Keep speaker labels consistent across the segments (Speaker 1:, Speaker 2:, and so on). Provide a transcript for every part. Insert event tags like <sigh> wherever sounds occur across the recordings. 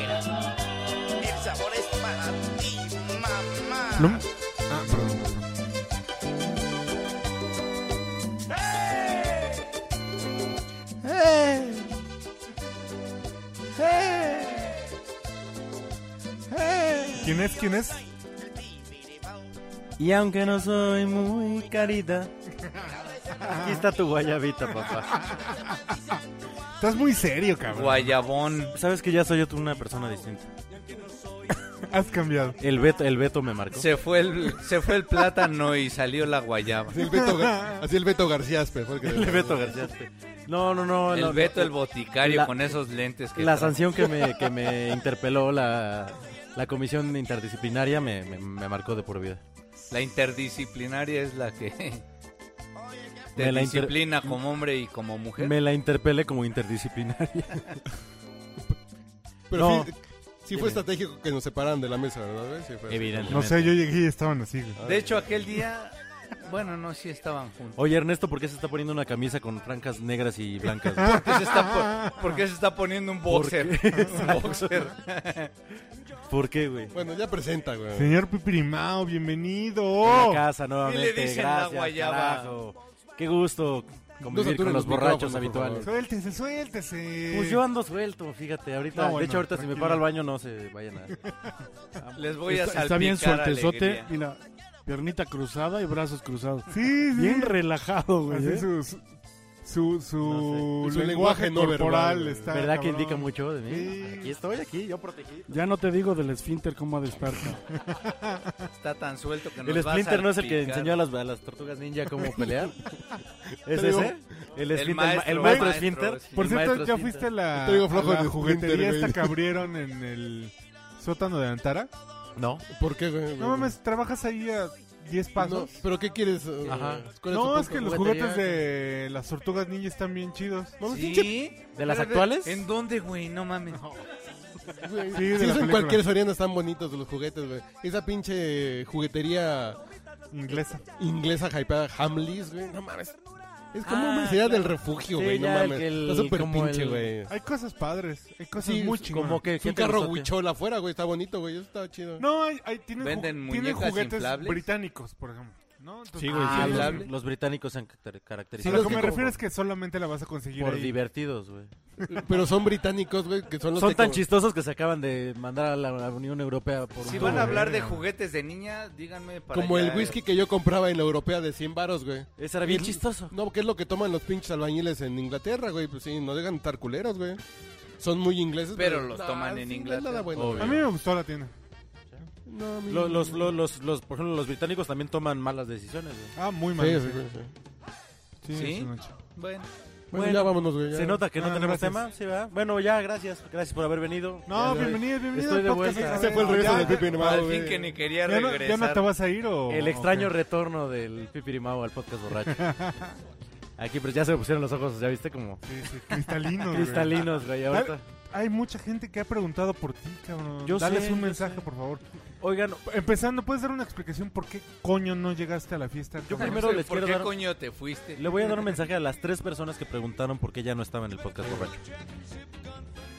Speaker 1: El sabor es para ti, mamá.
Speaker 2: No. Ah, perdón. ¡Eh! ¡Eh! ¡Eh!
Speaker 3: ¿Quién es? ¿Quién es?
Speaker 4: Y aunque no soy muy carita, aquí está tu guayabita, papá.
Speaker 2: Estás muy serio, cabrón.
Speaker 1: Guayabón.
Speaker 4: Sabes que ya soy otra- una persona distinta.
Speaker 2: <laughs> Has cambiado.
Speaker 4: El Beto, el Beto me marcó.
Speaker 1: Se fue, el, se fue el plátano y salió la guayaba.
Speaker 3: Así el Beto, Gar- así el Beto García Aspe. fue el que-
Speaker 4: El Beto García. No, no, no.
Speaker 1: El
Speaker 4: no,
Speaker 1: Beto, el boticario,
Speaker 4: La-
Speaker 1: con esos lentes que
Speaker 4: La
Speaker 1: trae.
Speaker 4: sanción que me, que me interpeló la, la comisión interdisciplinaria me, me- me marcó de por vida.
Speaker 1: La interdisciplinaria es la que <laughs> te
Speaker 4: Me la inter-
Speaker 1: disciplina como hombre y como mujer.
Speaker 4: Me la interpelé como interdisciplinaria.
Speaker 3: Pero
Speaker 4: No.
Speaker 3: sí, sí fue estratégico que nos separaran de la mesa, ¿verdad? güey? Sí fue.
Speaker 4: Evidentemente.
Speaker 2: No sé, yo llegué y estaban así, güey.
Speaker 1: De hecho, aquel día, bueno, no, sí estaban juntos.
Speaker 4: Oye, Ernesto, ¿por qué se está poniendo una camisa con franjas negras y blancas?
Speaker 2: <laughs>
Speaker 1: ¿Por qué se está, po- por qué se está poniendo un boxer? <laughs> Un boxer.
Speaker 4: ¿Por qué, güey?
Speaker 3: Bueno, ya presenta, güey.
Speaker 2: Señor Pipirimao, bienvenido.
Speaker 4: La casa nuevamente.
Speaker 1: ¿Qué le dicen la
Speaker 4: Gracias,
Speaker 1: guayaba?
Speaker 4: carajo. Qué gusto convivir con
Speaker 3: saturen
Speaker 4: los
Speaker 3: los
Speaker 4: borrachos
Speaker 3: micrófonos, por
Speaker 4: habituales.
Speaker 3: favor.
Speaker 2: Suéltese, suéltese.
Speaker 4: Pues yo ando suelto, fíjate, ahorita,
Speaker 2: No,
Speaker 4: de
Speaker 2: bueno,
Speaker 4: hecho ahorita si me
Speaker 2: tranquilo.
Speaker 4: paro al baño no se vayan a...
Speaker 1: Les voy a
Speaker 5: Está,
Speaker 1: salpicar
Speaker 5: está bien sueltezote.
Speaker 1: alegría.
Speaker 5: Mira, piernita cruzada y brazos cruzados.
Speaker 2: Sí, sí.
Speaker 5: Bien relajado, güey.
Speaker 2: Así
Speaker 5: ¿eh?
Speaker 2: su, su, su, su
Speaker 3: sé. Su
Speaker 2: lenguaje,
Speaker 3: lenguaje no
Speaker 2: corporal
Speaker 3: verbal,
Speaker 2: está.
Speaker 4: ¿Verdad que
Speaker 2: cabrón.
Speaker 4: indica mucho de mí?
Speaker 2: Sí.
Speaker 4: Aquí estoy, aquí, yo protegido.
Speaker 5: Ya no te digo del esfínter cómo ha de estar. cabrón.
Speaker 1: Está tan suelto que nos
Speaker 4: El
Speaker 1: va a
Speaker 4: Splinter no es el que
Speaker 1: salpicar.
Speaker 4: enseñó a las, a las tortugas ninja cómo pelear. ¿Es
Speaker 3: Te digo,
Speaker 4: ese? El, Splinter, el
Speaker 1: maestro,
Speaker 4: maestro,
Speaker 1: el maestro,
Speaker 4: Splinter.
Speaker 1: sí.
Speaker 2: Por
Speaker 4: el
Speaker 2: cierto,
Speaker 4: maestro
Speaker 2: ya
Speaker 4: Splinter.
Speaker 2: fuiste a la,
Speaker 3: Yo traigo flojo
Speaker 2: a la
Speaker 3: de juguetería,
Speaker 2: juguetería
Speaker 3: güey.
Speaker 2: esta que abrieron en el sótano de Antara.
Speaker 4: No.
Speaker 3: ¿Por qué, güey? Pues
Speaker 2: No mames, trabajas ahí a 10
Speaker 3: No,
Speaker 2: pasos.
Speaker 3: ¿Pero qué quieres? eh,
Speaker 4: Ajá.
Speaker 3: ¿cuál
Speaker 2: No,
Speaker 3: tu
Speaker 2: es que
Speaker 3: punto?
Speaker 2: los
Speaker 4: juguetería.
Speaker 2: juguetes de las tortugas ninja están bien chidos. Mames,
Speaker 1: ¿Sí?
Speaker 2: pinche-
Speaker 4: ¿De las
Speaker 1: Pero
Speaker 4: actuales?
Speaker 1: ¿En dónde, güey? No mames.
Speaker 3: Güey,
Speaker 2: Sí, de la
Speaker 3: si eso en
Speaker 2: película.
Speaker 3: cualquier Soriana están bonitos los juguetes, güey. Esa pinche juguetería
Speaker 2: Inglesa.
Speaker 3: inglesa hypeada, Hamleys, güey. No mames. Es como
Speaker 4: Ah,
Speaker 3: una sería del refugio,
Speaker 4: Sí,
Speaker 3: güey. no
Speaker 4: ya,
Speaker 3: mames.
Speaker 4: que el-
Speaker 3: Está súper
Speaker 4: como
Speaker 3: pinche,
Speaker 4: el-
Speaker 3: güey.
Speaker 2: Hay cosas padres, hay cosas
Speaker 3: Sí,
Speaker 2: muy
Speaker 3: es
Speaker 2: chingonas.
Speaker 4: Como que...
Speaker 3: Es un
Speaker 4: ¿qué te
Speaker 3: carro
Speaker 4: gustó, tío?
Speaker 3: huichol afuera, güey. Está bonito, güey. Eso está chido.
Speaker 2: No, hay, hay- tienen, ju-
Speaker 1: Venden
Speaker 2: tienen
Speaker 1: muñecas
Speaker 2: juguetes
Speaker 1: inflables.
Speaker 2: británicos, por ejemplo. ¿no? Entonces-
Speaker 5: Sí, güey,
Speaker 4: Ah,
Speaker 5: sí,
Speaker 4: los,
Speaker 1: hablable.
Speaker 4: los británicos se han caracter-
Speaker 2: A
Speaker 3: Sí,
Speaker 4: caracterizado
Speaker 2: lo
Speaker 3: los
Speaker 2: que me
Speaker 3: como-
Speaker 2: refiero es que solamente la vas a conseguir
Speaker 4: por
Speaker 2: ahí.
Speaker 4: divertidos, güey.
Speaker 3: Pero son británicos, güey, que son los
Speaker 4: Son
Speaker 3: que
Speaker 4: tan
Speaker 3: como-
Speaker 4: chistosos que se acaban de mandar a la, la Unión Europea por un
Speaker 1: Si van a
Speaker 4: tubo.
Speaker 1: hablar de juguetes de niña, díganme para
Speaker 3: Como
Speaker 1: ya-
Speaker 3: el whisky que yo compraba en la europea de 100 varos, güey.
Speaker 4: Ese era bien
Speaker 3: Y-
Speaker 4: chistoso.
Speaker 3: No, que es lo que toman los pinches albañiles en Inglaterra, güey. Pues sí, no dejan estar culeros, güey. Son muy ingleses. Ah,
Speaker 1: Pero los toman en
Speaker 3: sí, no es
Speaker 1: Inglaterra.
Speaker 3: nada bueno,
Speaker 4: Obvio.
Speaker 2: A
Speaker 3: güey.
Speaker 2: mí me gustó la tienda.
Speaker 3: No, a mí-
Speaker 4: Lo- Los, lo- los, los- por ejemplo, los británicos también toman malas decisiones, güey.
Speaker 2: Ah, muy mal.
Speaker 3: Sí, sí, güey, sí.
Speaker 2: Sí,
Speaker 1: ¿Sí?
Speaker 2: esa noche.
Speaker 1: Bueno,
Speaker 3: Bueno,
Speaker 4: Bueno,
Speaker 3: ya vámonos, güey. ya.
Speaker 4: Se nota que no
Speaker 2: Ah,
Speaker 4: tenemos
Speaker 2: gracias.
Speaker 4: tema, sí, ¿verdad? Bueno, ya, gracias. Gracias por haber venido.
Speaker 3: Ya,
Speaker 2: No,
Speaker 3: ya.
Speaker 2: bienvenido, bienvenido.
Speaker 4: Estoy
Speaker 2: al
Speaker 4: de
Speaker 2: podcast
Speaker 4: vuelta.
Speaker 2: otra
Speaker 3: Ese fue el
Speaker 2: vez.
Speaker 3: regreso
Speaker 2: Ya-
Speaker 3: del Pipi Normal,
Speaker 1: al
Speaker 3: güey.
Speaker 1: fin que ni quería
Speaker 2: ya no,
Speaker 1: regresar.
Speaker 2: ya no te vas a ir o.
Speaker 4: El extraño
Speaker 2: o qué?
Speaker 4: retorno del Pipirimao al podcast
Speaker 2: <laughs>
Speaker 4: borracho. Aquí pues ya se me pusieron los ojos, ya viste como
Speaker 2: Sí, sí, cristalino. güey.
Speaker 4: cristalinos, güey. Ahorita.
Speaker 2: Hay mucha gente que ha preguntado por ti, cabrón.
Speaker 4: Yo
Speaker 2: Dales
Speaker 4: sé,
Speaker 2: un
Speaker 4: yo
Speaker 2: mensaje,
Speaker 4: sé.
Speaker 2: por favor.
Speaker 4: Oigan,
Speaker 2: Empezando, ¿puedes dar una explicación por qué coño no llegaste a la fiesta?
Speaker 4: Yo
Speaker 2: cabrón?
Speaker 4: primero
Speaker 1: No sé
Speaker 4: les
Speaker 1: ¿Por
Speaker 4: quiero
Speaker 1: qué
Speaker 4: dar-
Speaker 1: coño te fuiste?
Speaker 4: le voy a dar un mensaje a las tres personas que preguntaron por qué ya no estaba en el podcast borracho.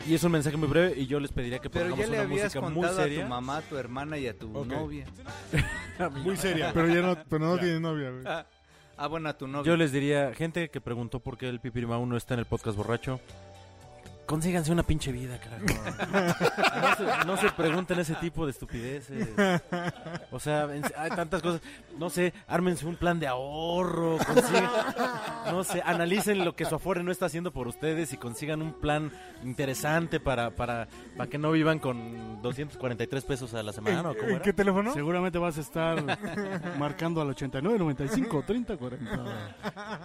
Speaker 4: Y es un mensaje muy breve y yo les pediría que
Speaker 1: Pero ya
Speaker 4: pongamos
Speaker 1: le
Speaker 4: una
Speaker 1: habías
Speaker 4: música muy
Speaker 1: contado a tu
Speaker 4: seria.
Speaker 1: mamá, a tu hermana y a tu
Speaker 3: Ok.
Speaker 1: novia.
Speaker 2: Muy seria. Pero ya no, pero no tiene novia, güey.
Speaker 1: Ah, ah, bueno, a tu novia.
Speaker 4: Yo les diría, gente que preguntó por qué el Pipirimao no está en el podcast borracho, consíganse una pinche vida, carajo. No se, no se pregunten ese tipo de estupideces. O sea, en- hay tantas cosas. No sé, ármense un plan de ahorro, consigan- no sé, analicen lo que su afore no está haciendo por ustedes y consigan un plan interesante para, para, para que no vivan con 243 pesos a la semana. ¿o cómo
Speaker 2: ¿En
Speaker 4: era?
Speaker 2: qué teléfono?
Speaker 5: Seguramente vas a
Speaker 4: <laughs>
Speaker 5: estar marcando al 89, 95, 30, 40.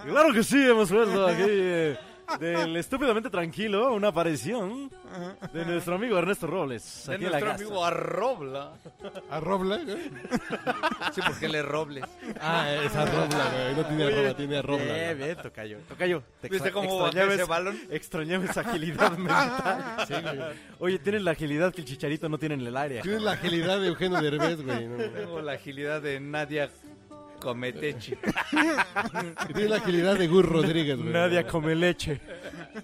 Speaker 4: Claro que sí, hemos puesto aquí eh, del estúpidamente tranquilo una aparición de nuestro amigo Ernesto Robles.
Speaker 1: De
Speaker 4: aquí en la
Speaker 1: nuestro
Speaker 4: casa.
Speaker 1: amigo Arrobla.
Speaker 3: ¿A Robla, güey?
Speaker 1: Sí, porque le robles.
Speaker 3: Ah, es a Robla, güey. No tiene arroba, tiene arroba.
Speaker 4: Eh, bien, tocayo. Tocayo, te
Speaker 1: ¿Viste
Speaker 4: extra-
Speaker 1: cómo bajé
Speaker 4: extrañaba
Speaker 1: ese
Speaker 4: esa-
Speaker 1: balón?
Speaker 4: Extrañaba esa agilidad
Speaker 1: <laughs>
Speaker 4: mental. Oye, tienes la agilidad que el chicharito no tiene en el área.
Speaker 3: Tienes la agilidad de Eugenio Derbez, güey. no, no.
Speaker 1: Tengo la agilidad de Nadia Cometechi.
Speaker 3: Y tiene la agilidad de Gus Rodríguez, güey.
Speaker 4: Nadia come leche.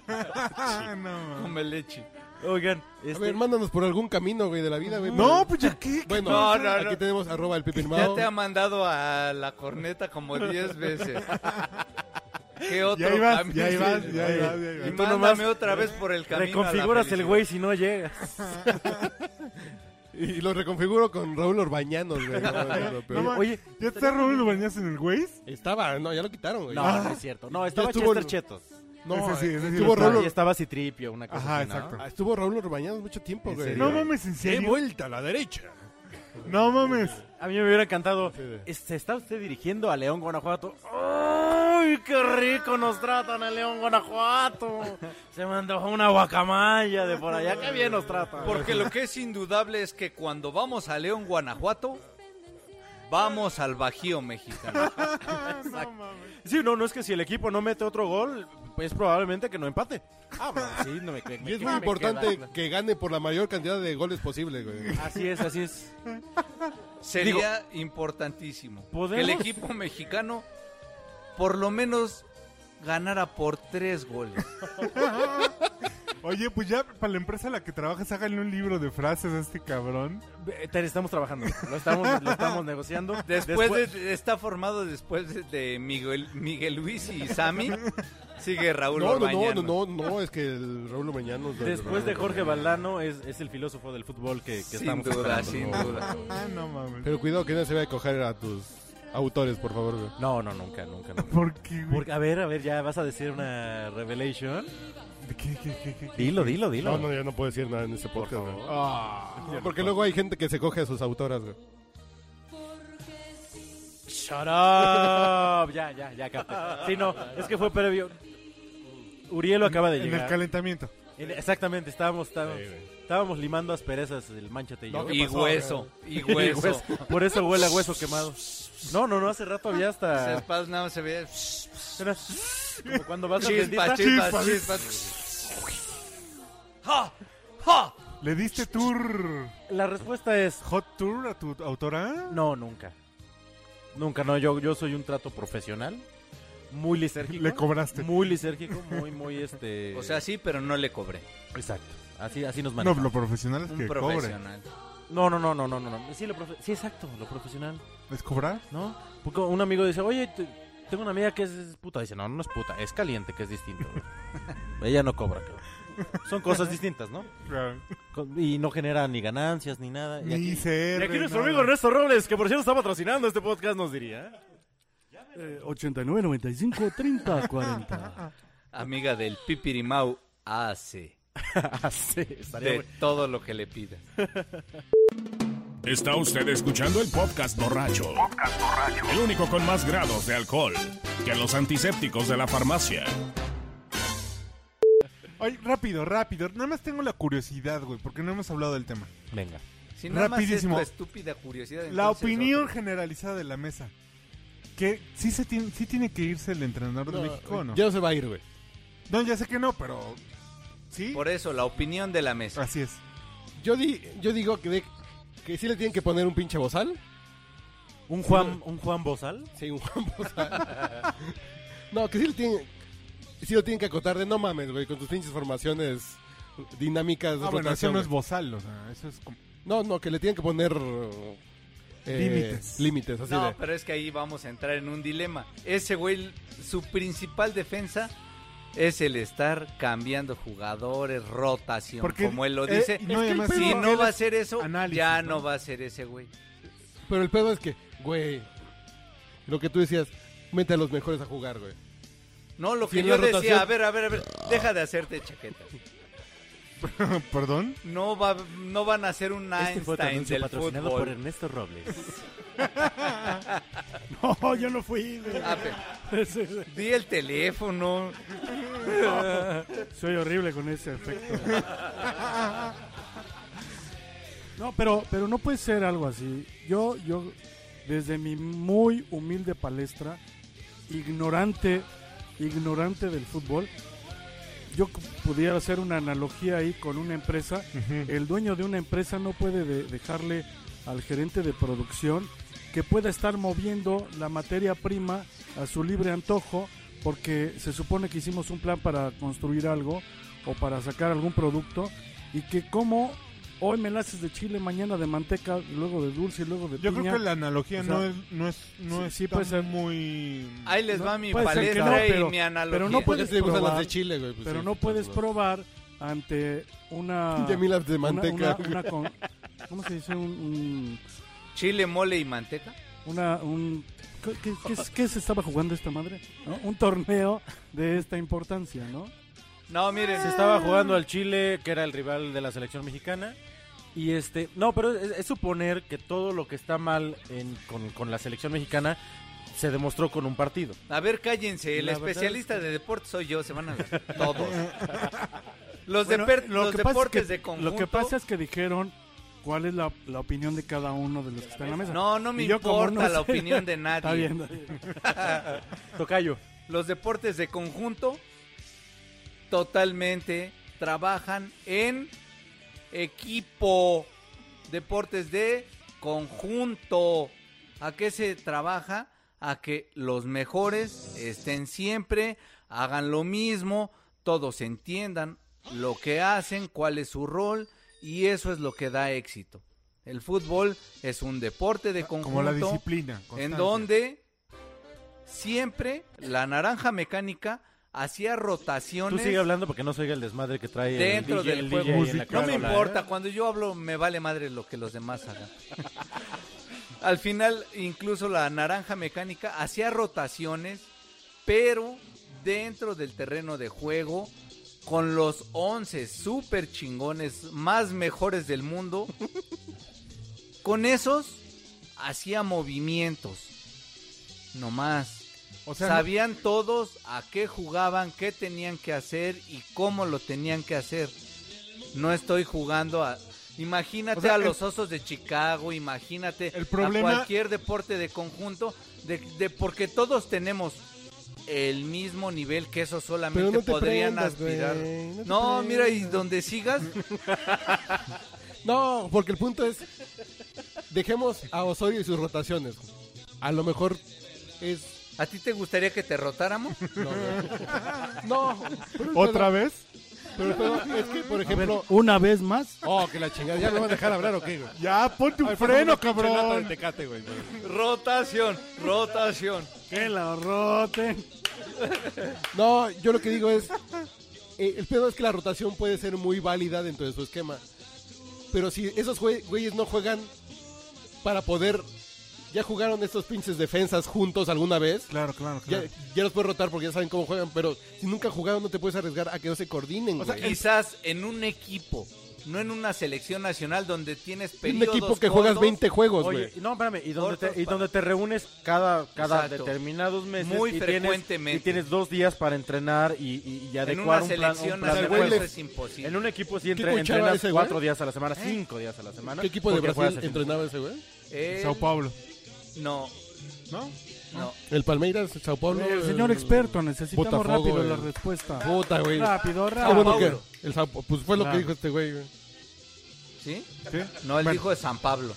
Speaker 2: Ah, no,
Speaker 1: Come leche.
Speaker 4: Oigan,
Speaker 3: A
Speaker 4: este,
Speaker 3: ver, mándanos por algún camino, güey, de la vida, güey.
Speaker 2: no, pues ya qué.
Speaker 3: Bueno,
Speaker 1: No, no, no.
Speaker 3: aquí tenemos arroba el
Speaker 1: Ya
Speaker 3: pipirmao.
Speaker 1: te ha mandado a la corneta como 10 veces. ¿Qué otro
Speaker 2: Ya ibas,
Speaker 1: camino?
Speaker 2: ya ibas,
Speaker 1: Oye,
Speaker 2: ya ibas, ya ibas.
Speaker 1: Y
Speaker 4: eh, Tú
Speaker 1: mándame
Speaker 4: nomás
Speaker 1: otra vez por el camino. a la
Speaker 4: reconfiguras el
Speaker 1: felicidad.
Speaker 4: güey si no llegas.
Speaker 3: Y lo reconfiguro con Raúl
Speaker 4: <laughs>
Speaker 3: Orbañanos, güey. No, no, no, pero-
Speaker 2: No, ma-
Speaker 4: Oye,
Speaker 2: ¿Ya está Raúl Ubañas en el güey?
Speaker 3: estaba, no, ya lo quitaron, güey. Ah,
Speaker 4: no, no es cierto. No, estaba
Speaker 3: Ya estuvo
Speaker 4: Chester
Speaker 3: en-
Speaker 4: Chetos.
Speaker 3: No,
Speaker 2: Ese sí, ese sí
Speaker 3: estuvo,
Speaker 2: lo
Speaker 3: Raúl,
Speaker 4: Y estaba Citripio, una cosa
Speaker 2: Ajá,
Speaker 4: así, ¿no?
Speaker 2: exacto.
Speaker 3: Ah, estuvo Raúl Orbañanos mucho tiempo,
Speaker 4: ¿En
Speaker 3: güey.
Speaker 4: serio?
Speaker 2: No mames, en
Speaker 3: ¡Qué
Speaker 2: serio.
Speaker 3: vuelta a la derecha!
Speaker 2: No mames.
Speaker 4: A mí me hubiera encantado.
Speaker 3: Sí, de-
Speaker 4: "Es- ¿Se está usted dirigiendo a León, Guanajuato? ¡Ay, qué rico nos tratan a León, Guanajuato! Se me antojó una guacamaya de por allá. ¡Qué bien nos tratan!
Speaker 1: Porque lo que es indudable es que cuando vamos a León, Guanajuato, vamos al Bajío mexicano.
Speaker 2: No mames.
Speaker 4: Sí, no, no es que si el equipo no mete otro gol, pues probablemente que no empate. Ah, bueno, sí, no <laughs> me, me-
Speaker 3: Y es
Speaker 4: me-
Speaker 3: muy
Speaker 4: me
Speaker 3: importante
Speaker 4: queda-
Speaker 3: que gane por la mayor cantidad de goles posible, güey.
Speaker 4: Así es, así es.
Speaker 1: Sería importantísimo que el
Speaker 4: ¿podemos?
Speaker 1: equipo mexicano por lo menos ganara por tres goles.
Speaker 2: Oye, pues ya para la empresa a la que trabajas, háganle un libro de frases a este cabrón.
Speaker 4: Eh, Ter, Estamos trabajando, lo estamos, lo estamos negociando.
Speaker 1: Después de- está formado después de- de Miguel, Miguel Luis y Sami, sigue Raúl
Speaker 3: No, no, no,
Speaker 1: Orbañanos.
Speaker 3: no, no, no, es que el Raúl Orbañanos...
Speaker 4: Después de Jorge Valdano es, es el filósofo del fútbol que, que
Speaker 1: Sin
Speaker 4: estamos
Speaker 1: duda,
Speaker 4: esperando,
Speaker 1: sin
Speaker 4: ¿no?
Speaker 1: duda.
Speaker 2: Ah, no mames.
Speaker 3: Pero cuidado que no se vaya a coger a tus autores, por favor, güey.
Speaker 4: No, no, nunca, nunca, nunca.
Speaker 2: ¿Por qué, güey?
Speaker 4: Porque, a ver, a ver, ya vas a decir una revelation.
Speaker 2: ¿De qué, qué, qué, qué?
Speaker 4: Dilo, dilo,
Speaker 3: No,
Speaker 4: dilo.
Speaker 3: no, yo no puedo decir nada en este podcast, güey.
Speaker 2: Ah,
Speaker 3: No, Porque luego hay gente que se coge a sus autoras, güey.
Speaker 4: Shut up. Ya, ya, ya capté. Sí, no, es que fue previo. Urielo acaba de
Speaker 2: en el
Speaker 4: llegar.
Speaker 2: calentamiento.
Speaker 4: En- Exactamente, estábamos, estábamos, estábamos limando asperezas del manchate y yo.
Speaker 3: No,
Speaker 1: Y
Speaker 3: pasó,
Speaker 1: hueso, y hueso.
Speaker 4: Por eso huele a hueso quemado. No, no, no, hace rato había
Speaker 1: Esas
Speaker 4: hasta...
Speaker 1: espadas nada más se ve
Speaker 4: Era como cuando vas a
Speaker 1: chispas,
Speaker 4: tiendita.
Speaker 1: chispas,
Speaker 2: Chispas.
Speaker 1: chispas. ¡Ja! ¡Ja!
Speaker 2: ¿Le diste tour,
Speaker 4: La respuesta es
Speaker 2: hot tour a tu autora?
Speaker 4: no, nunca. Nunca, no, yo, yo soy un trato profesional, muy lisérgico.
Speaker 2: Le cobraste.
Speaker 4: Muy lisérgico, muy, muy este...
Speaker 1: O sea, sí, pero no le cobré.
Speaker 4: Exacto. Así, así nos
Speaker 2: No,
Speaker 4: manejamos.
Speaker 2: lo profesional es
Speaker 1: Un
Speaker 2: que cobre.
Speaker 1: profesional.
Speaker 4: No, no, no, no, no, no. no. Sí, lo profe- sí, exacto, lo profesional,
Speaker 2: ¿Es cobrar?
Speaker 4: ¿no? Porque un amigo dice, oye, te- tengo una amiga que es, es puta. Dice, no, no es puta, es caliente, que es distinto.
Speaker 1: <laughs>
Speaker 4: Ella no cobra, cabrón. Son cosas distintas, ¿no? Con- Y no genera ni ganancias ni nada. Y
Speaker 2: Ni
Speaker 4: aquí,
Speaker 2: ser.
Speaker 4: y aquí
Speaker 2: ni
Speaker 4: nuestro
Speaker 2: nada.
Speaker 4: amigo Ernesto Robles, que por cierto está patrocinando este podcast, nos diría.
Speaker 6: Eh, 89, 95, 30, 40.
Speaker 1: Amiga del Pipirimau hace
Speaker 4: <laughs> Ah, sí, estaría
Speaker 1: de
Speaker 4: bueno.
Speaker 1: todo lo que le pida.
Speaker 7: Está usted escuchando el podcast borracho. El único con más grados de alcohol que los antisépticos de la farmacia.
Speaker 2: Ay, rápido, rápido. Nada más tengo la curiosidad, güey, porque no hemos hablado del tema.
Speaker 4: Venga.
Speaker 1: Si nada
Speaker 2: Rapidísimo.
Speaker 1: más es tu estúpida curiosidad.
Speaker 2: La
Speaker 1: entonces,
Speaker 2: opinión
Speaker 1: otro.
Speaker 2: generalizada de la mesa. Que sí, se tiene, sí tiene que irse el entrenador de México, ¿o no?
Speaker 3: Ya no se va a ir, güey.
Speaker 2: No, ya sé que no, pero... ¿Sí?
Speaker 1: Por eso, la opinión de la mesa.
Speaker 2: Así es.
Speaker 3: Yo, di, yo digo que, de- que sí le tienen que poner un pinche bozal.
Speaker 4: ¿Un Juan, un Juan Bozal?
Speaker 3: Sí, un <laughs> Juan Bozal. no, que sí le tienen... Sí lo tienen que acotar de no mames, güey, con tus pinches formaciones dinámicas de
Speaker 2: Ah, bueno, eso
Speaker 3: rotación,
Speaker 2: no es
Speaker 3: Pues, güey.
Speaker 2: bozal, o sea, eso es como...
Speaker 3: No, no, que le tienen que poner... eh,
Speaker 2: Límites.
Speaker 3: Límites, así Ah,
Speaker 1: No,
Speaker 3: de...
Speaker 1: pero es que ahí vamos a entrar en un dilema. Ese güey, su principal defensa es el estar cambiando jugadores, rotación,
Speaker 2: Porque-
Speaker 1: como él lo
Speaker 2: eh,
Speaker 1: dice.
Speaker 2: y no, y además-
Speaker 1: si
Speaker 2: porque
Speaker 1: no
Speaker 2: él
Speaker 1: va a
Speaker 2: es
Speaker 1: ser eso,
Speaker 2: análisis,
Speaker 1: ya
Speaker 2: ¿no?
Speaker 1: no va a ser ese güey.
Speaker 3: Pero el pedo es que, güey, lo que tú decías, mete a los mejores a jugar, güey.
Speaker 1: No, lo
Speaker 3: Si
Speaker 1: que
Speaker 3: en
Speaker 1: yo
Speaker 3: la
Speaker 1: decía,
Speaker 3: rotación-
Speaker 1: a ver, a ver, a ver, deja de hacerte chaqueta.
Speaker 2: ¿Perdón?
Speaker 1: No, va, no van a ser un
Speaker 4: Este fue otro
Speaker 1: Einstein
Speaker 4: anuncio
Speaker 1: del
Speaker 4: patrocinado por
Speaker 1: fútbol.
Speaker 4: Ernesto Robles.
Speaker 6: No, yo no fui. güey.
Speaker 1: Ah, pero- Di el teléfono.
Speaker 6: Soy horrible con ese
Speaker 1: <laughs>
Speaker 6: efecto. No, pero, pero no puede ser algo así. Yo, yo, desde mi muy humilde palestra, ignorante, ignorante del fútbol, yo c- pudiera hacer una analogía ahí con una empresa. El dueño de una empresa no puede de- dejarle al gerente de producción
Speaker 4: que pueda estar moviendo la materia prima a su libre antojo, porque se supone que hicimos un plan para construir algo o para sacar algún producto, y que como hoy me la haces de chile, mañana de manteca, luego de dulce y luego de
Speaker 2: Yo
Speaker 4: piña.
Speaker 2: creo que la analogía
Speaker 4: O sea,
Speaker 2: no es, no es, no
Speaker 4: sí-
Speaker 2: es
Speaker 4: sí
Speaker 2: tan
Speaker 4: puede ser.
Speaker 2: muy...
Speaker 1: Ahí les
Speaker 4: No,
Speaker 1: va mi
Speaker 4: puede ser que
Speaker 1: palestra
Speaker 4: no, pero-
Speaker 1: y mi analogía.
Speaker 4: pero no puedes
Speaker 3: Puedes gustan
Speaker 4: probar,
Speaker 3: las de Chile, güey. pues
Speaker 4: Pero
Speaker 3: sí,
Speaker 4: no puedes
Speaker 3: pues,
Speaker 4: probar ante una...
Speaker 3: Pinche milas de
Speaker 4: una-
Speaker 3: manteca.
Speaker 4: una- una con- ¿Cómo se dice? Un- un
Speaker 1: Chile, mole y manteca.
Speaker 4: una un ¿qué, qué- qué es- qué se estaba jugando esta madre? ¿No? Un torneo de esta importancia, ¿no?
Speaker 1: No, miren.
Speaker 8: Se estaba jugando al Chile, que era el rival de la selección mexicana. Y este, no, pero es, es suponer que todo lo que está mal en- con, con la selección mexicana se demostró con un partido.
Speaker 1: A ver, cállense. El
Speaker 8: La verdad
Speaker 1: especialista de deportes soy yo. Se van a
Speaker 8: <laughs>
Speaker 1: todos. Los,
Speaker 4: Bueno,
Speaker 1: deper-
Speaker 4: lo
Speaker 1: los
Speaker 4: que pasa es
Speaker 1: deportes
Speaker 4: que-
Speaker 1: de conjunto.
Speaker 4: Lo que pasa es que dijeron cuál es la, la opinión de cada uno de los que están en la mesa.
Speaker 1: No, no me
Speaker 4: Y yo como
Speaker 1: importa
Speaker 4: no
Speaker 1: la
Speaker 4: sé- <laughs>
Speaker 1: opinión de nadie.
Speaker 4: Está bien, está bien.
Speaker 1: <laughs>
Speaker 8: Tocayo.
Speaker 1: Los deportes de conjunto totalmente trabajan en equipo. Deportes de conjunto. ¿A qué se trabaja? A que los mejores estén siempre, hagan lo mismo, todos entiendan lo que hacen, cuál es su rol y eso es lo que da éxito. El fútbol es un deporte de conjunto.
Speaker 2: Como la disciplina. constancia.
Speaker 1: En donde siempre la naranja mecánica hacía
Speaker 8: Tú
Speaker 1: rotaciones
Speaker 8: sigue hablando porque no se oiga el desmadre que trae
Speaker 1: dentro
Speaker 8: el DJ,
Speaker 1: del
Speaker 8: el
Speaker 1: juego.
Speaker 8: DJ en la
Speaker 1: no me
Speaker 8: consola,
Speaker 1: importa,
Speaker 8: ¿eh?
Speaker 1: cuando yo hablo me vale madre lo que los demás hagan. <laughs> Al final, incluso la naranja mecánica hacía rotaciones, pero dentro del terreno de juego, con los 11 super chingones más mejores del mundo, con esos hacía movimientos. No más.
Speaker 2: O sea,
Speaker 1: Sabían todos a qué jugaban, qué tenían que hacer y cómo lo tenían que hacer. No estoy jugando a... Imagínate
Speaker 2: O sea,
Speaker 1: a
Speaker 2: el-
Speaker 1: los osos de Chicago, imagínate
Speaker 2: El problema-
Speaker 1: a cualquier deporte de conjunto, de, de- porque todos tenemos el mismo nivel que esos solamente
Speaker 3: Pero no te
Speaker 1: podrían
Speaker 3: prendas,
Speaker 1: aspirar.
Speaker 3: güey, no te
Speaker 1: No, mira, y
Speaker 3: prendas.
Speaker 1: donde sigas,
Speaker 3: No, porque el punto es, dejemos a Osorio y sus rotaciones. A lo mejor es...
Speaker 1: ¿a ti te gustaría que
Speaker 3: <laughs>
Speaker 1: te rotáramos?
Speaker 3: No, güey. no pero el
Speaker 2: ¿Otra
Speaker 3: pedo-
Speaker 2: vez?
Speaker 3: Pero el pedo es que, por ejemplo...
Speaker 4: Una vez más,
Speaker 3: Oh, que la chingada, ¿ya me van a dejar hablar o qué, güey?
Speaker 2: Ya, ponte un
Speaker 3: Ay,
Speaker 2: freno,
Speaker 3: ponme una pinche lata de
Speaker 2: cabrón.
Speaker 3: Tecate, güey, güey.
Speaker 1: rotación, rotación.
Speaker 4: que la roten.
Speaker 3: No, yo lo que digo es, eh, el pedo es que la rotación puede ser muy válida dentro de su esquema. Pero si esos jue- güeyes no juegan para poder... Ya jugaron estos pinches defensas juntos alguna vez.
Speaker 2: Claro, claro,
Speaker 3: Ya,
Speaker 2: claro.
Speaker 3: ya los puedes rotar porque ya saben cómo juegan, pero si nunca jugaron no te puedes arriesgar a que no se coordinen.
Speaker 2: O sea,
Speaker 3: güey.
Speaker 1: Pues quizás en un equipo, no en una selección nacional donde tienes
Speaker 3: un
Speaker 1: periodos
Speaker 3: equipo que
Speaker 1: cortos,
Speaker 3: juegas 20 juegos,
Speaker 8: Oye,
Speaker 3: güey.
Speaker 8: y no, espérame, y donde,
Speaker 1: Cortos
Speaker 8: te, y
Speaker 1: para-
Speaker 8: donde te reúnes cada, cada
Speaker 1: Exacto.
Speaker 8: determinados meses.
Speaker 1: Muy
Speaker 8: y tienes-
Speaker 1: frecuentemente.
Speaker 8: y tienes dos días para entrenar y, y- y
Speaker 1: en
Speaker 8: adecuar
Speaker 1: una
Speaker 8: un plan,
Speaker 1: selección
Speaker 8: un plan de
Speaker 1: nacional
Speaker 3: güey
Speaker 8: juego.
Speaker 1: eso
Speaker 3: le-
Speaker 1: es imposible.
Speaker 8: En un equipo sí
Speaker 3: ¿Qué
Speaker 8: entre,
Speaker 3: coachaba
Speaker 8: entrenas
Speaker 3: ese güey?
Speaker 8: cuatro días a la semana, cinco días a la semana.
Speaker 3: ¿Qué equipo de
Speaker 8: porque
Speaker 3: Brasil
Speaker 8: juegas el fin-
Speaker 3: entrenaba ese, güey?
Speaker 1: Eh,
Speaker 2: Sao Paulo.
Speaker 1: no,
Speaker 2: ¿No?
Speaker 1: no.
Speaker 3: El Palmeiras, Sao Paulo.
Speaker 4: El señor experto, necesitamos
Speaker 3: Botafogo,
Speaker 4: rápido
Speaker 3: güey.
Speaker 4: la respuesta.
Speaker 3: Puta, güey.
Speaker 4: Rápido,
Speaker 3: Ah,
Speaker 4: rápido.
Speaker 3: bueno,
Speaker 1: Paulo.
Speaker 3: que el Sao- pues fue lo que
Speaker 4: Claro.
Speaker 3: dijo este güey, güey.
Speaker 1: ¿Sí?
Speaker 2: ¿Sí?
Speaker 1: No, él
Speaker 2: Bueno.
Speaker 1: dijo de San Pablo.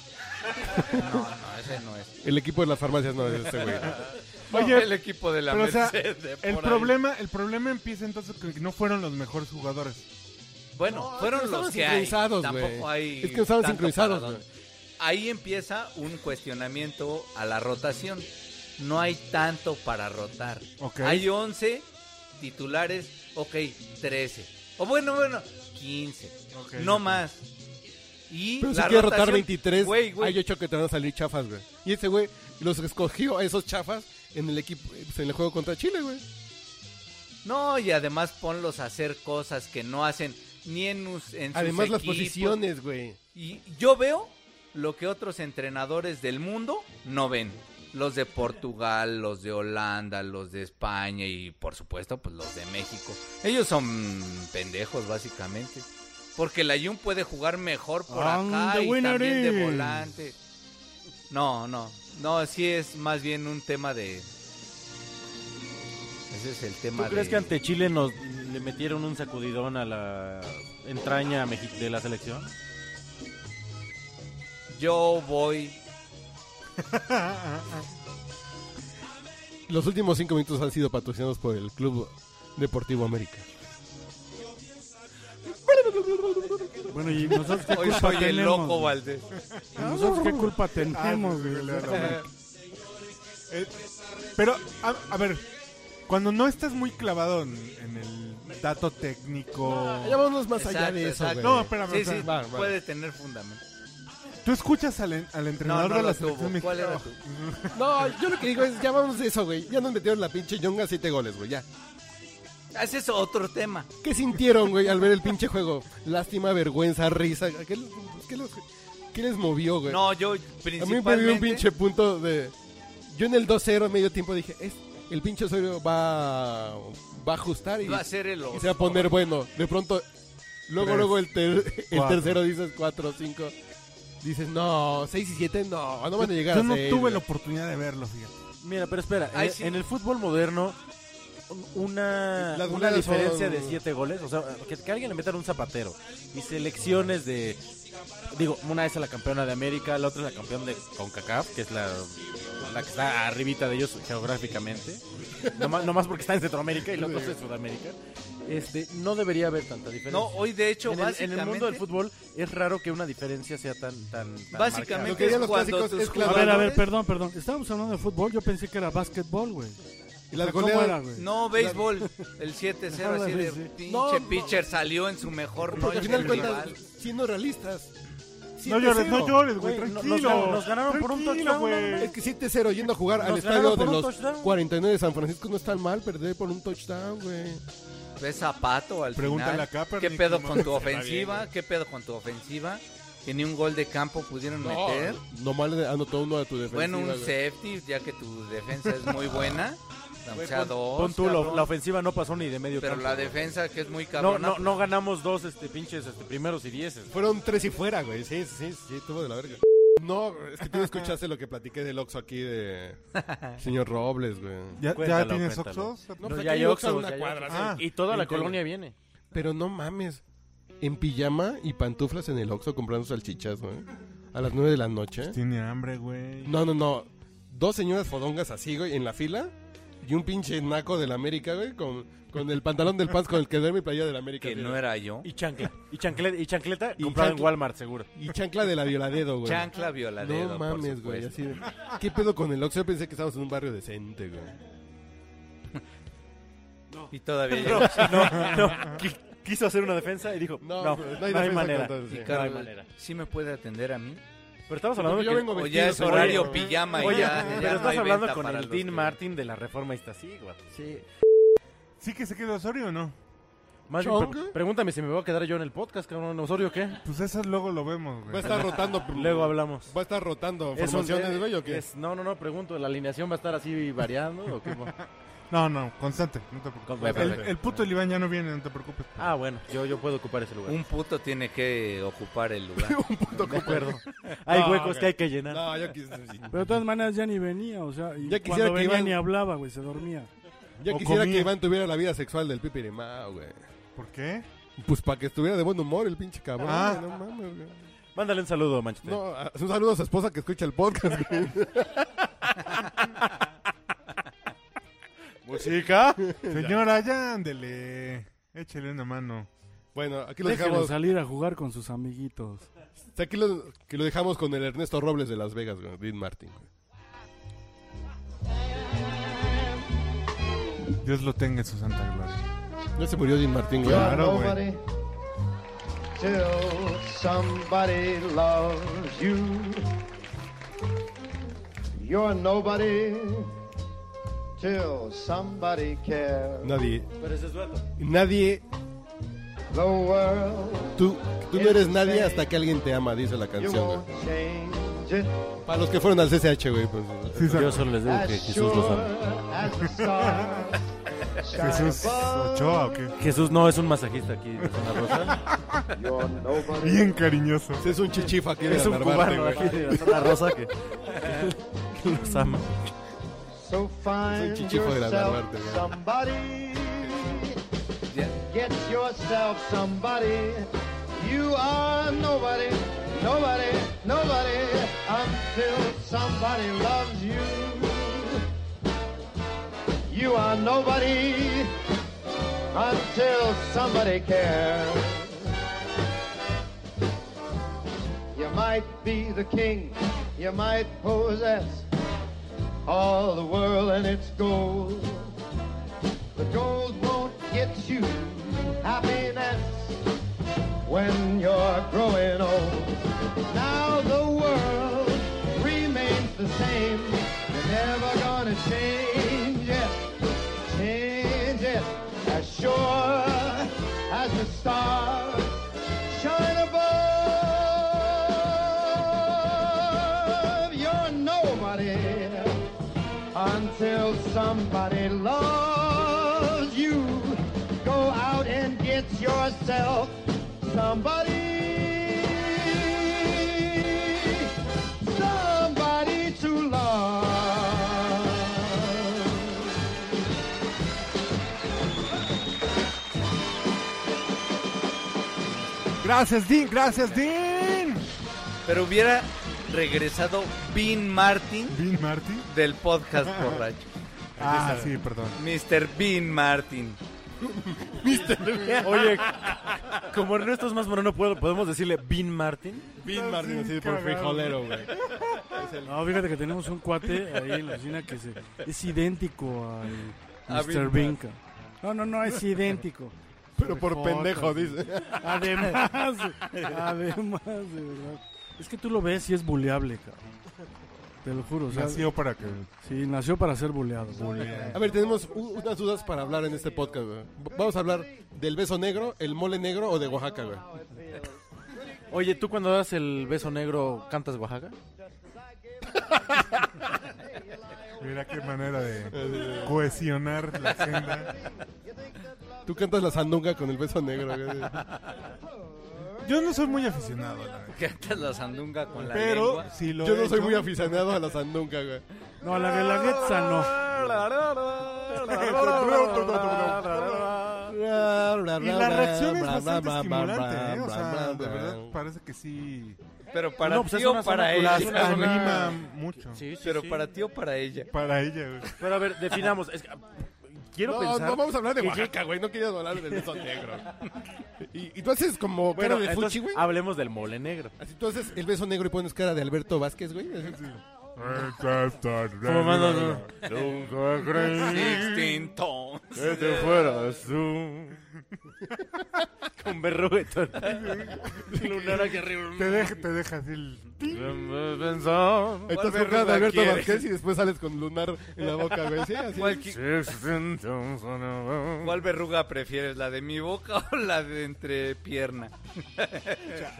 Speaker 1: No, no, ese no es.
Speaker 3: El equipo de las farmacias no es este
Speaker 1: <laughs>
Speaker 3: güey.
Speaker 1: No,
Speaker 2: Oye,
Speaker 1: el equipo de la
Speaker 2: pero, o sea,
Speaker 1: Merced de
Speaker 2: el
Speaker 1: por ahí.
Speaker 2: problema, el problema empieza entonces que no fueron los mejores jugadores.
Speaker 1: Bueno,
Speaker 3: No,
Speaker 1: fueron
Speaker 3: es que no
Speaker 1: los
Speaker 3: estaban
Speaker 1: que hay.
Speaker 3: sincronizados,
Speaker 1: Tampoco
Speaker 3: güey.
Speaker 1: hay.
Speaker 3: Es que no estaban
Speaker 1: tanto
Speaker 3: sincronizados,
Speaker 1: para
Speaker 3: güey.
Speaker 1: dónde. Ahí empieza un cuestionamiento a la rotación. No hay tanto para rotar.
Speaker 2: Ok.
Speaker 1: Hay 11 titulares, ok, 13. O bueno, bueno, 15.
Speaker 2: Ok,
Speaker 1: no
Speaker 2: ok.
Speaker 1: más. Y
Speaker 3: Pero si
Speaker 1: la
Speaker 3: quieres rotar
Speaker 1: rotación-
Speaker 3: 23,
Speaker 1: Güey, güey.
Speaker 3: hay 8 que te van a salir chafas, güey. Y ese güey los escogió a esos chafas en el equipo pues, en el juego contra Chile, güey.
Speaker 1: No, y además ponlos a hacer cosas que no hacen ni en, us- en sus
Speaker 3: Además las
Speaker 1: equipos.
Speaker 3: posiciones, güey.
Speaker 1: Y yo veo lo que otros entrenadores del mundo no ven. Los de Portugal, los de Holanda, los de España y por supuesto pues los de México. Ellos son pendejos básicamente. Porque la Jun puede jugar mejor por
Speaker 4: And
Speaker 1: acá
Speaker 4: the
Speaker 1: y
Speaker 4: winner
Speaker 1: también de
Speaker 4: is-
Speaker 1: volante. No, no. No, sí es más bien un tema de... Ese es el
Speaker 8: ¿Tú
Speaker 1: tema
Speaker 8: crees
Speaker 1: de-
Speaker 8: que ante Chile nos le metieron un sacudidón a la entraña mexi- de la selección?
Speaker 1: Yo voy
Speaker 3: Los últimos cinco minutos han sido patrocinados por el Club Deportivo América.
Speaker 4: Bueno, y nosotros qué
Speaker 1: Hoy
Speaker 4: culpa
Speaker 1: soy el
Speaker 4: tenemos,
Speaker 1: loco,
Speaker 4: güey?
Speaker 1: Valdés.
Speaker 4: ¿Y Nosotros qué culpa tenemos,
Speaker 2: sí,
Speaker 4: güey?
Speaker 2: güey, la verdad. <laughs> Eh, pero, a, a ver, cuando no estás muy clavado en, en el dato técnico...
Speaker 3: Ya vámonos más allá
Speaker 1: Exacto,
Speaker 3: de eso,
Speaker 1: exacto.
Speaker 3: güey.
Speaker 2: no, espérame.
Speaker 1: Sí,
Speaker 2: o sea,
Speaker 1: sí,
Speaker 3: va, va.
Speaker 1: puede tener fundamento.
Speaker 2: Tú escuchas al, en- al entrenador
Speaker 1: no
Speaker 2: de la
Speaker 1: lo
Speaker 2: selección
Speaker 1: tuvo. ¿Cuál
Speaker 2: mexicana.
Speaker 1: era tu?
Speaker 3: No, yo lo que digo es, ya vámonos de eso, güey. Ya nos metieron la pinche yonga siete goles, güey, ya.
Speaker 1: Ah, Ese es otro tema.
Speaker 3: ¿Qué sintieron, güey, al ver el pinche juego? Lástima, vergüenza, risa. ¿Qué, les- qué les- qué les movió, güey?
Speaker 1: No, yo
Speaker 3: A mí me dio un
Speaker 1: principalmente...
Speaker 3: pinche punto de... Yo en el 2-0 medio tiempo dije, es, el pinche Osorio va, va a ajustar y,
Speaker 1: Va a ser el
Speaker 3: y se va a
Speaker 1: oso.
Speaker 3: poner bueno. De pronto, luego,
Speaker 2: Tres,
Speaker 3: luego el, ter- el
Speaker 2: cuatro.
Speaker 3: tercero dices 4, 5. Dices, no, 6 y 7, no, no van a llegar
Speaker 2: Yo
Speaker 3: a
Speaker 2: no
Speaker 3: seis,
Speaker 2: tuve
Speaker 3: güey".
Speaker 2: la oportunidad de verlo, fíjate.
Speaker 8: Mira, pero espera,
Speaker 1: Ay,
Speaker 8: eh,
Speaker 1: sí.
Speaker 8: en el fútbol moderno, un- una,
Speaker 3: Las
Speaker 8: una
Speaker 3: goleadas
Speaker 8: diferencia
Speaker 3: son-
Speaker 8: de siete goles, o sea, que, que alguien le metan un zapatero y selecciones de... Digo, una es a la campeona de América, la otra es la campeona de CONCACAF, que es la, la que está arribita de ellos geográficamente, nomás, nomás porque está en Centroamérica y la otra es en Sudamérica. Este, no debería haber tanta diferencia.
Speaker 1: No, hoy de hecho,
Speaker 8: en, el, en el
Speaker 1: básicamente...
Speaker 8: mundo del fútbol es raro que una diferencia sea tan... tan, tan
Speaker 1: Básicamente
Speaker 3: Lo que dirían
Speaker 1: es
Speaker 3: los
Speaker 1: cuando
Speaker 3: clásicos
Speaker 1: tus
Speaker 3: es
Speaker 4: A
Speaker 3: clavar
Speaker 4: ver, a
Speaker 3: goles
Speaker 4: ver, perdón, perdón. Estábamos hablando de fútbol, yo pensé que era básquetbol, güey.
Speaker 3: Y las
Speaker 4: ¿Cómo
Speaker 3: goleadas-
Speaker 4: era, güey?
Speaker 1: No, béisbol. El
Speaker 3: <laughs>
Speaker 1: 7-0 así de
Speaker 4: Sí, sí.
Speaker 1: pinche
Speaker 3: No, no.
Speaker 1: pitcher salió en su mejor
Speaker 3: Porque
Speaker 1: noche.
Speaker 3: al final
Speaker 1: el
Speaker 3: cuentas,
Speaker 1: rival.
Speaker 3: siendo realistas.
Speaker 2: No llores, no
Speaker 3: 7-0.
Speaker 2: llores, güey,
Speaker 8: Güey, no-
Speaker 2: tranquilo.
Speaker 8: nos ganaron- nos ganaron por un
Speaker 2: Tranquilo,
Speaker 8: touchdown,
Speaker 2: güey.
Speaker 8: no, no,
Speaker 3: Es que 7-0 yendo a jugar al
Speaker 8: Nos
Speaker 3: estadio
Speaker 8: ganaron
Speaker 3: de
Speaker 8: por un
Speaker 3: los
Speaker 8: touchdown.
Speaker 3: 49 de San Francisco no es tan mal perder por un touchdown, güey.
Speaker 1: Ves zapato al
Speaker 2: Pregúntale
Speaker 1: final.
Speaker 2: a Kaepernick,
Speaker 1: ¿Qué pedo
Speaker 2: no
Speaker 1: con tu
Speaker 2: mames, está
Speaker 1: ofensiva?
Speaker 2: bien,
Speaker 1: ¿Qué pedo con tu ofensiva? Que ni un gol de campo pudieron
Speaker 3: No,
Speaker 1: meter.
Speaker 3: nomás le anotó uno a tu defensa.
Speaker 1: Bueno, un safety, ya que tu defensa es
Speaker 3: <laughs>
Speaker 1: muy buena. O sea, dos,
Speaker 8: Pon tú, la,
Speaker 1: cabrón.
Speaker 8: la ofensiva no pasó ni de medio
Speaker 1: Pero
Speaker 8: campo,
Speaker 1: la
Speaker 8: güey.
Speaker 1: defensa, que es muy
Speaker 8: No,
Speaker 1: cabrona.
Speaker 8: no, no ganamos dos este, pinches este, primeros y dieces.
Speaker 3: Fueron tres y fuera, güey. Sí, sí, sí, sí, tuvo de la verga. No, es que tú no escuchaste lo que platiqué del Oxxo aquí
Speaker 1: <laughs>
Speaker 3: de señor Robles, güey.
Speaker 2: ¿Ya, ya
Speaker 8: Cuéntalo,
Speaker 2: tienes
Speaker 8: cuéntalo.
Speaker 2: oxos?
Speaker 3: No,
Speaker 8: No,
Speaker 3: pues
Speaker 8: ya
Speaker 3: aquí
Speaker 8: hay
Speaker 3: hay
Speaker 8: Oxxo,
Speaker 3: Oxxo en
Speaker 8: ya
Speaker 3: una
Speaker 8: hay
Speaker 3: cuadra,
Speaker 8: Oxxo.
Speaker 2: sí.
Speaker 8: Y toda la
Speaker 3: Integral.
Speaker 8: colonia viene.
Speaker 3: Ah, Pero no mames. En pijama y pantuflas en el Oxxo comprando salchichas, güey. A las 9 de la noche.
Speaker 2: Tiene hambre, güey.
Speaker 3: No, no, no. Dos señoras fodongas así, güey, en la fila. Y un pinche naco del América, güey, con, con el pantalón del Paz con el que duerme mi playa del América.
Speaker 1: Que
Speaker 3: güey.
Speaker 1: no era yo.
Speaker 8: Y chancla. Y chancleta, y chancleta
Speaker 3: Y
Speaker 8: comprada
Speaker 3: chancla-
Speaker 8: en Walmart, seguro.
Speaker 3: Y chancla de la violadedo, güey.
Speaker 1: Chancla violadero.
Speaker 3: No mames, güey. Así de- ¿Qué pedo con el Oxxo? Yo pensé que estábamos en un barrio decente, güey.
Speaker 1: Y
Speaker 8: <laughs>
Speaker 1: todavía llegó
Speaker 8: Quiso hacer una defensa y dijo, no, no,
Speaker 3: pero
Speaker 8: hay,
Speaker 3: defensa
Speaker 8: manera.
Speaker 3: contra eso, sí.
Speaker 1: y Carlos,
Speaker 8: No hay manera.
Speaker 1: ¿Sí me puede atender a mí?
Speaker 8: Pero estamos hablando
Speaker 3: Porque
Speaker 8: de
Speaker 3: yo
Speaker 8: que...
Speaker 3: vengo
Speaker 1: O
Speaker 3: vestido
Speaker 1: ya es
Speaker 3: de
Speaker 1: horario
Speaker 3: negro, güey.
Speaker 1: pijama y
Speaker 8: Oye,
Speaker 1: ya, ya
Speaker 8: pero
Speaker 1: no
Speaker 8: estás
Speaker 1: hay
Speaker 8: hablando
Speaker 1: venta
Speaker 8: con
Speaker 1: para
Speaker 8: el
Speaker 1: los
Speaker 8: Dean
Speaker 1: que-
Speaker 8: Martin de la Reforma y está así, güey.
Speaker 3: Sí.
Speaker 2: ¿Sí que se quedó Osorio o no?
Speaker 8: Más bien,
Speaker 3: ¿Chonga?
Speaker 8: pre- pregúntame si me voy a quedar yo en el podcast, cabrón. ¿Osorio qué?
Speaker 2: Pues eso luego lo
Speaker 3: Va
Speaker 2: vemos,
Speaker 3: a
Speaker 2: güey.
Speaker 3: estar rotando.
Speaker 8: Luego hablamos.
Speaker 3: Va a estar rotando
Speaker 8: Es un-
Speaker 3: formaciones, güey, o qué?
Speaker 8: es- no, no, no, pregunto. ¿La alineación va a estar así variando o cómo?
Speaker 2: No, no, constante, no te preocupes.
Speaker 8: Con- güey,
Speaker 2: el,
Speaker 8: perfecto.
Speaker 2: el puto Iván ya no viene, no te preocupes.
Speaker 8: <laughs> Ah, bueno, yo, yo puedo ocupar ese lugar.
Speaker 1: Un puto tiene que ocupar el lugar.
Speaker 8: <laughs> De acuerdo. Hay
Speaker 2: No,
Speaker 8: huecos
Speaker 2: ok.
Speaker 8: que hay que llenar.
Speaker 3: No, yo quis-
Speaker 8: <laughs>
Speaker 4: Pero de todas maneras ya ni venía, o sea, y
Speaker 3: Ya quisiera
Speaker 4: cuando
Speaker 3: que
Speaker 4: venía
Speaker 3: Iván-
Speaker 4: ni hablaba, güey, se dormía.
Speaker 3: yo
Speaker 2: O
Speaker 3: quisiera
Speaker 2: comía.
Speaker 3: que Iván tuviera la vida sexual del Pipirimao, güey.
Speaker 2: ¿Por qué?
Speaker 3: Pues para que estuviera de buen humor el pinche cabrón.
Speaker 2: Ah.
Speaker 3: güey, No mames, güey.
Speaker 8: Mándale un saludo, Manchete.
Speaker 3: No, a- un saludo a su esposa que escucha el podcast.
Speaker 8: <laughs>
Speaker 3: güey.
Speaker 8: Pues Música.
Speaker 2: Señora, <laughs> ya ándele. Échele una mano.
Speaker 3: bueno, aquí lo
Speaker 4: Déjalo
Speaker 3: dejamos.
Speaker 4: salir a jugar con sus amiguitos.
Speaker 3: Aquí lo, que lo dejamos con el Ernesto Robles de Las Vegas, güey, Dean Martin. güey.
Speaker 2: Dios lo tenga en su santa gloria.
Speaker 3: No se murió Dean Martin, güey.
Speaker 2: Claro, güey.
Speaker 9: nobody till somebody loves you. You're nobody till somebody cares.
Speaker 3: Nadie,
Speaker 8: Pero ese es dueto.
Speaker 3: nadie,
Speaker 9: The world
Speaker 3: tú, tú no eres nadie hasta que alguien te ama, dice la
Speaker 9: you
Speaker 3: canción,
Speaker 9: won't
Speaker 3: güey.
Speaker 9: change it
Speaker 3: Para los que fueron al CCH, güey. pues,
Speaker 2: Sí, sa-
Speaker 8: Yo solo les digo
Speaker 9: as
Speaker 8: que Jesús lo
Speaker 9: sure
Speaker 8: sabe.
Speaker 9: as the stars shine
Speaker 2: Jesús
Speaker 9: above.
Speaker 2: Ochoa, ¿o qué?
Speaker 8: Jesús no es un masajista aquí de Zona Rosa.
Speaker 9: You're nobody
Speaker 2: Bien cariñoso.
Speaker 3: ese es un chichifa aquí de
Speaker 8: es un
Speaker 3: Narvarte,
Speaker 8: cubano
Speaker 3: güey.
Speaker 8: aquí de la Zona Rosa que, que los ama.
Speaker 9: So find
Speaker 3: chichijo de la
Speaker 9: yourself
Speaker 3: Narvarte, ya.
Speaker 9: somebody.
Speaker 1: Ya.
Speaker 9: Get yourself somebody. You are nobody. nobody, nobody, until somebody loves you. You are nobody until somebody cares. You might be the king, you might possess all the world and its gold. The gold won't get you happiness when you're growing old. Now the world remains the same. You're never gonna change it, change it. As sure as the stars shine above, you're nobody until somebody loves you. Go out and get yourself somebody, somebody to love.
Speaker 2: Gracias, Dean, gracias, Dean.
Speaker 1: Pero hubiera regresado Bean Martin
Speaker 2: Dean Martin.
Speaker 1: del podcast borracho.
Speaker 2: Ah, sí, perdón.
Speaker 1: Mr. Bean Martin. <laughs>
Speaker 8: Oye, como Ernesto es más moreno, ¿puedo- ¿podemos decirle Bean Martin?
Speaker 2: Dean Martin, así por
Speaker 3: <laughs>
Speaker 2: frijolero, güey.
Speaker 4: No, fíjate que tenemos un cuate ahí en la oficina que se- es idéntico
Speaker 1: A
Speaker 4: al Mr.
Speaker 1: Bing
Speaker 4: Binka. No, no, no, es idéntico.
Speaker 3: Pero por
Speaker 4: Jotas,
Speaker 3: pendejo,
Speaker 4: güey.
Speaker 3: dice.
Speaker 4: Además, además, de verdad. Es que tú lo ves y es buleable, cabrón. Te lo juro, o sea,
Speaker 2: Nació para que.
Speaker 4: sí, nació para ser buleado.
Speaker 3: A ver, tenemos u- unas dudas para hablar en este podcast, güey. V- Vamos a hablar del beso negro, el mole negro o de Oaxaca,
Speaker 2: <laughs>
Speaker 3: güey.
Speaker 8: Oye, ¿tú cuando das el beso negro cantas Oaxaca?
Speaker 2: Mira qué manera de cohesionar la agenda.
Speaker 3: Tú cantas la sandunga con el beso negro, güey.
Speaker 2: Yo no soy muy aficionado, la verdad.
Speaker 1: Cantas la sandunga con la
Speaker 2: Pero
Speaker 1: lengua.
Speaker 2: si <laughs> lo
Speaker 3: Yo
Speaker 2: he
Speaker 3: no soy
Speaker 2: hecho-
Speaker 3: muy
Speaker 2: <laughs>
Speaker 3: aficionado a la sandunga, güey.
Speaker 4: No, a la de la Guetza no.
Speaker 2: Y la reacción es bastante estimulante, ¿eh? O sea, de verdad parece que sí.
Speaker 1: Pero para
Speaker 8: No, pues
Speaker 1: ti
Speaker 8: es
Speaker 1: o
Speaker 8: una
Speaker 1: para
Speaker 8: zona
Speaker 1: ella. Ah,
Speaker 8: Es
Speaker 2: Las
Speaker 8: una zona-
Speaker 2: anima mucho.
Speaker 1: Pero para ti o para ella.
Speaker 2: Para ella, güey.
Speaker 8: Pero a ver, definamos. es que, ah, quiero
Speaker 3: No,
Speaker 8: pensar.
Speaker 3: no vamos a hablar de
Speaker 8: que-
Speaker 3: Oaxaca, güey. No querías hablar del beso negro. <laughs> Y, y tú haces como
Speaker 8: Bueno,
Speaker 3: cara de
Speaker 8: entonces,
Speaker 3: fuchi, güey.
Speaker 8: hablemos del mole negro.
Speaker 3: Así tú haces el beso negro y pones cara de Alberto Vázquez,
Speaker 2: <laughs>
Speaker 3: güey. Así.
Speaker 2: ¿Cómo
Speaker 8: Nunca creí
Speaker 1: Sixteen tones.
Speaker 8: que te fueras tú. Con berrueto. Lunar aquí arriba.
Speaker 2: Te deja, te deja así el...
Speaker 8: Pensar
Speaker 3: Estás
Speaker 1: verruga
Speaker 3: con cara de Alberto
Speaker 1: quieres?
Speaker 3: Vázquez y después sales con lunar en la boca, güey. Sí, así.
Speaker 1: ¿Cuál, qui-
Speaker 8: que siento un sonido.
Speaker 1: cuál verruga prefieres? ¿La de mi boca o la de entre pierna?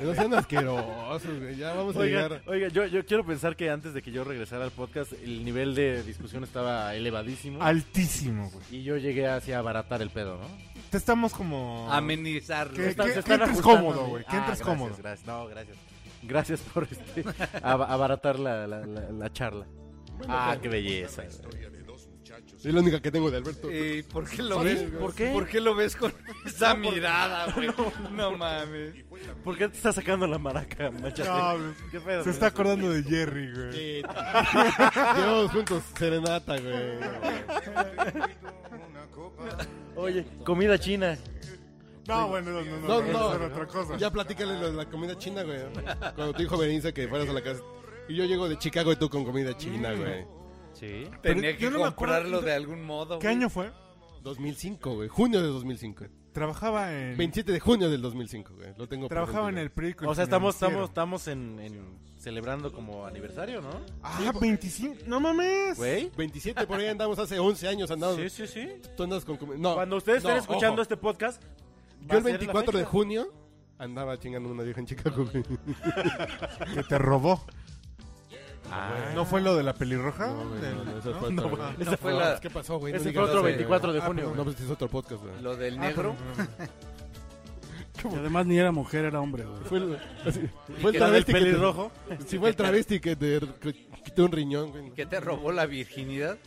Speaker 3: No sean asquerosos, güey. Ya vamos a
Speaker 8: Oiga,
Speaker 3: llegar.
Speaker 8: oiga, yo, yo quiero pensar que antes de que yo regresara al podcast, el nivel de discusión estaba elevadísimo.
Speaker 2: Altísimo, güey.
Speaker 8: Y yo llegué hacia abaratar el pedo, ¿no?
Speaker 2: Te estamos como...
Speaker 1: Amenizarlo.
Speaker 2: Ah. ¿Qué?
Speaker 8: Están- se
Speaker 2: que
Speaker 8: están
Speaker 2: entres
Speaker 8: ajustando
Speaker 2: cómodo,
Speaker 8: a mí.
Speaker 2: güey, que entres
Speaker 8: Ah, gracias,
Speaker 2: cómodo.
Speaker 8: Gracias, no, gracias. Gracias por este, ab- abaratar la, la- la- la charla. ah, qué belleza.
Speaker 3: Es la única que tengo de Alberto.
Speaker 1: Eh, ¿Por qué lo ves?
Speaker 8: ¿Por qué?
Speaker 1: ¿Por qué lo ves
Speaker 2: <laughs>
Speaker 1: con esa mirada, güey? No mames.
Speaker 8: ¿Por qué te está sacando la maraca, machate?
Speaker 2: No, güey.
Speaker 8: qué pedo.
Speaker 2: Se está acordando de Jerry,
Speaker 3: <laughs>
Speaker 2: güey.
Speaker 3: Llevamos juntos serenata, güey.
Speaker 8: Oye, comida china.
Speaker 2: No, bueno, no, no,
Speaker 3: No,
Speaker 2: no.
Speaker 3: no.
Speaker 2: eso era otra cosa.
Speaker 3: Ya platícale lo de la comida china, güey. Cuando te dijo Berenice que fueras a la casa. Y yo llego de Chicago y tú con comida china, güey.
Speaker 8: Sí.
Speaker 2: Pero
Speaker 1: Tenía que
Speaker 2: yo no me acuerdo-
Speaker 1: comprarlo de algún modo.
Speaker 2: ¿Qué
Speaker 1: güey.
Speaker 2: año fue?
Speaker 3: 2005, güey. Junio de 2005.
Speaker 2: Trabajaba en...
Speaker 3: 27 de junio del 2005, güey. Lo tengo
Speaker 2: Trabajaba en
Speaker 3: presente,
Speaker 2: el periódico.
Speaker 8: O sea,
Speaker 2: El
Speaker 8: estamos,
Speaker 2: Financiero.
Speaker 8: estamos, estamos en, en- celebrando como aniversario, ¿no?
Speaker 2: Ah, 25. No mames.
Speaker 8: Güey.
Speaker 3: güey. 27, por ahí andamos hace 11 años, andamos.
Speaker 8: Sí, sí, sí.
Speaker 3: Tú andas con comi- No.
Speaker 8: Cuando ustedes
Speaker 3: no,
Speaker 8: estén escuchando
Speaker 3: ojo.
Speaker 8: este podcast,
Speaker 3: Yo el 24 de junio andaba chingando una vieja en Chicago, <laughs> güey.
Speaker 2: Que te robó.
Speaker 8: Ah.
Speaker 2: ¿No fue lo de la pelirroja?
Speaker 3: No, güey,
Speaker 2: Del-
Speaker 3: no, no, eso
Speaker 2: ¿no?
Speaker 3: fue
Speaker 2: No,
Speaker 3: otra, güey.
Speaker 2: va.
Speaker 1: Esa fue la,
Speaker 3: ¿Qué pasó, güey? No
Speaker 8: ese fue
Speaker 3: digas
Speaker 8: otro
Speaker 3: eso,
Speaker 8: 24 de
Speaker 3: güey.
Speaker 8: junio.
Speaker 3: No, pues es otro podcast, güey.
Speaker 1: lo
Speaker 2: Ah,
Speaker 1: del negro.
Speaker 4: Y además ni era mujer, era hombre, güey.
Speaker 3: Fue
Speaker 8: <laughs>
Speaker 3: el, <laughs> así- fue el
Speaker 1: que la
Speaker 3: travesti que te-
Speaker 8: pelirrojo.
Speaker 3: sí, fue el travesti que te que quitó un riñón,
Speaker 8: <laughs>
Speaker 3: güey.
Speaker 1: ¿Qué te robó la virginidad?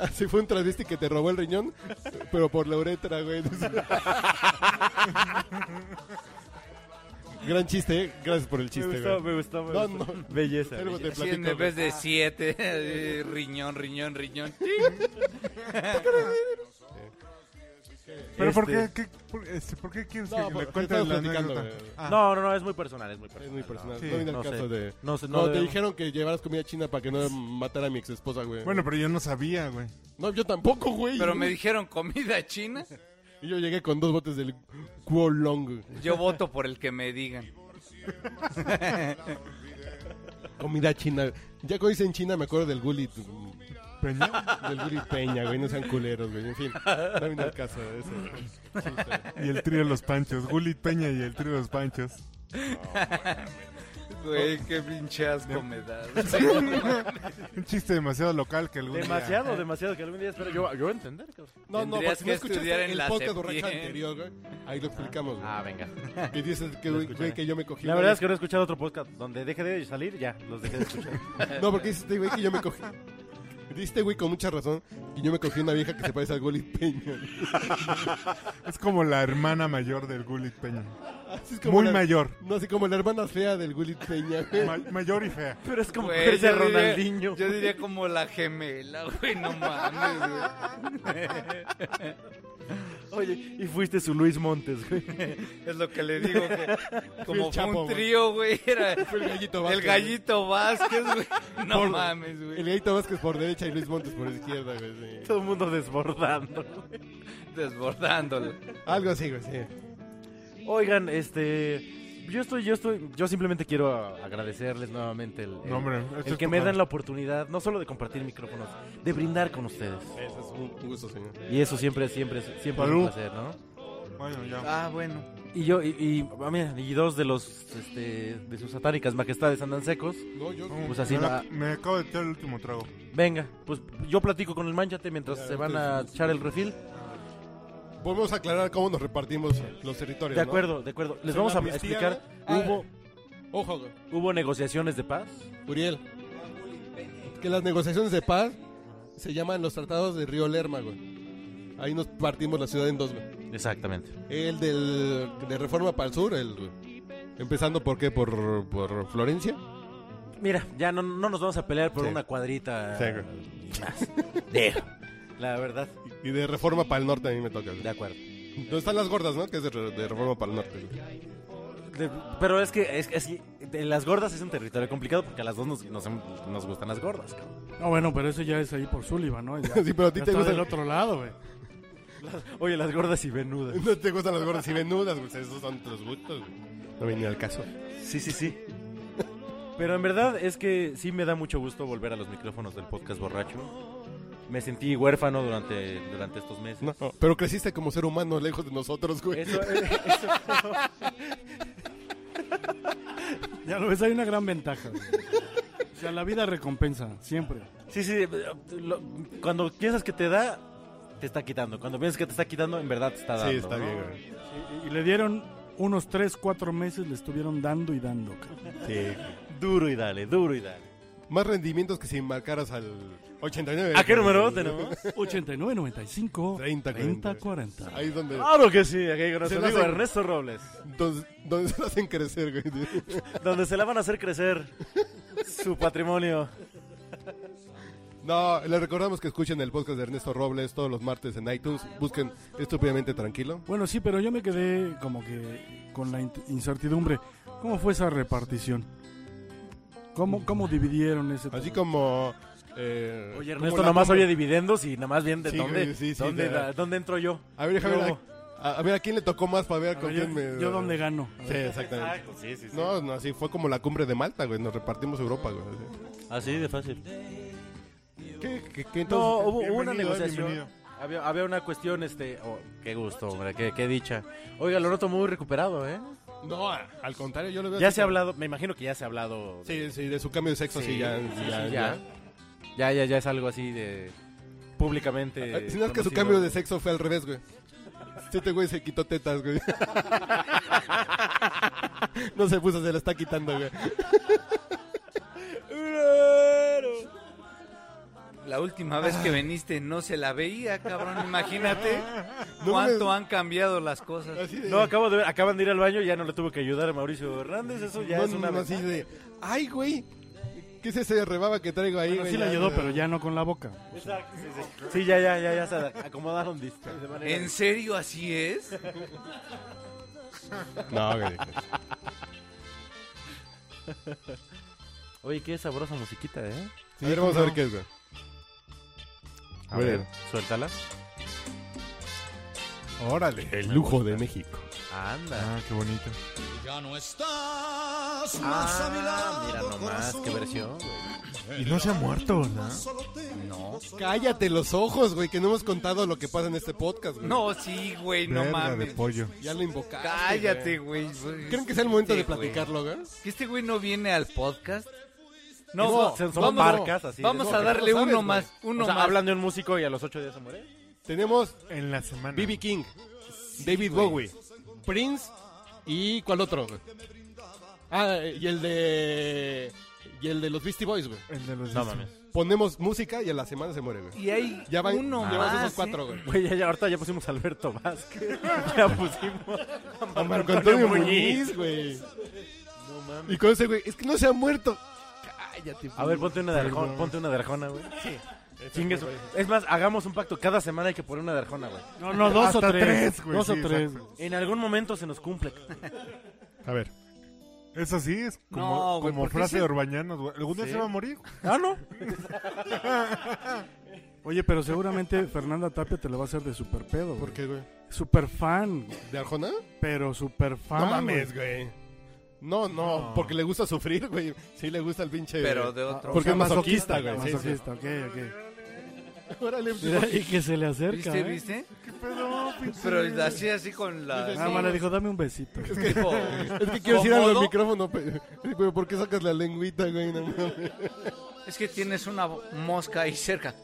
Speaker 3: Así fue un travesti que te robó el riñón,
Speaker 8: <laughs>
Speaker 3: pero por la uretra, güey. Gran chiste, ¿eh? gracias por el chiste.
Speaker 8: me gustó,
Speaker 3: güey.
Speaker 8: me gustó, me
Speaker 3: No,
Speaker 8: gustó. <laughs>
Speaker 3: no.
Speaker 8: Belleza.
Speaker 3: Algo
Speaker 8: belleza.
Speaker 3: te
Speaker 1: Así en
Speaker 3: platico, güey.
Speaker 1: vez
Speaker 2: Ah.
Speaker 1: de siete, así, riñón, riñón, riñón.
Speaker 2: Pero ¿por, qué,
Speaker 8: Este- pues,
Speaker 2: qué- por, este, ¿por qué quieres
Speaker 3: No,
Speaker 2: que
Speaker 3: porque
Speaker 2: le cuentes
Speaker 3: estás
Speaker 2: la
Speaker 3: platicando,
Speaker 2: anécdota?
Speaker 3: güey.
Speaker 2: Ah,
Speaker 8: No, no, no, es muy personal, es muy personal.
Speaker 3: Es muy personal.
Speaker 2: Sí,
Speaker 3: no viene al
Speaker 8: no sé.
Speaker 3: caso de.
Speaker 8: No sé, no
Speaker 3: Cuando te
Speaker 8: debemos-
Speaker 3: dijeron que llevaras comida china para que no matara a mi ex esposa, güey.
Speaker 2: Bueno, pero yo no sabía, güey.
Speaker 3: No, yo tampoco, güey.
Speaker 1: Pero me dijeron comida china.
Speaker 3: Y yo llegué con dos botes del Kuolong. güey.
Speaker 1: Yo voto por el que me digan.
Speaker 3: Comida china. Ya cuando dicen China me acuerdo del Gulit.
Speaker 2: Peña.
Speaker 3: Del Gulit Peña, güey. No sean culeros, güey. En fin, no viene al caso de eso. güey.
Speaker 2: Y el trío de los panchos. Gulit Peña y el trío de los panchos.
Speaker 1: Güey, qué pinche asco me da.
Speaker 2: Un chiste demasiado local que algún día...
Speaker 8: Demasiado, demasiado, que algún día espero yo, yo entender. cabrón.
Speaker 3: No, no,
Speaker 1: Tendrías
Speaker 3: porque
Speaker 1: que
Speaker 3: no escuchaste
Speaker 1: estudiar en
Speaker 3: el
Speaker 1: la
Speaker 3: podcast
Speaker 1: SEPTIEN.
Speaker 3: borracho anterior, güey. Ahí lo explicamos, güey.
Speaker 8: Ah, venga.
Speaker 3: Que dices que, güey,
Speaker 8: escucharé.
Speaker 3: que yo me cogí.
Speaker 8: La
Speaker 3: una
Speaker 8: verdad
Speaker 3: vez-
Speaker 8: es que no he escuchado otro podcast donde deje de salir, ya, los dejé de escuchar.
Speaker 3: No, porque dices, este güey, que yo me cogí. Diste, güey, con mucha razón, que yo me cogí una vieja que se parece al Gulit Peña. güey.
Speaker 2: Es como la hermana mayor del Gulit Peña.
Speaker 3: Así es como
Speaker 2: Muy
Speaker 3: la-
Speaker 2: mayor.
Speaker 3: No, así como la hermana fea del Gulit Peña, güey.
Speaker 2: Ma- mayor y fea.
Speaker 8: Pero es como
Speaker 1: Güey,
Speaker 8: que ese
Speaker 1: yo diría-
Speaker 8: Ronaldinho.
Speaker 1: Yo diría como la gemela, güey, no mames, güey.
Speaker 8: Oye, y fuiste su <laughs> Luis Montes, güey.
Speaker 1: Es lo que le digo, que como fue
Speaker 3: Chapo,
Speaker 1: un
Speaker 3: güey.
Speaker 1: trío, güey, era
Speaker 3: el gallito
Speaker 1: el gallito Vázquez, güey. No mames,
Speaker 3: El
Speaker 1: güey.
Speaker 3: Gallito Vázquez por derecha y Luis Montes por izquierda, güey. sí.
Speaker 8: Todo el mundo desbordando.
Speaker 1: Desbordándolo.
Speaker 3: Algo así, güey, sí.
Speaker 8: Oigan, este. Yo estoy, yo estoy, yo simplemente quiero agradecerles nuevamente el, el-
Speaker 2: No, hombre,
Speaker 8: el
Speaker 2: esto es
Speaker 8: que
Speaker 2: tu
Speaker 8: me
Speaker 2: madre.
Speaker 8: dan la oportunidad, no solo de compartir micrófonos, de brindar con ustedes.
Speaker 3: Eso es un gusto, señor.
Speaker 8: Y eso siempre, siempre, es- siempre es
Speaker 2: Salud.
Speaker 8: un placer, ¿no?
Speaker 2: Bueno, ya.
Speaker 1: Ah, bueno.
Speaker 8: Y yo, y, y, ah, mira, y dos de los, este, de sus satáricas majestades andan secos.
Speaker 3: No, yo.
Speaker 2: Mm,
Speaker 8: pues así
Speaker 2: me,
Speaker 8: va.
Speaker 2: me acabo de echar el último trago.
Speaker 8: Venga, pues yo platico con el manchate mientras
Speaker 3: Ya,
Speaker 8: se van
Speaker 2: este
Speaker 8: a echar el refil.
Speaker 3: Volvemos a aclarar cómo nos repartimos los territorios.
Speaker 8: De
Speaker 3: ¿no?
Speaker 8: acuerdo, de acuerdo. Les
Speaker 3: Se
Speaker 8: vamos
Speaker 3: la
Speaker 8: a
Speaker 3: pisteada.
Speaker 8: explicar.
Speaker 3: Ah,
Speaker 8: Hubo,
Speaker 3: Ojo, güey.
Speaker 8: hubo negociaciones de paz.
Speaker 3: Uriel. Que las negociaciones de paz se llaman los tratados de Río Lerma, güey. Ahí nos partimos la ciudad en dos, güey.
Speaker 8: Exactamente.
Speaker 3: El del, de Reforma para el Sur, el, güey. Empezando por qué, por, por Florencia.
Speaker 8: Mira, ya no, no nos vamos a pelear por
Speaker 3: Sí.
Speaker 8: una cuadrita.
Speaker 3: Sí,
Speaker 8: más. Digo, La verdad,
Speaker 3: Y de Reforma para el Norte a mí me toca. güey.
Speaker 8: de acuerdo.
Speaker 3: Donde están las gordas, ¿no? Que es de, Re- de Reforma para el Norte. güey.
Speaker 8: De- pero es que, es, que- es que de las gordas es un territorio complicado porque a las dos nos, nos, nos gustan las gordas. cabrón.
Speaker 4: No, bueno, pero eso ya es ahí por Sullivan,
Speaker 2: <laughs>
Speaker 4: ¿no? Ya,
Speaker 3: Sí, pero a ti
Speaker 4: ya
Speaker 3: te
Speaker 4: está
Speaker 3: gustan-
Speaker 4: del otro lado, güey.
Speaker 8: Oye, las gordas y venudas.
Speaker 3: No te gustan las gordas y venudas, güey. Esos son tus gustos, güey. No venía al caso.
Speaker 8: Sí, sí, sí. Pero en verdad es que sí me da mucho gusto volver a los micrófonos del podcast borracho. Me sentí huérfano durante, durante estos meses.
Speaker 3: No, pero creciste como ser humano lejos de nosotros, güey.
Speaker 8: Eso, eh,
Speaker 4: Ya lo ves, hay una gran ventaja. güey. O sea, la vida recompensa, siempre.
Speaker 8: <laughs> Sí, sí, lo- cuando piensas que te da, te está quitando. Cuando piensas que te está quitando, en verdad te está dando.
Speaker 3: sí, está
Speaker 8: ¿no?
Speaker 3: bien, güey.
Speaker 4: Y, y le dieron unos 3, 4 meses, le estuvieron dando y dando. cabrón.
Speaker 3: Sí.
Speaker 8: Duro y dale, duro y dale.
Speaker 3: Más rendimientos que si marcaras al 89.
Speaker 8: ¿A Ah, qué número tenemos?
Speaker 4: 89, 95,
Speaker 3: 30,
Speaker 4: 30, 40.
Speaker 3: Ahí es donde,
Speaker 8: Claro que sí, aquí con nuestro
Speaker 3: Se lo
Speaker 8: amigo
Speaker 3: hacen-
Speaker 8: Ernesto Robles.
Speaker 3: donde, donde se lo hacen crecer, güey.
Speaker 8: Donde se la van a hacer crecer su patrimonio.
Speaker 3: No, les recordamos que escuchen el podcast de Ernesto Robles todos los martes en iTunes. Busquen estúpidamente tranquilo.
Speaker 4: Bueno, sí, pero yo me quedé como que con la in- incertidumbre. ¿Cómo fue esa repartición? ¿Cómo, cómo dividieron ese
Speaker 3: Así como... eh,
Speaker 8: Oye,
Speaker 3: como
Speaker 8: Ernesto,
Speaker 3: la-
Speaker 8: nada más oye dividendos y nada más bien de
Speaker 3: Sí,
Speaker 8: dónde,
Speaker 3: güey, sí, sí,
Speaker 8: dónde,
Speaker 3: de-
Speaker 8: la- dónde entro yo.
Speaker 3: A ver, déjame ver
Speaker 8: Luego-
Speaker 3: a, a ver a quién le tocó más para ver
Speaker 4: A
Speaker 3: con
Speaker 4: ver,
Speaker 3: quién
Speaker 4: yo,
Speaker 3: me...
Speaker 4: yo dónde gano. A
Speaker 3: Sí,
Speaker 4: ver.
Speaker 3: exactamente.
Speaker 8: Exacto, sí, sí, sí.
Speaker 3: No, no, así fue como la cumbre de Malta, güey. Nos repartimos Europa, güey.
Speaker 8: Así de fácil.
Speaker 3: ¿Qué, qué, qué
Speaker 8: No,
Speaker 3: entonces?
Speaker 8: hubo hubo una
Speaker 2: bienvenido,
Speaker 8: negociación.
Speaker 2: bienvenido.
Speaker 8: Había, había una cuestión, este... oh, qué gusto, hombre, qué, qué dicha. Oiga, lo noto muy recuperado, ¿eh?
Speaker 3: No, a- al contrario, yo lo veo...
Speaker 8: Ya
Speaker 3: así
Speaker 8: se ha
Speaker 3: como-
Speaker 8: hablado, me imagino que ya se ha hablado.
Speaker 3: Sí, sí, de su cambio de sexo, sí, ya,
Speaker 8: sí,
Speaker 3: ya,
Speaker 8: sí,
Speaker 3: ya.
Speaker 8: Ya, ya, ya es algo así de públicamente.
Speaker 3: Ah, Si no es que su
Speaker 8: conocido.
Speaker 3: cambio de sexo fue al revés, güey. Este güey se quitó tetas, güey. No se puso, se la está quitando, güey.
Speaker 1: La última vez que veniste no se la veía, cabrón.
Speaker 3: <laughs>
Speaker 1: Imagínate cuánto han cambiado las cosas.
Speaker 3: Así de-
Speaker 8: No, acabo de ver, acaban de ir al baño, ya no le tuve que ayudar a Mauricio Hernández, eso ya
Speaker 3: no,
Speaker 8: es
Speaker 3: no,
Speaker 8: una
Speaker 3: no, así
Speaker 8: ventaja.
Speaker 3: de, ay, güey, ¿qué es ese rebaba que traigo ahí?
Speaker 4: Bueno,
Speaker 3: güey?
Speaker 4: sí le
Speaker 3: Ya,
Speaker 4: ayudó,
Speaker 3: no,
Speaker 4: pero ya no con la boca.
Speaker 8: Exacto, sí, sí. Sí, ya, ya, ya, ya se acomodaron de de manera-
Speaker 1: ¿En serio así es?
Speaker 3: No, güey.
Speaker 8: Oye, qué sabrosa musiquita, ¿eh?
Speaker 3: a ver, vamos a ver qué es, güey.
Speaker 8: A
Speaker 3: ver.
Speaker 8: suéltala.
Speaker 2: Órale.
Speaker 3: El lujo de México.
Speaker 8: Anda.
Speaker 2: Ah, qué bonito.
Speaker 10: Ya no estás más a mi
Speaker 8: Ah,
Speaker 10: lado,
Speaker 8: mira nomás,
Speaker 10: corazón.
Speaker 8: qué versión.
Speaker 2: Y no se ha muerto, ¿no?
Speaker 10: Solo tengo
Speaker 3: Cállate los ojos, güey, que no hemos contado lo que pasa en este podcast, güey.
Speaker 1: No, sí, güey, no
Speaker 2: Verga
Speaker 1: mames.
Speaker 2: de pollo.
Speaker 3: Ya lo invocaste.
Speaker 1: Cállate, güey.
Speaker 3: güey. ¿Creen que sea el momento de
Speaker 1: Este, güey.
Speaker 3: platicarlo, güey?
Speaker 1: ¿Que este güey no viene al podcast?
Speaker 8: No,
Speaker 3: No, vamos,
Speaker 8: son, son marcas así. de-
Speaker 1: Vamos
Speaker 8: no,
Speaker 1: a
Speaker 8: que-
Speaker 1: darle
Speaker 3: no sabes,
Speaker 1: uno
Speaker 3: güey.
Speaker 1: más, uno
Speaker 8: o sea,
Speaker 1: más.
Speaker 8: hablan de un músico y a los ocho días se muere.
Speaker 3: Tenemos
Speaker 2: En la semana.
Speaker 3: B.B. King, David Bowie, Prince y ¿cuál otro? güey? Ah, y el de... Y el de los Beastie Boys, güey.
Speaker 2: El de los
Speaker 8: No
Speaker 2: discos.
Speaker 8: mames.
Speaker 3: Ponemos música y a la semana se muere, güey.
Speaker 1: Y hay
Speaker 3: Ya van,
Speaker 1: uno
Speaker 3: llevamos
Speaker 1: más.
Speaker 3: esos
Speaker 1: ¿eh?
Speaker 3: cuatro, güey.
Speaker 8: Güey, ya, ya, ahorita ya pusimos a Alberto Vázquez. <laughs> ya pusimos a
Speaker 3: A
Speaker 8: Marco
Speaker 3: Marco Antonio Muñiz,
Speaker 8: Muñiz.
Speaker 3: güey. Y con ese, güey, es que no se ha muerto. Cállate.
Speaker 8: A ver, ponte una de Arjona, ponte una de Arjona, güey. Sí. Es más, hagamos un pacto. Cada semana hay que poner una de Arjona, güey.
Speaker 4: No, no, dos
Speaker 2: Hasta
Speaker 4: o tres.
Speaker 2: tres, güey,
Speaker 4: dos
Speaker 2: sí,
Speaker 4: o tres.
Speaker 2: exacto.
Speaker 8: En algún momento se nos cumple.
Speaker 3: A ver.
Speaker 2: Eso sí, es como,
Speaker 1: No, güey,
Speaker 2: como
Speaker 1: ¿por qué
Speaker 2: frase
Speaker 1: se-
Speaker 2: de Orbañanos, güey. ¿Algún día
Speaker 8: Sí.
Speaker 2: se va a morir?
Speaker 4: Ah, no. Oye, pero seguramente Fernanda Tapia te lo va a hacer de super pedo.
Speaker 3: ¿Por
Speaker 4: Porque
Speaker 3: qué, güey?
Speaker 4: super fan,
Speaker 3: ¿De Arjona?
Speaker 4: pero super fan.
Speaker 3: no
Speaker 4: güey.
Speaker 3: mames, güey. No, no, porque le gusta sufrir, güey. Sí le gusta el pinche...
Speaker 1: Pero de otro.
Speaker 3: Porque
Speaker 4: O sea,
Speaker 3: es masoquista, güey. sí, sí.
Speaker 4: Masoquista, ok, ok.
Speaker 3: Órale,
Speaker 4: Mira, <laughs> y que se le acerca.
Speaker 1: ¿Viste,
Speaker 4: ¿eh?
Speaker 1: viste?
Speaker 2: ¿Qué pedo, pinche?
Speaker 1: Pero así, así con la...
Speaker 4: Nada más le dijo, dame un besito.
Speaker 1: tipo,
Speaker 3: Es que quiero decir algo al
Speaker 1: ¿Cómodo?
Speaker 3: micrófono, pe- <laughs> pero ¿por qué sacas la lengüita, güey? No, mames.
Speaker 1: Es que tienes una mosca ahí cerca.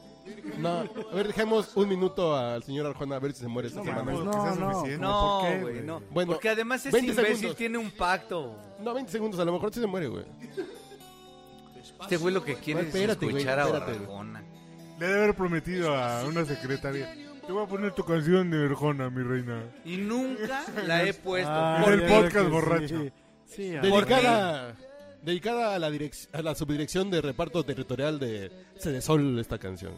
Speaker 3: No, a ver, dejemos un minuto al señor Arjona a ver si se muere esta
Speaker 4: No
Speaker 3: semana.
Speaker 4: mames,
Speaker 2: Que sea
Speaker 4: no, no.
Speaker 2: suficiente.
Speaker 1: No,
Speaker 4: ¿por qué,
Speaker 1: güey, no.
Speaker 3: Bueno,
Speaker 1: Porque además este
Speaker 3: 20
Speaker 1: imbécil
Speaker 3: segundos.
Speaker 1: tiene un pacto.
Speaker 3: No, 20 segundos, a lo mejor sí se muere, güey.
Speaker 1: Este güey lo que quiere
Speaker 3: Güey, espérate,
Speaker 1: es
Speaker 3: güey,
Speaker 1: escuchar
Speaker 3: espérate,
Speaker 1: a
Speaker 3: güey.
Speaker 1: Arjona.
Speaker 2: Le debe haber prometido a una secretaria. Te voy a poner tu canción de Arjona, mi reina.
Speaker 1: Y nunca la he puesto.
Speaker 4: Ay,
Speaker 1: ¿Por
Speaker 2: el
Speaker 4: ya
Speaker 1: qué?
Speaker 2: podcast
Speaker 4: que sí.
Speaker 2: borracho.
Speaker 4: Sí, a-
Speaker 1: ¿Por qué?
Speaker 3: Dedicada, dedicada a, la direc- a la subdirección de reparto territorial de Cedesol esta canción.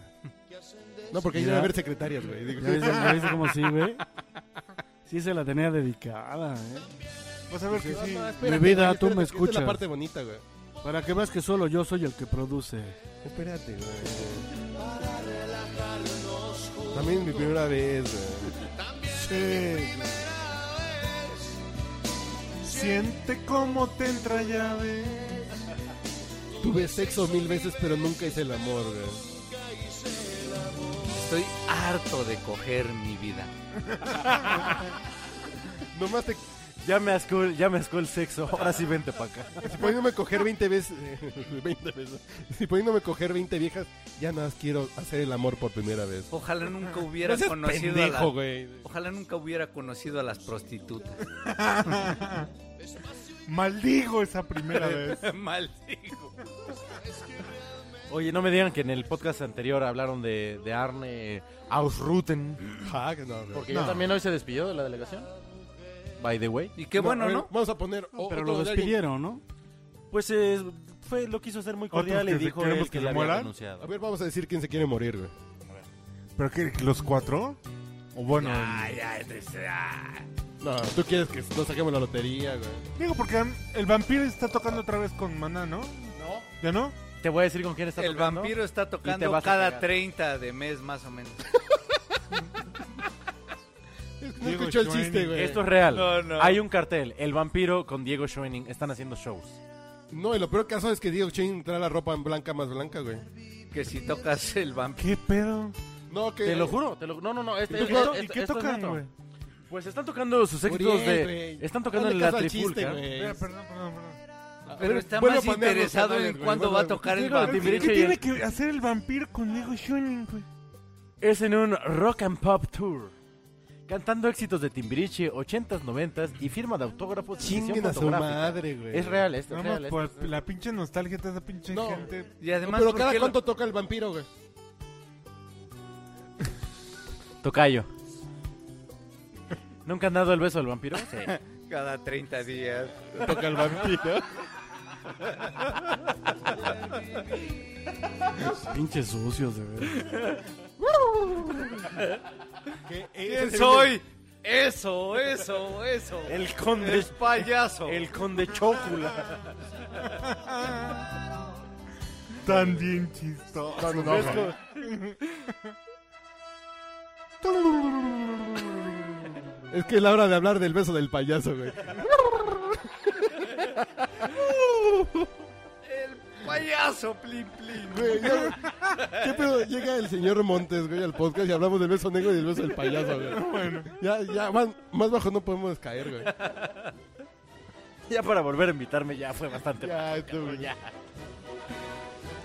Speaker 3: No, porque ahí debe
Speaker 4: Mira.
Speaker 3: haber secretarias, güey. Digo,
Speaker 4: ¿Ya viste, ya viste cómo sí, güey? Sí se la tenía dedicada, ¿eh?
Speaker 2: Vas a ver que
Speaker 3: no,
Speaker 2: sí.
Speaker 3: no, espérate,
Speaker 4: Mi vida,
Speaker 3: güey,
Speaker 4: tú me
Speaker 3: espérate, que esta es
Speaker 4: escuchas.
Speaker 3: la parte bonita, güey.
Speaker 4: Para que veas que solo yo soy el que produce.
Speaker 3: Espérate, güey. También mi primera vez, güey.
Speaker 2: Siente cómo te entra llave.
Speaker 3: Tuve sexo mil veces, pero nunca hice el amor, güey.
Speaker 1: Estoy harto de coger mi vida.
Speaker 3: Nomás te...
Speaker 8: Ya me ascó, ya me ascó el sexo. Ahora sí vente para acá.
Speaker 3: Si pudiéndome coger 20 veces... <laughs> 20 veces. Si pudiéndome coger 20 viejas, ya nada más quiero hacer el amor por primera vez.
Speaker 1: Ojalá nunca hubiera
Speaker 3: seas
Speaker 1: conocido a
Speaker 3: pendejo,
Speaker 1: la...
Speaker 3: güey.
Speaker 1: Ojalá nunca hubiera conocido a las prostitutas. <laughs>
Speaker 2: Maldigo esa
Speaker 3: <laughs>
Speaker 2: primera vez.
Speaker 1: Maldigo.
Speaker 8: Oye, no me digan que en el podcast anterior hablaron de, de Arne Ausruten.
Speaker 3: Ja, que no, güey.
Speaker 8: Porque ya también hoy se despidió de la delegación. By the way.
Speaker 1: Y qué
Speaker 3: No, a
Speaker 1: bueno,
Speaker 3: ver,
Speaker 1: ¿no?
Speaker 3: Vamos a poner. o-
Speaker 4: Pero lo
Speaker 3: otro de alguien.
Speaker 4: despidieron, ¿no?
Speaker 8: Pues eh, fue, lo quiso ser muy cordial
Speaker 2: ¿Otros
Speaker 8: y
Speaker 2: que se-
Speaker 8: dijo
Speaker 2: queremos
Speaker 8: él
Speaker 2: que
Speaker 8: que,
Speaker 2: se
Speaker 8: le había
Speaker 2: mueran?
Speaker 8: renunciado.
Speaker 3: A ver, vamos a decir quién se quiere morir, güey.
Speaker 2: ¿Pero qué? ¿Los cuatro? O bueno.
Speaker 1: Ay, ay, triste, ay.
Speaker 3: No, tú quieres que nos saquemos la lotería, güey.
Speaker 2: Digo, porque el vampiro está tocando otra vez con Maná, ¿no?
Speaker 8: No.
Speaker 2: ¿Ya no?
Speaker 8: Te voy a decir con quién está
Speaker 1: El
Speaker 8: tocando.
Speaker 1: vampiro está tocando
Speaker 8: vas a
Speaker 1: cada
Speaker 8: pegar.
Speaker 1: 30 de mes más o menos.
Speaker 3: No
Speaker 2: Diego
Speaker 3: escuchó el
Speaker 2: Schoening.
Speaker 3: chiste, güey.
Speaker 8: Esto es real.
Speaker 1: No, no.
Speaker 8: Hay un cartel. El vampiro con Diego Schoening están haciendo shows.
Speaker 3: No, y lo peor caso es que Diego Chain trae la ropa en blanca más blanca, güey.
Speaker 1: Que si tocas el vampiro.
Speaker 2: ¿Qué pedo?
Speaker 3: No, que.
Speaker 8: Te lo juro. Te lo... No, no, no. Este,
Speaker 2: ¿Y qué,
Speaker 8: esto-
Speaker 2: to- y
Speaker 8: esto-
Speaker 2: qué
Speaker 8: esto es
Speaker 2: tocan,
Speaker 8: neto.
Speaker 2: güey?
Speaker 8: Pues están tocando sus éxitos
Speaker 3: Uriel,
Speaker 8: de...
Speaker 3: güey.
Speaker 8: Están tocando en
Speaker 3: Hazle
Speaker 8: la
Speaker 3: caso al chiste,
Speaker 8: trifulca.
Speaker 3: güey.
Speaker 2: Espera, perdón, perdón, perdón.
Speaker 1: Pero está
Speaker 3: Vuelve
Speaker 1: más
Speaker 3: a poner los
Speaker 1: interesado
Speaker 3: canales,
Speaker 1: en
Speaker 3: güey,
Speaker 1: cuándo
Speaker 3: vuelve
Speaker 1: va
Speaker 3: a-
Speaker 1: a tocar el
Speaker 8: Digo, el
Speaker 2: ¿Qué,
Speaker 1: vampiro.
Speaker 8: Timbiriche
Speaker 2: qué
Speaker 8: y
Speaker 2: tiene
Speaker 8: el-
Speaker 2: que hacer el vampiro con Diego Schoening, güey?
Speaker 8: es en un rock and pop tour. Cantando éxitos de Timbiriche, 80s, 90s y firma de autógrafos. y sesión
Speaker 3: Chinguen a su
Speaker 8: fotográfica.
Speaker 3: madre, güey.
Speaker 8: Es real, esto es
Speaker 2: Nada más
Speaker 8: real. esto
Speaker 2: por
Speaker 8: es real.
Speaker 2: la pinche nostalgia de esa pinche
Speaker 3: No.
Speaker 2: gente.
Speaker 1: Y además,
Speaker 3: pero
Speaker 1: ¿por
Speaker 3: cada
Speaker 1: qué lo-
Speaker 3: cuánto toca el vampiro, güey.
Speaker 4: <laughs>
Speaker 1: ¿por
Speaker 8: Tocayo. ¿Nunca han dado el beso al vampiro? Sí.
Speaker 1: Cada 30 días.
Speaker 3: Toca el vampiro.
Speaker 4: Pinches sucios, de verdad.
Speaker 1: ¿Quién soy? Eso, eso, eso.
Speaker 8: El
Speaker 1: Es
Speaker 8: conde.
Speaker 1: payaso.
Speaker 8: El conde Chocula.
Speaker 2: Tan bien chistoso.
Speaker 3: No, no, no. Es que es la hora de hablar del beso del payaso, güey.
Speaker 1: Payaso, plin, plin.
Speaker 3: Güey, ya- ¿Qué pedo? Llega el señor Montes, güey, al podcast y hablamos del beso negro y del beso del payaso,
Speaker 1: <laughs>
Speaker 3: güey. Ya, ya, más, más bajo no podemos caer, güey.
Speaker 8: Ya para volver a invitarme ya fue bastante.
Speaker 3: Ya, tú, güey.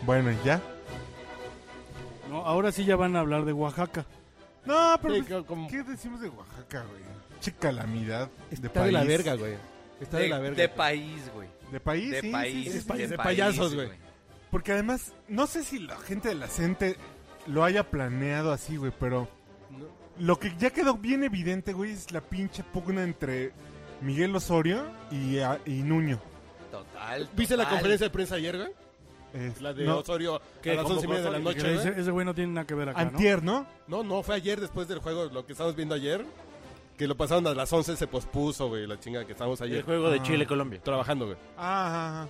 Speaker 2: Bueno, ¿ya?
Speaker 4: No, ahora sí ya van a hablar de Oaxaca.
Speaker 2: No, pero
Speaker 3: Sí,
Speaker 2: pues,
Speaker 3: co- como-
Speaker 2: ¿qué decimos de Oaxaca, güey? Che calamidad de
Speaker 3: Está
Speaker 2: país.
Speaker 3: de la verga, güey. Está de,
Speaker 1: De,
Speaker 3: la verga.
Speaker 1: de país, güey.
Speaker 2: De país,
Speaker 1: De
Speaker 2: sí, sí,
Speaker 1: país.
Speaker 2: sí, sí.
Speaker 3: de payasos, güey.
Speaker 2: Porque además, no sé si la gente de la gente lo haya planeado así, güey, pero
Speaker 3: No.
Speaker 2: lo que ya quedó bien evidente, güey, es la pinche pugna entre Miguel Osorio y, a- y Nuño.
Speaker 1: Total.
Speaker 3: ¿Viste la
Speaker 1: total.
Speaker 3: conferencia de prensa ayer, güey?
Speaker 2: Es-
Speaker 3: La de
Speaker 2: no,
Speaker 3: Osorio a las
Speaker 4: Como
Speaker 3: once y media de la
Speaker 4: Osorio,
Speaker 3: noche,
Speaker 4: que
Speaker 3: güey.
Speaker 4: Ese, ese güey no tiene nada que ver acá, ¿no?
Speaker 2: Antier, ¿no?
Speaker 3: No, no, fue ayer después del juego, lo que estábamos viendo ayer. Que lo pasaron a las 11, se pospuso, güey, la chinga que estábamos
Speaker 8: El
Speaker 3: ayer
Speaker 8: juego de Ah. Chile-Colombia.
Speaker 3: trabajando, güey.
Speaker 2: Ah, ajá, ajá.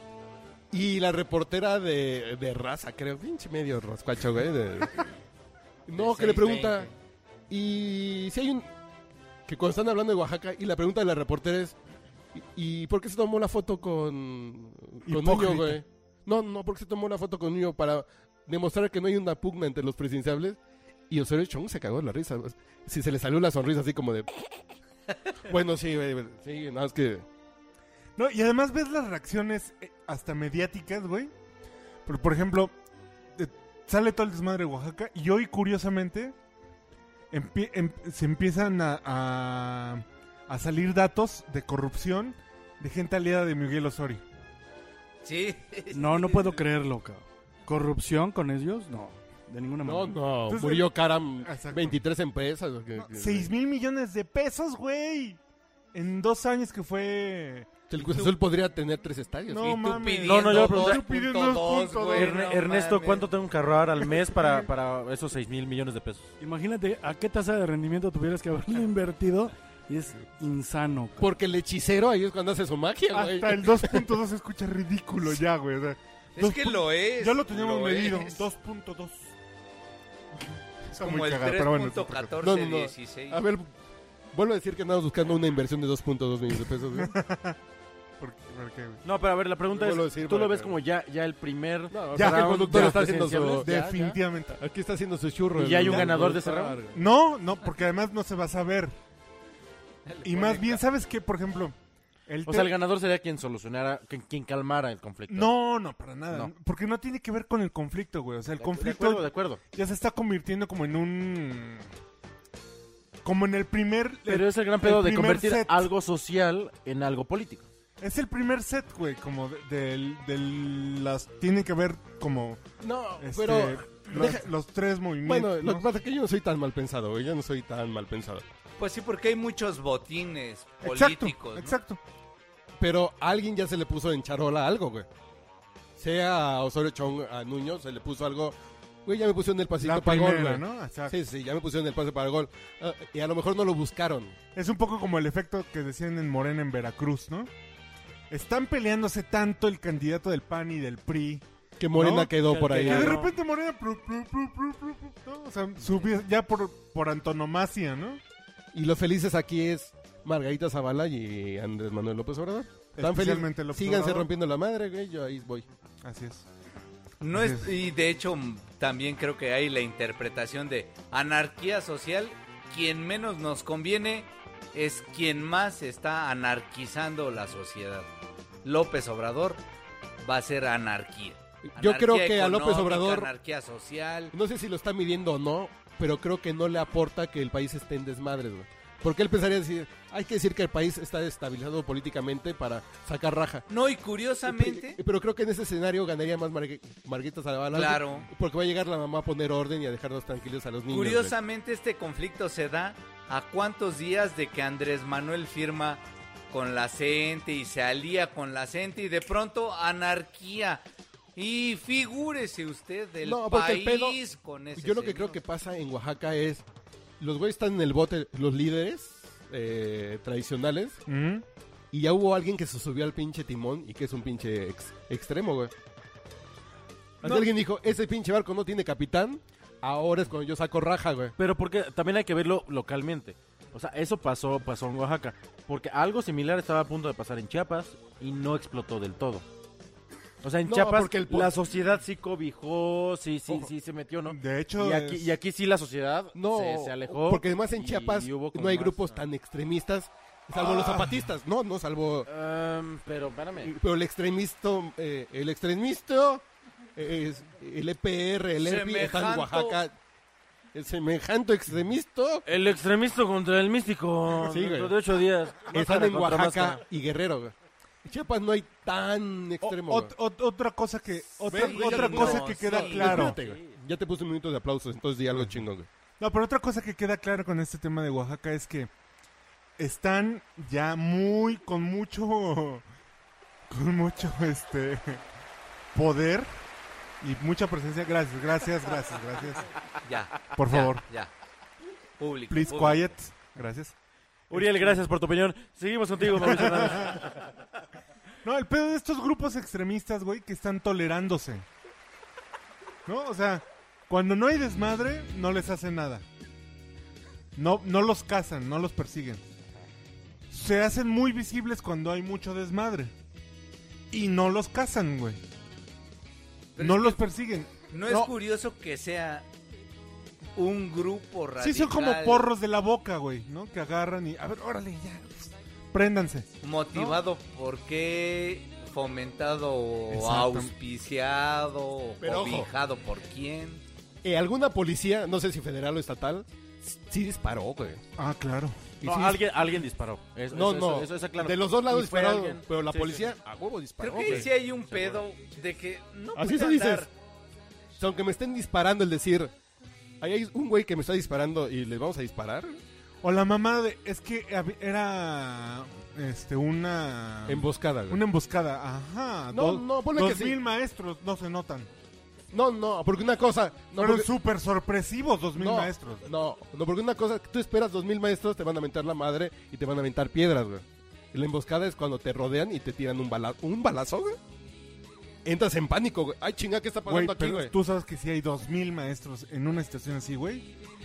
Speaker 3: Y la reportera de, de raza, creo, pinche medio rascuacho, güey. de- no,
Speaker 1: De
Speaker 3: que le
Speaker 1: 6:20.
Speaker 3: pregunta. Y si hay un. Que cuando están hablando de Oaxaca, y la pregunta de la reportera es: ¿Y, y por qué se tomó la foto con. con
Speaker 2: Hipócrita.
Speaker 3: Nuño, güey? No, no, ¿por qué se tomó la foto con Nuño? Para demostrar que no hay una pugna entre los presidenciables. Y Osorio Chong se cagó de la risa. Si se le salió la sonrisa así como de. <laughs> bueno, sí, güey. güey, Sí, nada más que.
Speaker 2: No, y además ves las reacciones eh, hasta mediáticas, güey. Por, por ejemplo, eh, sale todo el desmadre de Oaxaca y hoy, curiosamente, empie- em- se empiezan a, a- a salir datos de corrupción de gente aliada de Miguel Osorio.
Speaker 1: Sí.
Speaker 4: No, no puedo creerlo, cabrón. ¿Corrupción con ellos? No, de ninguna
Speaker 3: No,
Speaker 4: manera.
Speaker 3: no,
Speaker 2: Entonces-
Speaker 3: murió Karam
Speaker 2: Exacto.
Speaker 3: 23 empresas. o que- que-
Speaker 2: 6 mil millones de pesos, güey. En dos años que fue...
Speaker 3: El Cruz Azul podría tener tres estadios.
Speaker 2: No,
Speaker 3: güey.
Speaker 1: y tú
Speaker 2: mames.
Speaker 1: pidiendo
Speaker 8: No, no, yo
Speaker 1: dos
Speaker 8: pregunté-
Speaker 2: Tú pidiendo
Speaker 1: punto
Speaker 2: dos
Speaker 1: dos,
Speaker 2: punto
Speaker 1: güey,
Speaker 2: dos.
Speaker 8: Erne-
Speaker 1: no
Speaker 8: Ernesto,
Speaker 1: mames.
Speaker 8: ¿cuánto tengo que ahorrar al mes para, para esos 6 mil millones de pesos?
Speaker 4: Imagínate a qué tasa de rendimiento tuvieras que haberle <laughs> invertido. Y es insano, cabrón.
Speaker 3: Porque el hechicero ahí es cuando hace su magia, Eh, güey.
Speaker 2: Hasta el 2.2 se escucha ridículo ya, güey. o sea,
Speaker 1: Es
Speaker 2: dos
Speaker 1: que
Speaker 2: pu-
Speaker 1: lo es.
Speaker 2: ya lo teníamos medido.
Speaker 1: es.
Speaker 2: 2.2. Está
Speaker 1: Como el
Speaker 2: cagado, pero bueno, está cagado.
Speaker 1: 3.14,
Speaker 3: No, no, no.
Speaker 1: 16.
Speaker 3: A ver, vuelvo a decir que andamos buscando una inversión de 2.2 millones de pesos,
Speaker 2: <laughs>
Speaker 3: güey.
Speaker 2: ¿Por qué? ¿Por qué, güey?
Speaker 8: No, pero a ver, la pregunta
Speaker 3: Yo
Speaker 8: es,
Speaker 3: lo decir,
Speaker 8: ¿tú lo
Speaker 3: para
Speaker 8: ves
Speaker 3: que-
Speaker 8: como ya, ya el primer...
Speaker 3: No,
Speaker 2: Ya,
Speaker 3: ya, el conductor
Speaker 8: ya,
Speaker 3: está haciendo su...
Speaker 8: presidenciables,
Speaker 3: ya, ya.
Speaker 2: Definitivamente.
Speaker 3: Aquí está haciendo su churro.
Speaker 8: ¿Y ya hay
Speaker 3: el
Speaker 8: un ganador de ese
Speaker 3: conductor, güey.
Speaker 2: No, no, porque además no se va a saber. Y más bien, ¿sabes qué? Por ejemplo, el
Speaker 8: pues, O
Speaker 2: te-
Speaker 8: sea, el ganador sería quien solucionara, quien, quien calmara el conflicto.
Speaker 2: No, no, para nada.
Speaker 8: No.
Speaker 2: Porque no tiene que ver con el conflicto, güey. O sea, el
Speaker 8: De
Speaker 2: conflicto
Speaker 8: acuerdo, de acuerdo.
Speaker 2: ya se está convirtiendo como en un... Como en el primer...
Speaker 8: Pero es el gran pedo de
Speaker 2: primer
Speaker 8: convertir
Speaker 2: set.
Speaker 8: algo social en algo político.
Speaker 2: Es el primer set, güey. Como de, del- del- las... Tiene que ver como...
Speaker 3: No,
Speaker 2: este,
Speaker 3: pero...
Speaker 2: los,
Speaker 3: deja-
Speaker 2: los tres movimientos.
Speaker 3: Bueno, lo que
Speaker 2: ¿no?
Speaker 3: pasa es que yo no soy tan mal pensado, güey. Yo no soy tan mal pensado.
Speaker 1: Pues sí, porque hay muchos botines
Speaker 2: Exacto,
Speaker 1: políticos. ¿no?
Speaker 2: exacto.
Speaker 3: Pero a alguien ya se le puso en charola algo, güey. Sea a Osorio Chong, a Nuño, se le puso algo... Güey, ya me pusieron el pasito
Speaker 2: La
Speaker 3: para el gol,
Speaker 2: primera,
Speaker 3: güey.
Speaker 2: ¿no? Exacto.
Speaker 3: Sí, sí, ya me pusieron el pase para el gol. Ah, y a lo mejor no lo buscaron.
Speaker 2: Es un poco como el efecto que decían en Morena en Veracruz, ¿no? Están peleándose tanto el candidato del PAN y del PRI.
Speaker 3: Que Morena
Speaker 2: ¿No?
Speaker 3: quedó
Speaker 8: Que-
Speaker 3: por
Speaker 8: que
Speaker 3: ahí.
Speaker 2: Y
Speaker 8: Ya
Speaker 2: de
Speaker 8: no.
Speaker 2: repente Morena, pru, pru, pru, pru, pru, pru, ¿no? o sea, subió ya por, por antonomasia, ¿no?
Speaker 3: Y los felices aquí es Margarita Zavala y Andrés Manuel López Obrador. Están
Speaker 2: Especialmente
Speaker 3: felices.
Speaker 2: López
Speaker 3: Síganse
Speaker 2: Obrador.
Speaker 3: rompiendo la madre, güey. Yo ahí voy.
Speaker 2: Así es.
Speaker 1: No es, y de hecho, mm, también creo que hay la interpretación de anarquía social. Quien menos nos conviene es quien más está anarquizando la sociedad. López Obrador va a ser anarquía.
Speaker 3: Yo
Speaker 1: Anarquía
Speaker 3: creo que a López
Speaker 1: económica,
Speaker 3: Obrador-
Speaker 1: Anarquía social.
Speaker 3: No sé si lo está midiendo o no, pero creo que no le aporta que el país esté en desmadres, güey. Porque él pensaría decir, hay que decir que el país está estabilizado políticamente para sacar raja.
Speaker 1: No, y curiosamente,
Speaker 3: Pe- Pero creo que en ese escenario ganaría más Margue- Marguita Zavala.
Speaker 1: Claro.
Speaker 3: Porque va a llegar la mamá a poner orden y a dejarnos tranquilos a los niños. güey.
Speaker 1: curiosamente este conflicto se da a cuántos días de que Andrés Manuel firma con la gente y se alía con la gente y de pronto anarquía. Y figúrese usted del
Speaker 3: No, porque el
Speaker 1: país
Speaker 3: pedo-
Speaker 1: con ese
Speaker 3: Pues Yo lo que
Speaker 1: señor.
Speaker 3: creo que pasa en Oaxaca es, los güeyes están en el bote, los líderes eh, tradicionales,
Speaker 2: ¿Mm?
Speaker 3: y ya hubo alguien que se subió al pinche timón y que es un pinche ex- extremo, güey. Así
Speaker 2: No.
Speaker 3: Alguien dijo, ese pinche barco no tiene capitán, ahora es cuando yo saco raja, güey.
Speaker 8: Pero porque también hay que verlo localmente. O sea, eso pasó, pasó en Oaxaca. Porque algo similar estaba a punto de pasar en Chiapas y no explotó del todo. O sea, en
Speaker 3: No,
Speaker 8: Chiapas
Speaker 3: porque el po-
Speaker 8: la sociedad sí cobijó, sí, sí, sí se metió, ¿no?
Speaker 2: De hecho,
Speaker 8: y, aquí,
Speaker 2: es-
Speaker 8: y aquí sí la sociedad
Speaker 3: No,
Speaker 8: se, se alejó.
Speaker 3: porque además en
Speaker 8: y
Speaker 3: Chiapas
Speaker 8: hubo como
Speaker 3: no hay
Speaker 8: más,
Speaker 3: grupos
Speaker 8: ah,
Speaker 3: tan extremistas, salvo los zapatistas, no, no, salvo...
Speaker 8: em, pero espérame.
Speaker 3: Pero el extremista, eh, el extremista, eh, es- el EPR, el E ERPI, está en
Speaker 1: Semejanto.
Speaker 3: Oaxaca. El semejante extremista
Speaker 8: El extremista contra el místico.
Speaker 3: Sí, güey.
Speaker 8: dentro de ocho días.
Speaker 3: están
Speaker 8: Máscara
Speaker 3: en
Speaker 8: contra
Speaker 3: Oaxaca
Speaker 8: máscara.
Speaker 3: y Guerrero. güey. En Chiapas no hay tan
Speaker 2: o-
Speaker 3: extremo.
Speaker 2: eh, ot-
Speaker 3: güey.
Speaker 2: ot- otra cosa que otra,
Speaker 1: Ven, güey,
Speaker 2: otra
Speaker 1: no,
Speaker 2: cosa que
Speaker 1: sí.
Speaker 2: queda claro.
Speaker 3: Espérate, güey. Ya te puse un minuto de aplausos, entonces di algo chingón. güey.
Speaker 2: No, pero otra cosa que queda claro con este tema de Oaxaca es que están ya muy con mucho <laughs> con mucho este poder y mucha presencia. Gracias, gracias, gracias, gracias.
Speaker 1: Ya,
Speaker 2: Por favor,
Speaker 1: ya. Público.
Speaker 2: please
Speaker 1: público.
Speaker 2: quiet. Gracias.
Speaker 8: Uriel, gracias por tu opinión. Seguimos contigo, Mauricio Hernández.
Speaker 2: No, el pedo de estos grupos extremistas, güey, que están tolerándose. ¿No? O sea, cuando no hay desmadre, no les hacen nada. No, no los cazan, no los persiguen. Se hacen muy visibles cuando hay mucho desmadre. Y no los cazan, güey.
Speaker 1: Pero
Speaker 2: No
Speaker 1: es que
Speaker 2: los persiguen.
Speaker 1: No es
Speaker 2: No.
Speaker 1: curioso que sea un grupo radical.
Speaker 2: Sí, son como porros de la boca, güey, ¿no? Que agarran y... A ver, órale, ya. pues, Préndanse.
Speaker 1: Motivado por qué, fomentado o
Speaker 2: Exacto.
Speaker 1: auspiciado o
Speaker 3: Pero ojo.
Speaker 1: cobijado por quién.
Speaker 3: Eh, alguna policía, no sé si federal o estatal, s- sí disparó, güey.
Speaker 2: Ah, claro.
Speaker 3: Y
Speaker 8: No,
Speaker 3: sí-
Speaker 8: alguien, alguien disparó. Eso-
Speaker 3: no,
Speaker 8: eso-
Speaker 3: no.
Speaker 8: Eso, eso está claro.
Speaker 3: De los dos lados
Speaker 8: Y fue
Speaker 3: dispararon,
Speaker 8: alguien.
Speaker 3: pero la
Speaker 8: Sí,
Speaker 3: policía
Speaker 8: sí.
Speaker 3: a huevo disparó.
Speaker 1: Creo que ahí
Speaker 3: güey.
Speaker 1: sí hay un pedo de que no
Speaker 3: pues, Así
Speaker 1: puede
Speaker 3: se dice.
Speaker 1: andar.
Speaker 3: O sea, aunque me estén disparando, el decir, ahí hay un güey que me está disparando y les vamos a disparar.
Speaker 2: O la mamá de... Es que hab- era... Este, una...
Speaker 3: Emboscada, güey.
Speaker 2: Una emboscada, ajá.
Speaker 3: No,
Speaker 2: dos
Speaker 3: no, ponle que
Speaker 2: dos
Speaker 3: sí.
Speaker 2: mil maestros no se notan.
Speaker 3: No, no, porque una cosa. No,
Speaker 2: Fueron
Speaker 3: porque-
Speaker 2: súper sorpresivos dos mil
Speaker 3: no,
Speaker 2: maestros.
Speaker 3: No, no, porque una cosa, tú esperas dos mil maestros, te van a mentar la madre y te van a mentar piedras, güey. Y la emboscada es cuando te rodean y te tiran un balazo. ¿Un balazo, güey? Entras en pánico, güey. Ay, chinga, ¿qué está
Speaker 2: Güey,
Speaker 3: pasando aquí,
Speaker 2: pero
Speaker 3: güey?
Speaker 2: tú sabes que si hay dos mil maestros en una estación así, güey,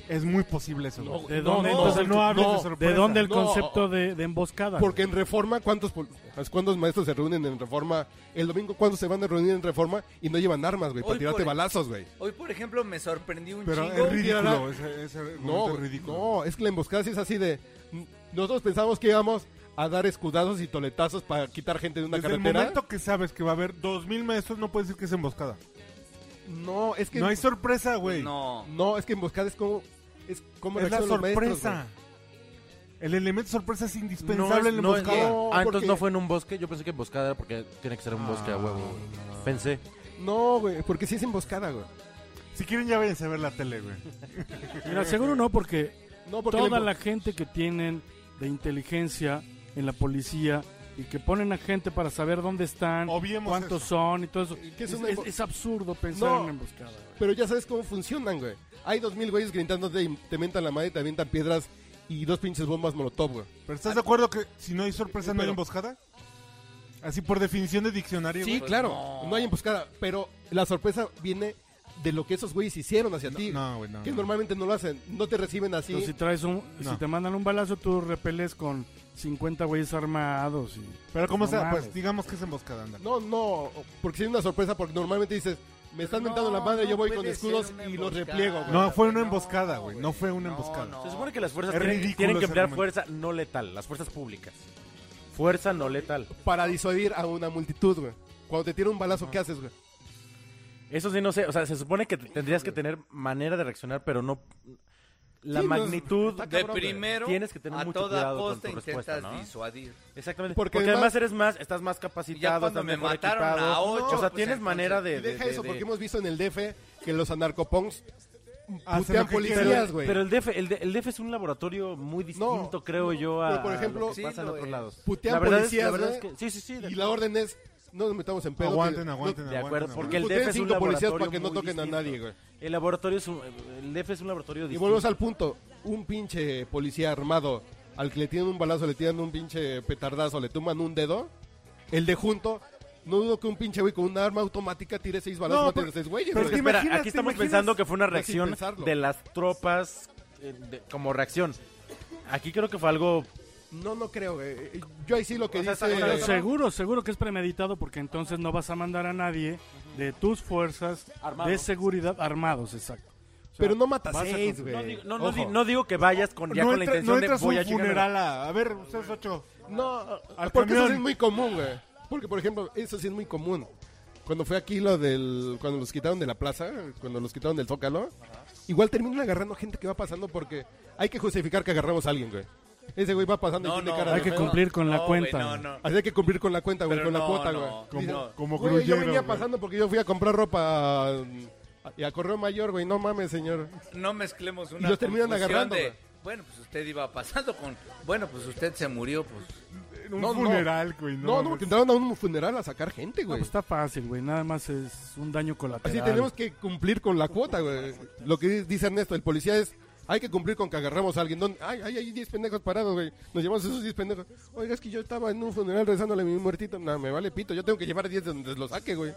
Speaker 2: es muy posible eso.
Speaker 3: No,
Speaker 2: güey.
Speaker 4: ¿De
Speaker 3: no,
Speaker 4: dónde
Speaker 3: no,
Speaker 4: entonces
Speaker 2: Entonces no,
Speaker 4: el-
Speaker 2: hables
Speaker 3: no,
Speaker 2: de
Speaker 3: ¿de
Speaker 2: sorpresa.
Speaker 4: ¿De dónde el
Speaker 3: No.
Speaker 4: concepto de, de emboscada?
Speaker 3: Porque en Reforma, ¿cuántos, pol- pues, ¿cuántos maestros se reúnen en Reforma? El domingo, ¿cuándo se van a reunir en Reforma? Y no llevan armas, güey,
Speaker 1: Hoy
Speaker 3: para tirarte
Speaker 1: por-
Speaker 3: balazos, güey.
Speaker 1: Hoy, por ejemplo, me sorprendió un
Speaker 2: Pero
Speaker 1: chingo.
Speaker 2: es ridículo.
Speaker 3: tirará-
Speaker 2: Ese, ese argumento
Speaker 3: No,
Speaker 2: es ridículo.
Speaker 3: no, es que la emboscada sí es así de... Nosotros pensamos que íbamos a dar escudazos y toletazos para quitar gente de una
Speaker 2: Desde el
Speaker 3: carretera.
Speaker 2: momento que sabes que va a haber dos mil maestros, no puedes decir que es emboscada.
Speaker 3: No, es que...
Speaker 2: No hay sorpresa, güey.
Speaker 1: No.
Speaker 3: No, es que emboscada es como. Es como
Speaker 2: es la
Speaker 3: reaccionan los maestros,
Speaker 2: sorpresa. el elemento sorpresa es indispensable en la
Speaker 8: no
Speaker 2: emboscada.
Speaker 3: no.
Speaker 8: ah, entonces
Speaker 3: porque-
Speaker 8: no fue en un bosque. Yo pensé que emboscada era porque tiene que ser un bosque a huevo. güey. Pensé.
Speaker 3: güey. No, güey, porque sí es emboscada, güey.
Speaker 2: Si quieren, ya váyanse a ver la tele, güey.
Speaker 4: Mira, seguro no, porque
Speaker 3: No, porque.
Speaker 4: toda
Speaker 3: embo-
Speaker 4: la gente que tienen de inteligencia en la policía y que ponen a gente para saber dónde están,
Speaker 2: Obviemos
Speaker 4: cuántos
Speaker 2: eso.
Speaker 4: son y todo eso.
Speaker 3: ¿Qué es
Speaker 4: es,
Speaker 3: una
Speaker 4: es-
Speaker 3: embo-
Speaker 4: es absurdo pensar
Speaker 3: No.
Speaker 4: en una emboscada. güey.
Speaker 3: Pero ya sabes cómo funcionan, güey. Hay dos mil güeyes gritándote y te mentan la madre y te avientan piedras y dos pinches bombas molotov, güey.
Speaker 2: ¿Pero estás de acuerdo que si no hay sorpresa no hay
Speaker 3: Pero-
Speaker 2: emboscada? Así por definición de diccionario,
Speaker 3: Sí,
Speaker 2: güey.
Speaker 3: claro.
Speaker 1: no.
Speaker 3: Pues, No. hay emboscada, pero la sorpresa viene de lo que esos güeyes hicieron hacia ti.
Speaker 2: No, güey, no.
Speaker 3: que
Speaker 2: no.
Speaker 3: normalmente no lo hacen. No te reciben así.
Speaker 4: Entonces, si traes un,
Speaker 2: No.
Speaker 4: si te mandan un balazo, tú repeles con 50 güeyes armados y
Speaker 2: Pero como
Speaker 4: No
Speaker 2: sea, pues
Speaker 4: mames.
Speaker 2: digamos que es emboscada, anda.
Speaker 3: No, no, porque sería una sorpresa porque normalmente dices, me están mentando la madre,
Speaker 1: No,
Speaker 3: yo voy
Speaker 1: no
Speaker 3: con
Speaker 1: puede ser
Speaker 3: escudos
Speaker 1: una
Speaker 3: y los
Speaker 1: emboscada,
Speaker 3: repliego, güey.
Speaker 2: No, fue una emboscada, güey, no fue una
Speaker 1: No,
Speaker 2: emboscada.
Speaker 1: no.
Speaker 8: Se supone que las fuerzas
Speaker 2: Es
Speaker 8: tienen,
Speaker 2: ridículo
Speaker 8: tienen que
Speaker 2: ese
Speaker 8: emplear
Speaker 2: argumento.
Speaker 8: fuerza no letal, las fuerzas públicas. Fuerza no letal.
Speaker 3: para disuadir a una multitud, güey. Cuando te tira un balazo, ¿qué haces, güey?
Speaker 8: Eso sí, no sé. O sea, se supone que tendrías que tener manera de reaccionar, pero no. la
Speaker 3: Sí, no,
Speaker 8: magnitud
Speaker 3: está
Speaker 8: de
Speaker 1: De
Speaker 3: Ah, cabrón, güey.
Speaker 1: primero,
Speaker 8: Tienes que tener
Speaker 1: a
Speaker 8: mucho
Speaker 1: toda
Speaker 8: cuidado con
Speaker 1: costa
Speaker 8: tu respuesta,
Speaker 1: intentas
Speaker 8: ¿no?
Speaker 1: disuadir.
Speaker 8: Exactamente.
Speaker 3: Porque
Speaker 8: Porque,
Speaker 3: además-
Speaker 8: además, eres más, estás más
Speaker 1: Ya
Speaker 8: capacitado,
Speaker 1: cuando
Speaker 8: estás
Speaker 1: me
Speaker 8: mejor
Speaker 1: mataron
Speaker 8: equipado.
Speaker 1: a ocho,
Speaker 8: o sea,
Speaker 1: pues,
Speaker 8: tienes
Speaker 1: entonces-
Speaker 8: manera de,
Speaker 3: Y deja
Speaker 8: de-
Speaker 3: eso,
Speaker 8: de-
Speaker 3: porque hemos visto en el DF que los anarcopunks putean
Speaker 2: Hacen lo que quieren.
Speaker 3: policías, güey.
Speaker 8: Pero el DF, el, D- el DF es un laboratorio muy distinto,
Speaker 3: No,
Speaker 8: creo yo, a
Speaker 3: pero, por ejemplo,
Speaker 8: a lo que
Speaker 1: Sí,
Speaker 8: pasa en
Speaker 1: lo
Speaker 8: otros
Speaker 1: es.
Speaker 8: lados.
Speaker 3: Putean
Speaker 8: La verdad es-
Speaker 3: policías,
Speaker 8: la verdad es
Speaker 3: güey.
Speaker 8: que- sí, sí, sí. de
Speaker 3: Y la orden es, no nos metamos en pedo.
Speaker 2: Aguanten,
Speaker 3: que-
Speaker 2: aguanten,
Speaker 8: De acuerdo,
Speaker 2: aguanten,
Speaker 8: porque el
Speaker 3: Puteen
Speaker 8: DF es un
Speaker 3: cinco policías
Speaker 8: laboratorio
Speaker 3: para que no
Speaker 8: muy
Speaker 3: toquen a
Speaker 8: distinto.
Speaker 3: nadie, güey.
Speaker 8: El laboratorio es un, el DF es un laboratorio
Speaker 3: Y
Speaker 8: distinto.
Speaker 3: volvemos al punto. Un pinche policía armado al que le tiran un balazo, le tiran un pinche petardazo, le toman un dedo. El de junto, no dudo que un pinche güey con una arma automática tire seis balazos,
Speaker 2: No,
Speaker 3: mate
Speaker 2: pero-
Speaker 3: a seis güeyes,
Speaker 2: pero
Speaker 3: güey.
Speaker 2: es que-
Speaker 8: Espera,
Speaker 2: Imagínate,
Speaker 8: aquí estamos
Speaker 2: imaginas-
Speaker 8: pensando que fue una
Speaker 3: Casi
Speaker 8: reacción
Speaker 3: pensarlo.
Speaker 8: de las tropas eh, de- como reacción. Aquí creo que fue algo
Speaker 3: No, no creo, güey. Yo ahí sí lo que
Speaker 8: O sea,
Speaker 3: dice...
Speaker 8: está- está-
Speaker 4: Seguro, seguro que es premeditado porque entonces no vas a mandar a nadie de tus fuerzas de
Speaker 8: Armados.
Speaker 4: seguridad armados, exacto. O sea,
Speaker 3: Pero no matas
Speaker 4: vas a
Speaker 3: seis,
Speaker 4: construir-
Speaker 3: güey.
Speaker 8: No, digo- no, no
Speaker 3: Ojo.
Speaker 8: di- no digo que vayas con, ya
Speaker 2: no
Speaker 8: con la
Speaker 2: entra-
Speaker 8: intención
Speaker 2: no
Speaker 8: de
Speaker 2: entras a
Speaker 8: voy a
Speaker 2: un
Speaker 8: chingar a la-".
Speaker 2: funeral a... A ver, ustedes ocho.
Speaker 3: No,
Speaker 2: Al
Speaker 3: porque eso sí
Speaker 2: camión.
Speaker 3: es muy común, güey. Porque, por ejemplo, eso sí es muy común. Cuando fue aquí lo del... Cuando los quitaron de la plaza, cuando los quitaron del Zócalo, igual terminan agarrando gente que va pasando porque hay que justificar que agarramos a alguien, güey. Ese güey va pasando y tiene cara
Speaker 4: hay
Speaker 3: de
Speaker 4: que
Speaker 3: feo.
Speaker 4: cumplir con la
Speaker 1: güey,
Speaker 4: cuenta.
Speaker 1: no, no.
Speaker 3: Así hay que cumplir con la cuenta, güey,
Speaker 1: Pero
Speaker 3: con la
Speaker 1: no,
Speaker 3: cuota,
Speaker 1: no,
Speaker 3: güey.
Speaker 1: como-
Speaker 3: Dice,
Speaker 2: como
Speaker 3: "Güey, Yo
Speaker 2: grullero,
Speaker 3: venía
Speaker 2: güey".
Speaker 3: pasando porque yo fui a comprar ropa mm, y a Correo Mayor, güey. No mames, señor.
Speaker 1: No mezclemos una
Speaker 3: Y los terminan
Speaker 1: confusión
Speaker 3: agarrando,
Speaker 1: de,
Speaker 3: güey.
Speaker 1: bueno, pues usted iba pasando con, bueno, pues usted se murió, pues.
Speaker 2: En un
Speaker 3: No, no.
Speaker 2: funeral, güey.
Speaker 3: No, no,
Speaker 2: mames.
Speaker 3: porque entraron a un funeral a sacar gente,
Speaker 4: No,
Speaker 3: güey.
Speaker 4: pues está fácil, güey. Nada más es un daño colateral.
Speaker 3: Así tenemos que cumplir con la cuota, güey. Lo que dice Ernesto, el policía es, hay que cumplir con que agarramos a alguien. ¿Dónde? Ay, ay, hay 10 pendejos parados, güey. Nos llevamos esos 10 pendejos. Oiga, es que yo estaba en un funeral rezándole a mi muertito. No, me vale pito, yo tengo que llevar 10 de donde los saque, güey.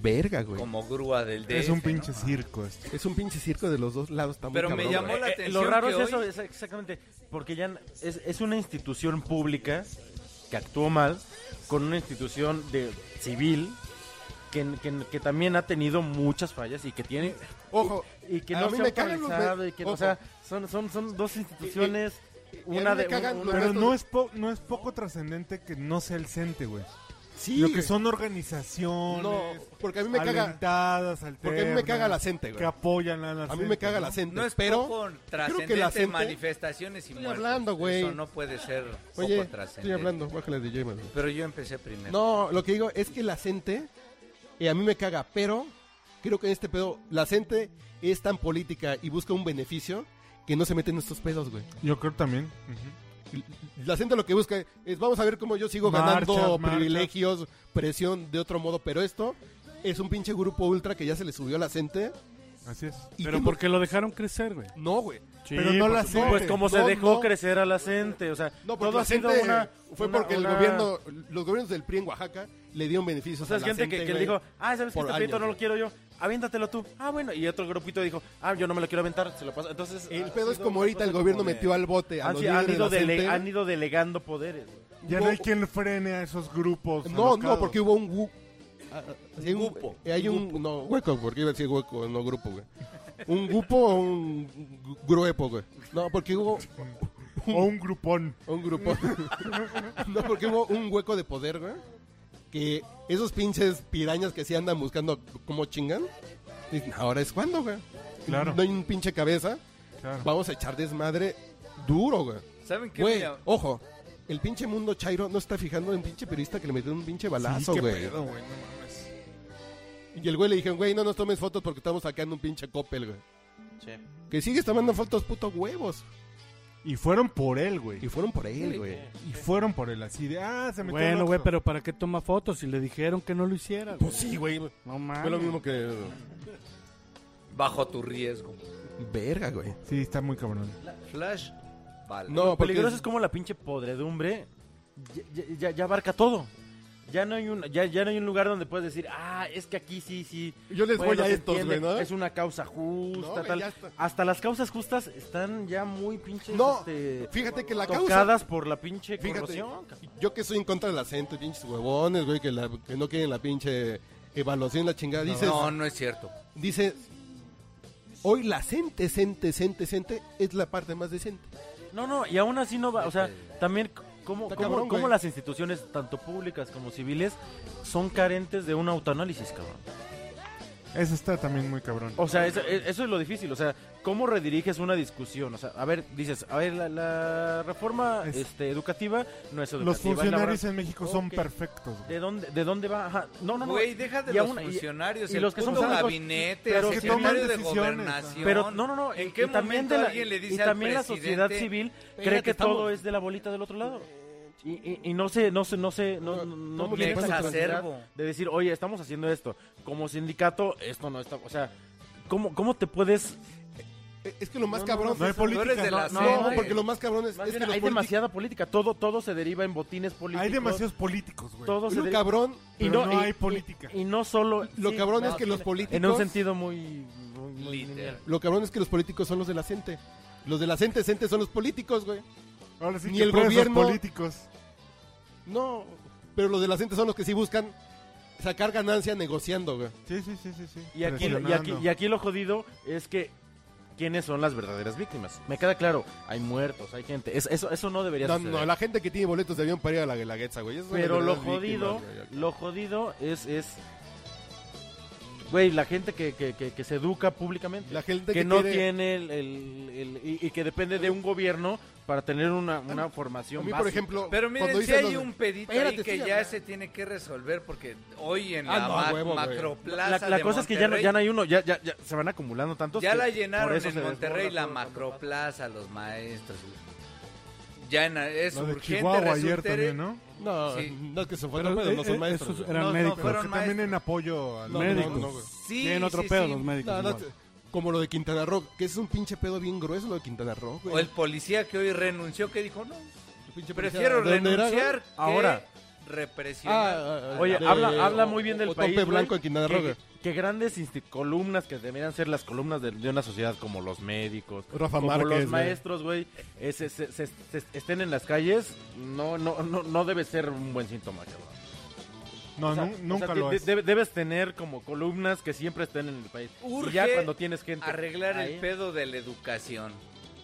Speaker 3: Verga, güey.
Speaker 1: Como grúa del DF.
Speaker 2: Es un
Speaker 1: ¿no?
Speaker 2: pinche circo esto.
Speaker 3: Es un pinche circo de los dos lados. Está muy
Speaker 1: Pero me
Speaker 3: cabrón,
Speaker 1: llamó
Speaker 3: güey.
Speaker 1: la
Speaker 8: Eh, eh,
Speaker 1: atención
Speaker 8: lo raro
Speaker 1: que
Speaker 8: es
Speaker 1: hoy-
Speaker 8: eso, es exactamente, porque ya n- es, es una institución pública que actuó mal con una institución de civil que, que- que también ha tenido muchas fallas y que tiene
Speaker 3: Ojo,
Speaker 8: y que
Speaker 3: A
Speaker 8: no
Speaker 3: mí
Speaker 8: se
Speaker 3: me
Speaker 8: ha
Speaker 3: cagan los
Speaker 8: organizado
Speaker 3: me-
Speaker 8: y que
Speaker 3: ojo.
Speaker 8: o sea, son son son dos instituciones
Speaker 3: y a
Speaker 8: una
Speaker 3: mí me
Speaker 8: de un-
Speaker 3: cagan
Speaker 8: una-
Speaker 3: los
Speaker 2: Pero
Speaker 3: Ernesto-
Speaker 2: no es, po- no es poco trascendente que no sea el CENTE, güey.
Speaker 3: sí.
Speaker 2: Lo que
Speaker 3: güey.
Speaker 2: son organizaciones.
Speaker 3: No, porque a mí me caga.
Speaker 2: alentadas,
Speaker 3: Porque a mí me
Speaker 2: alternas,
Speaker 3: caga la gente,
Speaker 2: Que
Speaker 3: güey.
Speaker 2: apoyan a la
Speaker 3: A mí me caga la
Speaker 2: gente.
Speaker 3: gente.
Speaker 1: No es
Speaker 3: pero
Speaker 1: poco
Speaker 3: creo
Speaker 1: trascendente
Speaker 3: que la gente.
Speaker 1: manifestaciones y
Speaker 3: Estoy
Speaker 1: muertos.
Speaker 3: hablando, güey.
Speaker 1: Eso no puede ser
Speaker 3: Oye,
Speaker 1: poco trascendente.
Speaker 3: estoy hablando, bájale de James.
Speaker 1: Pero yo empecé primero.
Speaker 3: No, lo que digo es que la gente, y a mí me caga, pero creo que en este pedo, la gente es tan política y busca un beneficio que no se mete en estos pedos, güey.
Speaker 2: ¿no? Yo creo también.
Speaker 3: La gente lo que busca es, vamos a ver cómo yo sigo
Speaker 2: Marchas,
Speaker 3: ganando
Speaker 2: marchas.
Speaker 3: privilegios, presión de otro modo, pero esto es un pinche grupo ultra que ya se le subió a la gente.
Speaker 2: Así es.
Speaker 3: Y
Speaker 4: Pero
Speaker 3: que
Speaker 4: porque lo dejaron crecer, güey.
Speaker 3: No, güey.
Speaker 2: Pero no
Speaker 4: por
Speaker 2: la
Speaker 4: supuesto.
Speaker 2: gente.
Speaker 8: pues como se
Speaker 3: No,
Speaker 8: dejó
Speaker 3: no.
Speaker 8: crecer a la gente, o sea,
Speaker 3: No, porque
Speaker 8: todo
Speaker 3: la
Speaker 8: ha sido
Speaker 3: gente
Speaker 8: una
Speaker 3: fue
Speaker 8: una-
Speaker 3: porque el
Speaker 8: una-
Speaker 3: gobierno, los gobiernos del PRI en Oaxaca le dieron beneficios
Speaker 8: O sea,
Speaker 3: a
Speaker 8: es
Speaker 3: la
Speaker 8: gente que, que le
Speaker 3: güey.
Speaker 8: dijo, ah, ¿sabes que
Speaker 3: por
Speaker 8: este pleito
Speaker 3: años,
Speaker 8: no lo
Speaker 3: güey.
Speaker 8: quiero yo? Aviéntatelo tú. Ah, bueno. Y otro grupito dijo, ah, yo no me lo quiero aventar, se lo pasa. Entonces,
Speaker 3: El
Speaker 8: ha
Speaker 3: pedo es
Speaker 8: sido
Speaker 3: como
Speaker 8: Ah, una
Speaker 3: ahorita
Speaker 8: cosa
Speaker 3: el gobierno
Speaker 8: como de-
Speaker 3: metió al bote a
Speaker 8: Han,
Speaker 3: los
Speaker 8: si-
Speaker 3: líderes
Speaker 8: han
Speaker 3: de
Speaker 8: ido
Speaker 3: la
Speaker 8: dele-
Speaker 3: gente.
Speaker 8: han ido delegando poderes. güey.
Speaker 2: Pues, Ya
Speaker 3: Hubo-
Speaker 2: no hay quien frene a esos grupos.
Speaker 3: No, no,
Speaker 2: alocados.
Speaker 3: porque hubo un gu- ah, hay un eh,
Speaker 1: grupo.
Speaker 3: Hay un no, hueco, porque iba a decir hueco, no grupo, güey. Un grupo o un gu- gruepo, güey. No, porque hubo
Speaker 2: O un grupón.
Speaker 3: un grupo. <laughs> no, porque hubo un hueco de poder, güey. Que esos pinches pirañas que sí andan buscando cómo chingan. dicen, Ahora es cuando, güey.
Speaker 2: Claro.
Speaker 3: No hay un pinche cabeza.
Speaker 2: Claro.
Speaker 3: Vamos a echar desmadre duro, güey.
Speaker 1: ¿Saben qué?
Speaker 3: Güey,
Speaker 1: Mira,
Speaker 3: ojo. El pinche mundo Chairo no está fijando en un pinche periodista que le metió un pinche balazo,
Speaker 2: qué
Speaker 3: güey.
Speaker 2: pedo, güey, no mames.
Speaker 3: Y el güey le dijeron, güey, no nos tomes fotos porque estamos sacando un pinche copel, güey. Que sigues tomando fotos, puto huevos.
Speaker 2: Y fueron por él, güey.
Speaker 3: Y fueron por él, güey.
Speaker 2: Y fueron por él, así de, ah, se metió
Speaker 4: Bueno,
Speaker 2: al
Speaker 4: güey,
Speaker 2: Oxxo.
Speaker 4: pero ¿para qué toma fotos si le dijeron que no lo hiciera? güey?
Speaker 3: Pues sí, Ah, güey. Fue
Speaker 4: No mames.
Speaker 3: lo mismo que...
Speaker 1: Bajo tu riesgo.
Speaker 3: Verga, güey.
Speaker 2: Sí, está muy cabrón.
Speaker 1: Flash, vale.
Speaker 3: No, porque...
Speaker 8: Peligroso es como la pinche podredumbre ya, ya- ya- ya abarca todo. Ya no, hay un, ya, ya no hay un lugar donde puedes decir, ah, es que aquí sí, sí.
Speaker 3: Yo les
Speaker 8: bueno,
Speaker 3: voy a
Speaker 8: se
Speaker 3: estos, güey,
Speaker 8: entiende,
Speaker 3: ¿no?
Speaker 8: Es una causa
Speaker 3: No,
Speaker 8: justa,
Speaker 3: güey,
Speaker 8: tal.
Speaker 3: ya está.
Speaker 8: Hasta las causas justas están ya muy pinches
Speaker 3: No,
Speaker 8: este,
Speaker 3: fíjate que la causa...
Speaker 8: tocadas por la pinche
Speaker 3: Fíjate,
Speaker 8: corrupción.
Speaker 3: yo que soy en contra del acento, pinches huevones, güey, que, la- que no quieren la pinche evaluación, la chingada. Dices,
Speaker 1: No, no es cierto.
Speaker 3: dices, hoy la gente, gente, gente, gente, es la parte más decente.
Speaker 8: No, no, y aún así no va, o sea, también c- cómo,
Speaker 3: Está
Speaker 8: cómo-
Speaker 3: cabrón,
Speaker 8: cómo
Speaker 3: güey.
Speaker 8: las instituciones, tanto públicas como civiles, son carentes de un autoanálisis, cabrón.
Speaker 2: Eso está también muy cabrón.
Speaker 8: O sea, eso, e- eso es lo difícil. O sea, ¿cómo rediriges una discusión? O sea, a ver, dices, a ver, la, la reforma
Speaker 2: Es-
Speaker 8: este, educativa no es educativa.
Speaker 2: Los
Speaker 8: es
Speaker 2: funcionarios
Speaker 8: laboral.
Speaker 2: en México son
Speaker 8: Ok.
Speaker 2: perfectos. güey.
Speaker 8: ¿De dónde, ¿De dónde va? Ajá. No, no, no.
Speaker 1: Güey, deja de
Speaker 8: Y
Speaker 1: los
Speaker 8: aún- y-
Speaker 1: funcionarios,
Speaker 8: y
Speaker 1: el
Speaker 8: los que son
Speaker 1: puto
Speaker 8: públicos,
Speaker 1: gabinete,
Speaker 8: pero
Speaker 1: el
Speaker 8: que
Speaker 1: secretario
Speaker 2: toman
Speaker 1: de
Speaker 2: decisiones, ajá.
Speaker 1: gobernación.
Speaker 8: Pero no, no, no.
Speaker 1: ¿En
Speaker 8: y-
Speaker 1: qué
Speaker 8: y también
Speaker 1: momento
Speaker 8: de la,
Speaker 1: alguien le dice
Speaker 8: y
Speaker 1: al
Speaker 8: también la
Speaker 1: presidente,
Speaker 8: sociedad civil cree
Speaker 3: Espérate,
Speaker 8: que
Speaker 3: estamos-
Speaker 8: todo es de la bolita del otro lado. Y, y- y no sé, no sé, no sé, no,
Speaker 3: No, pues,
Speaker 8: no, no
Speaker 3: estamos
Speaker 8: tiene
Speaker 3: bien
Speaker 8: esa
Speaker 1: exacerbo.
Speaker 8: capacidad de decir, oye, estamos haciendo esto. Como sindicato, esto no está, o sea, ¿cómo, cómo te puedes?
Speaker 3: Eh, Es que lo más
Speaker 8: No, no,
Speaker 3: cabrón.
Speaker 2: No hay
Speaker 3: es-
Speaker 1: Tú eres
Speaker 2: política.
Speaker 1: de la
Speaker 8: No,
Speaker 1: CNE.
Speaker 3: No, porque lo más cabrón es,
Speaker 8: más
Speaker 3: es que
Speaker 8: bien,
Speaker 3: los
Speaker 8: hay
Speaker 3: politi-
Speaker 8: demasiada política, todo, todo se deriva en botines políticos.
Speaker 2: Hay demasiados políticos, güey.
Speaker 8: todo se
Speaker 3: Lo
Speaker 8: deriva-
Speaker 3: cabrón,
Speaker 2: pero no hay política.
Speaker 8: Y, no solo.
Speaker 3: lo
Speaker 8: sí,
Speaker 3: cabrón
Speaker 8: no,
Speaker 3: es que los
Speaker 8: tiene-
Speaker 3: políticos.
Speaker 8: En un sentido muy. muy- muy
Speaker 1: Literal.
Speaker 8: lineal.
Speaker 3: Lo cabrón es que los políticos son los de la gente. Los de la gente, gente son los políticos, güey.
Speaker 2: Ahora sí
Speaker 3: ni
Speaker 2: que
Speaker 3: el
Speaker 2: presos
Speaker 3: gobierno-
Speaker 2: políticos.
Speaker 3: No, pero los de la gente son los que sí buscan sacar ganancia negociando, güey.
Speaker 2: Sí, sí, sí, sí. sí.
Speaker 8: Y aquí, y, aquí,
Speaker 2: Presionando.
Speaker 8: y aquí lo jodido es que. ¿Quiénes son las verdaderas víctimas? Me queda claro, hay muertos, hay gente. Es- eso, eso no debería
Speaker 3: No,
Speaker 8: suceder.
Speaker 3: no, la gente que tiene boletos de avión para ir a la Guelaguetza, güey. esas son
Speaker 8: Pero
Speaker 3: las
Speaker 8: lo
Speaker 3: verdaderas
Speaker 8: jodido,
Speaker 3: víctimas, güey, acá.
Speaker 8: lo jodido es. es Güey, la gente que, que, que, que se educa públicamente.
Speaker 3: La gente
Speaker 8: que,
Speaker 3: que,
Speaker 8: no
Speaker 3: quiere-
Speaker 8: tiene el, el- el- y, y que depende de un gobierno para tener una, una formación
Speaker 3: A mí, por
Speaker 8: básica.
Speaker 3: ejemplo,
Speaker 1: Pero miren,
Speaker 3: cuando
Speaker 1: si
Speaker 3: dicen
Speaker 1: hay
Speaker 3: los-
Speaker 1: un pedito ahí
Speaker 3: Espérate,
Speaker 1: que
Speaker 3: sí,
Speaker 1: ya
Speaker 3: habla.
Speaker 1: se tiene que resolver porque hoy en
Speaker 3: Ah,
Speaker 1: la
Speaker 3: no,
Speaker 1: ma-
Speaker 3: huevo, güey.
Speaker 1: macroplaza
Speaker 8: La, la
Speaker 1: de
Speaker 8: cosa es que ya no,
Speaker 1: Monterrey-
Speaker 8: ya no hay uno, ya, ya, ya se van acumulando tantos.
Speaker 1: Ya
Speaker 8: que
Speaker 1: la
Speaker 8: por
Speaker 1: llenaron
Speaker 8: eso se
Speaker 1: en Monterrey
Speaker 8: desborda
Speaker 1: la
Speaker 8: todo.
Speaker 1: macroplaza, los maestros. Ya en- es
Speaker 2: Lo de
Speaker 1: urgente
Speaker 2: Chihuahua ayer
Speaker 1: resulta-
Speaker 2: también, ¿no?
Speaker 3: No,
Speaker 1: Sí.
Speaker 3: no es que se fueron,
Speaker 4: Pero,
Speaker 3: pero no
Speaker 4: eh,
Speaker 3: son
Speaker 4: eh,
Speaker 3: maestros.
Speaker 4: esos
Speaker 3: güey.
Speaker 4: eran
Speaker 1: No, no,
Speaker 4: médicos.
Speaker 1: fueron-
Speaker 2: Porque también
Speaker 1: maestros.
Speaker 2: en apoyo al
Speaker 3: No, no,
Speaker 4: médicos.
Speaker 3: no, güey.
Speaker 1: Sí,
Speaker 4: Tienen otro
Speaker 1: sí,
Speaker 4: pedo
Speaker 1: sí.
Speaker 4: los médicos.
Speaker 3: No, no,
Speaker 4: igual.
Speaker 3: como lo de Quintana Roo, que es un pinche pedo bien grueso lo de Quintana Roo, güey.
Speaker 1: O el policía que hoy renunció que dijo, no,
Speaker 3: Pinche
Speaker 1: prefiero
Speaker 3: policía, ¿de dónde era, güey?
Speaker 1: renunciar que
Speaker 8: Ahora.
Speaker 3: Ah,
Speaker 1: represionar.
Speaker 3: ah, ah,
Speaker 8: Oye,
Speaker 3: de-
Speaker 8: habla, habla muy bien del
Speaker 3: o
Speaker 8: país.
Speaker 3: Tope
Speaker 8: güey,
Speaker 3: blanco en Quintana Roo,
Speaker 8: que,
Speaker 3: güey.
Speaker 8: que grandes insti- columnas que deberían ser las columnas de, de una sociedad como los médicos,
Speaker 3: Rafa
Speaker 8: como
Speaker 3: Márquez,
Speaker 8: los
Speaker 3: güey.
Speaker 8: maestros, güey, eh, se- se- se- se- estén en las calles, no, no, no, no debe ser un buen síntoma, cabrón.
Speaker 2: No,
Speaker 8: O sea,
Speaker 2: nu-
Speaker 8: o sea,
Speaker 2: nunca
Speaker 8: de-
Speaker 2: lo
Speaker 8: de-
Speaker 2: es.
Speaker 8: debe- debes tener como columnas que siempre estén en el país.
Speaker 1: Urge
Speaker 8: y ya cuando tienes gente.
Speaker 1: Arreglar
Speaker 8: ahí-
Speaker 1: el pedo de la educación.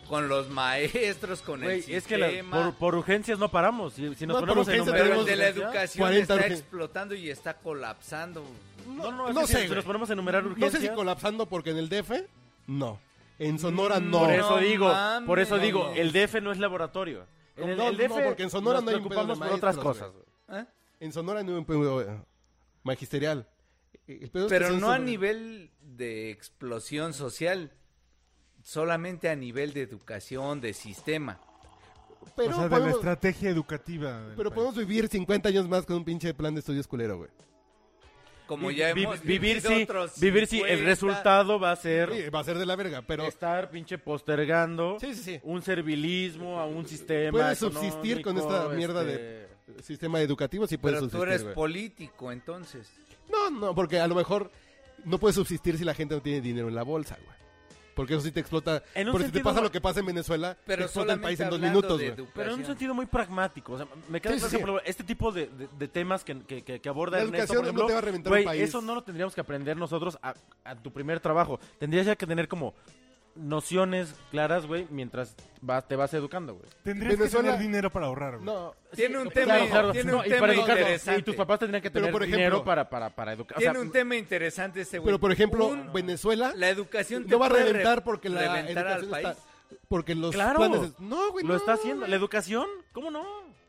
Speaker 1: Con los maestros, con el
Speaker 8: Güey,
Speaker 1: sistema.
Speaker 8: es que la- por, por urgencias no paramos. Si, si nos
Speaker 3: No, por
Speaker 8: ponemos a
Speaker 3: urgencias
Speaker 8: enumerar
Speaker 1: Pero
Speaker 3: tenemos
Speaker 1: el de la
Speaker 8: urgencias-
Speaker 1: educación
Speaker 3: 40
Speaker 1: está
Speaker 3: urgen-
Speaker 1: explotando y está colapsando.
Speaker 8: No, no, es
Speaker 3: No
Speaker 8: que
Speaker 3: sé,
Speaker 8: si, si
Speaker 3: güey.
Speaker 8: nos ponemos a enumerar
Speaker 3: No sé
Speaker 8: urgencias.
Speaker 3: si colapsando porque en el DF, no. En Sonora, no.
Speaker 8: Por eso
Speaker 1: No
Speaker 8: digo,
Speaker 1: mames.
Speaker 8: por eso
Speaker 1: No,
Speaker 8: digo,
Speaker 1: no.
Speaker 8: el DF no es laboratorio. En el,
Speaker 3: No,
Speaker 8: el DF
Speaker 3: no, porque en Sonora
Speaker 8: nos
Speaker 3: no hay un pedo
Speaker 8: preocupamos
Speaker 3: de
Speaker 8: por otras
Speaker 3: maestros,
Speaker 8: cosas.
Speaker 1: ¿eh?
Speaker 3: En Sonora no hay un pedo eh, magisterial. El pedo es que
Speaker 1: Pero
Speaker 3: son
Speaker 1: no a
Speaker 3: sobre-
Speaker 1: nivel de explosión social. Solamente a nivel de educación, de sistema.
Speaker 3: Pero,
Speaker 2: o sea, de la
Speaker 3: podemos,
Speaker 2: estrategia educativa. del
Speaker 3: pero
Speaker 2: país.
Speaker 3: podemos vivir 50 años más con un pinche plan de estudios culero, güey.
Speaker 1: Como ya
Speaker 8: Vi-
Speaker 1: hemos
Speaker 8: vivir
Speaker 1: vivido
Speaker 8: si,
Speaker 1: otros
Speaker 8: vivir si el
Speaker 1: 50.
Speaker 8: resultado va a ser
Speaker 3: Sí, va a ser de la verga, pero...
Speaker 8: estar pinche postergando
Speaker 3: Sí, sí, sí.
Speaker 8: un servilismo a un sistema.
Speaker 3: Puedes subsistir con
Speaker 8: económico,
Speaker 3: esta mierda
Speaker 8: este,
Speaker 3: Sistema educativo sí puede
Speaker 1: Pero tú
Speaker 3: subsistir,
Speaker 1: eres
Speaker 3: güey.
Speaker 1: político, entonces.
Speaker 3: No, no, porque a lo mejor no puedes subsistir si la gente no tiene dinero en la bolsa, güey. Porque eso sí te explota.
Speaker 8: En un
Speaker 3: Porque si te
Speaker 8: sentido,
Speaker 3: pasa
Speaker 8: güey.
Speaker 3: lo que pasa en Venezuela, te
Speaker 1: Pero
Speaker 3: explota el
Speaker 1: solamente
Speaker 3: país en dos
Speaker 1: hablando
Speaker 3: minutos,
Speaker 1: de
Speaker 3: güey.
Speaker 1: educación.
Speaker 8: Pero en un sentido muy pragmático. O sea, me queda,
Speaker 3: Sí, sí,
Speaker 8: por
Speaker 3: sí.
Speaker 8: ejemplo, este tipo de, de- de temas que, que, que- que aborda
Speaker 3: La
Speaker 8: Ernesto,
Speaker 3: educación
Speaker 8: por
Speaker 3: no
Speaker 8: ejemplo,
Speaker 3: te va a reventar
Speaker 8: güey,
Speaker 3: un país.
Speaker 8: Eso no lo tendríamos que aprender nosotros a, a tu primer trabajo. Tendrías ya que tener como nociones claras, güey, mientras vas- te vas educando, güey.
Speaker 2: Tendrías
Speaker 3: Venezuela-
Speaker 2: que tener dinero para ahorrar, güey.
Speaker 3: No,
Speaker 1: Tiene un
Speaker 3: sí,
Speaker 1: tema,
Speaker 3: claro, claro.
Speaker 1: tiene
Speaker 8: No,
Speaker 1: un
Speaker 8: y,
Speaker 1: tema
Speaker 8: para educarlo.
Speaker 1: interesante.
Speaker 8: y tus papás tendrían que
Speaker 3: Pero,
Speaker 8: tener
Speaker 3: por ejemplo-
Speaker 8: dinero para, para, para educar. O sea,
Speaker 1: Tiene un tema interesante ese güey.
Speaker 3: Pero por ejemplo,
Speaker 1: Un-
Speaker 3: Venezuela
Speaker 1: la educación te
Speaker 3: no va a
Speaker 1: puede re-
Speaker 3: reventar porque la
Speaker 1: reventar al
Speaker 3: educación
Speaker 1: país.
Speaker 3: está- porque los
Speaker 8: Claro.
Speaker 3: planes de- no, güey,
Speaker 8: lo
Speaker 3: no,
Speaker 8: está haciendo.
Speaker 3: güey,
Speaker 8: ¿La educación? ¿Cómo no?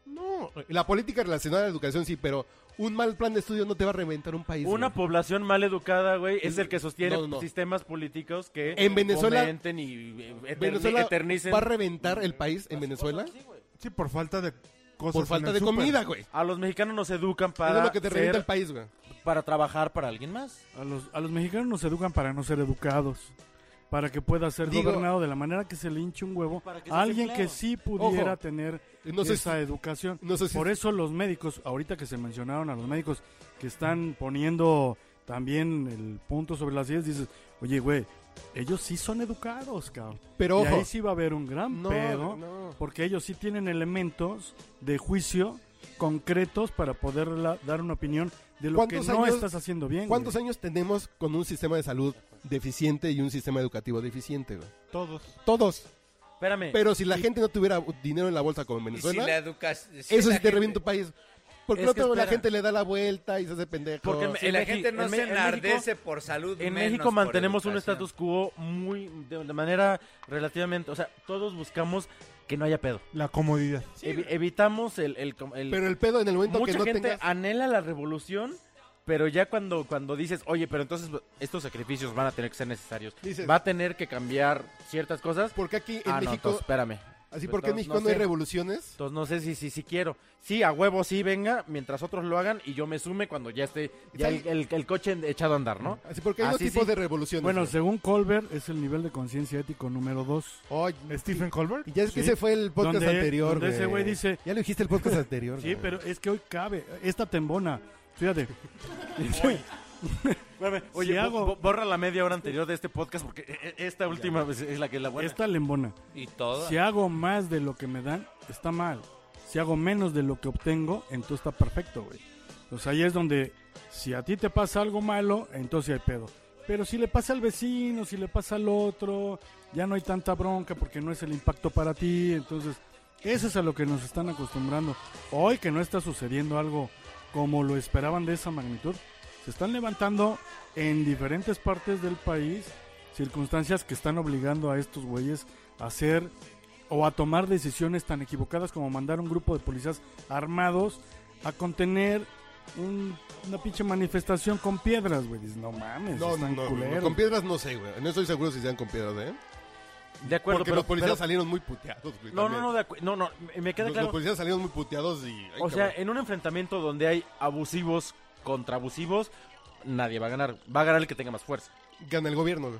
Speaker 3: No, la política relacionada a la educación sí, pero un mal plan de estudio no te va a reventar un país.
Speaker 8: Una
Speaker 3: güey.
Speaker 8: población mal educada, güey, es el que sostiene
Speaker 3: No, no, no.
Speaker 8: sistemas políticos que
Speaker 3: En Venezuela-
Speaker 8: fomenten y eh, eterni-
Speaker 3: Venezuela
Speaker 8: eternicen
Speaker 3: va a reventar el país en Venezuela
Speaker 2: Sí, por falta de cosas.
Speaker 3: por
Speaker 2: en
Speaker 3: falta
Speaker 2: el
Speaker 3: de
Speaker 2: súper.
Speaker 3: comida, güey.
Speaker 8: A los mexicanos nos educan
Speaker 3: Eso
Speaker 8: para,
Speaker 3: es lo que te
Speaker 8: ser-
Speaker 3: revienta el país, güey.
Speaker 8: para trabajar para alguien más.
Speaker 4: A los, a los mexicanos nos educan para no ser educados. Para que pueda ser
Speaker 3: Digo-
Speaker 4: gobernado de la manera que se le hinche un huevo
Speaker 8: Para que
Speaker 4: a
Speaker 8: seas
Speaker 4: alguien
Speaker 8: empleado.
Speaker 4: que sí pudiera
Speaker 3: Ojo,
Speaker 4: tener
Speaker 3: No sé si-
Speaker 4: esa educación.
Speaker 3: no sé si-
Speaker 4: Por eso los médicos, ahorita que se mencionaron a los médicos que están poniendo también el punto sobre las ideas, dices, oye, güey, ellos sí son educados, cabrón.
Speaker 3: Pero
Speaker 4: y ahí
Speaker 3: ojo,
Speaker 4: sí va a haber un gran
Speaker 3: no,
Speaker 4: pedo,
Speaker 3: no.
Speaker 4: porque ellos sí tienen elementos de juicio concretos para poder la- dar una opinión de lo que
Speaker 3: ¿Cuántos
Speaker 4: no
Speaker 3: años-
Speaker 4: estás haciendo bien.
Speaker 3: ¿Cuántos
Speaker 4: güey.
Speaker 3: años tenemos con un sistema de salud deficiente y un sistema educativo deficiente, güey?
Speaker 2: Todos.
Speaker 3: Todos.
Speaker 8: Espérame.
Speaker 3: Pero si la gente no tuviera dinero en la bolsa como en
Speaker 1: Y si
Speaker 3: Venezuela,
Speaker 1: la educación.
Speaker 3: eso sí te revienta un país. Porque
Speaker 8: Es
Speaker 3: no
Speaker 8: que
Speaker 3: luego la
Speaker 8: espera.
Speaker 3: gente le da la vuelta y se hace pendejo.
Speaker 8: Porque
Speaker 1: Y la
Speaker 8: en Meji-
Speaker 1: gente no
Speaker 8: en
Speaker 1: se
Speaker 8: Me- en
Speaker 1: enardece
Speaker 8: México-
Speaker 1: por salud.
Speaker 8: En
Speaker 1: menos
Speaker 8: México
Speaker 1: por
Speaker 8: mantenemos un
Speaker 1: educación.
Speaker 8: status quo muy de, de manera relativamente, o sea, todos buscamos que no haya pedo.
Speaker 2: La comodidad.
Speaker 8: Evi- evitamos el, el, com- el-
Speaker 3: Pero el pedo en el momento
Speaker 8: mucha
Speaker 3: que no
Speaker 8: gente
Speaker 3: tengas...
Speaker 8: anhela la revolución, pero ya cuando cuando dices, "Oye, pero entonces estos sacrificios van a tener que ser necesarios.
Speaker 3: Dices-
Speaker 8: Va a tener que cambiar ciertas cosas."
Speaker 3: Porque aquí en
Speaker 8: ah, no,
Speaker 3: México...
Speaker 8: entonces, espérame.
Speaker 3: así porque en
Speaker 8: entonces,
Speaker 3: México
Speaker 8: no
Speaker 3: no, hay
Speaker 8: sé.
Speaker 3: revoluciones.
Speaker 8: Entonces no sé si si si quiero. Sí, a huevo sí venga, mientras otros lo hagan y yo me sume cuando ya esté ya el, el- el coche echado a andar, ¿no?
Speaker 3: Así porque hay dos
Speaker 8: Así
Speaker 3: tipos
Speaker 8: sí.
Speaker 3: de revoluciones.
Speaker 4: Bueno,
Speaker 3: güey.
Speaker 4: según Colbert, es el nivel de conciencia ético número 2.
Speaker 3: Oye,
Speaker 2: Stephen Colbert.
Speaker 3: y ya es que
Speaker 4: Sí.
Speaker 3: ese fue el podcast
Speaker 4: Donde-
Speaker 3: anterior,
Speaker 4: donde ese güey dice-
Speaker 3: Ya lo dijiste el podcast anterior,
Speaker 4: Sí,
Speaker 3: güey.
Speaker 4: pero es que hoy cabe. Esta tembona. Fíjate. <laughs>
Speaker 8: Oye,
Speaker 4: Si
Speaker 8: bo-
Speaker 4: hago-
Speaker 8: bo- borra la media hora anterior de este podcast porque e- e- esta última pues, es la que es la buena.
Speaker 4: Esta lembona.
Speaker 1: Y todo.
Speaker 4: Si hago más de lo que me dan, está mal. Si hago menos de lo que obtengo, entonces está perfecto, güey. Entonces ahí es donde, si a ti te pasa algo malo, entonces hay pedo. Pero si le pasa al vecino, si le pasa al otro, ya no hay tanta bronca porque no es el impacto para ti. Entonces, eso es a lo que nos están acostumbrando. Hoy que no está sucediendo algo como lo esperaban de esa magnitud, se están levantando en diferentes partes del país circunstancias que están obligando a estos güeyes a hacer o a tomar decisiones tan equivocadas como mandar un grupo de policías armados a contener un- una pinche manifestación con piedras, güey. Dices, no mames,
Speaker 3: No, no,
Speaker 4: están
Speaker 3: no,
Speaker 4: culeros.
Speaker 3: Con piedras no sé, güey. No estoy seguro si sean con piedras, ¿eh?
Speaker 8: De acuerdo,
Speaker 3: porque
Speaker 8: pero,
Speaker 3: los policías
Speaker 8: pero-
Speaker 3: salieron muy puteados, güey.
Speaker 8: No, no,
Speaker 3: también.
Speaker 8: no, de acu- no, no, me- me queda
Speaker 3: los,
Speaker 8: claro.
Speaker 3: los policías salieron muy puteados y... ay,
Speaker 8: o sea,
Speaker 3: cabrón.
Speaker 8: en un enfrentamiento donde hay abusivos contra abusivos, nadie va a ganar. Va a ganar el que tenga más fuerza.
Speaker 3: Gana el gobierno, güey.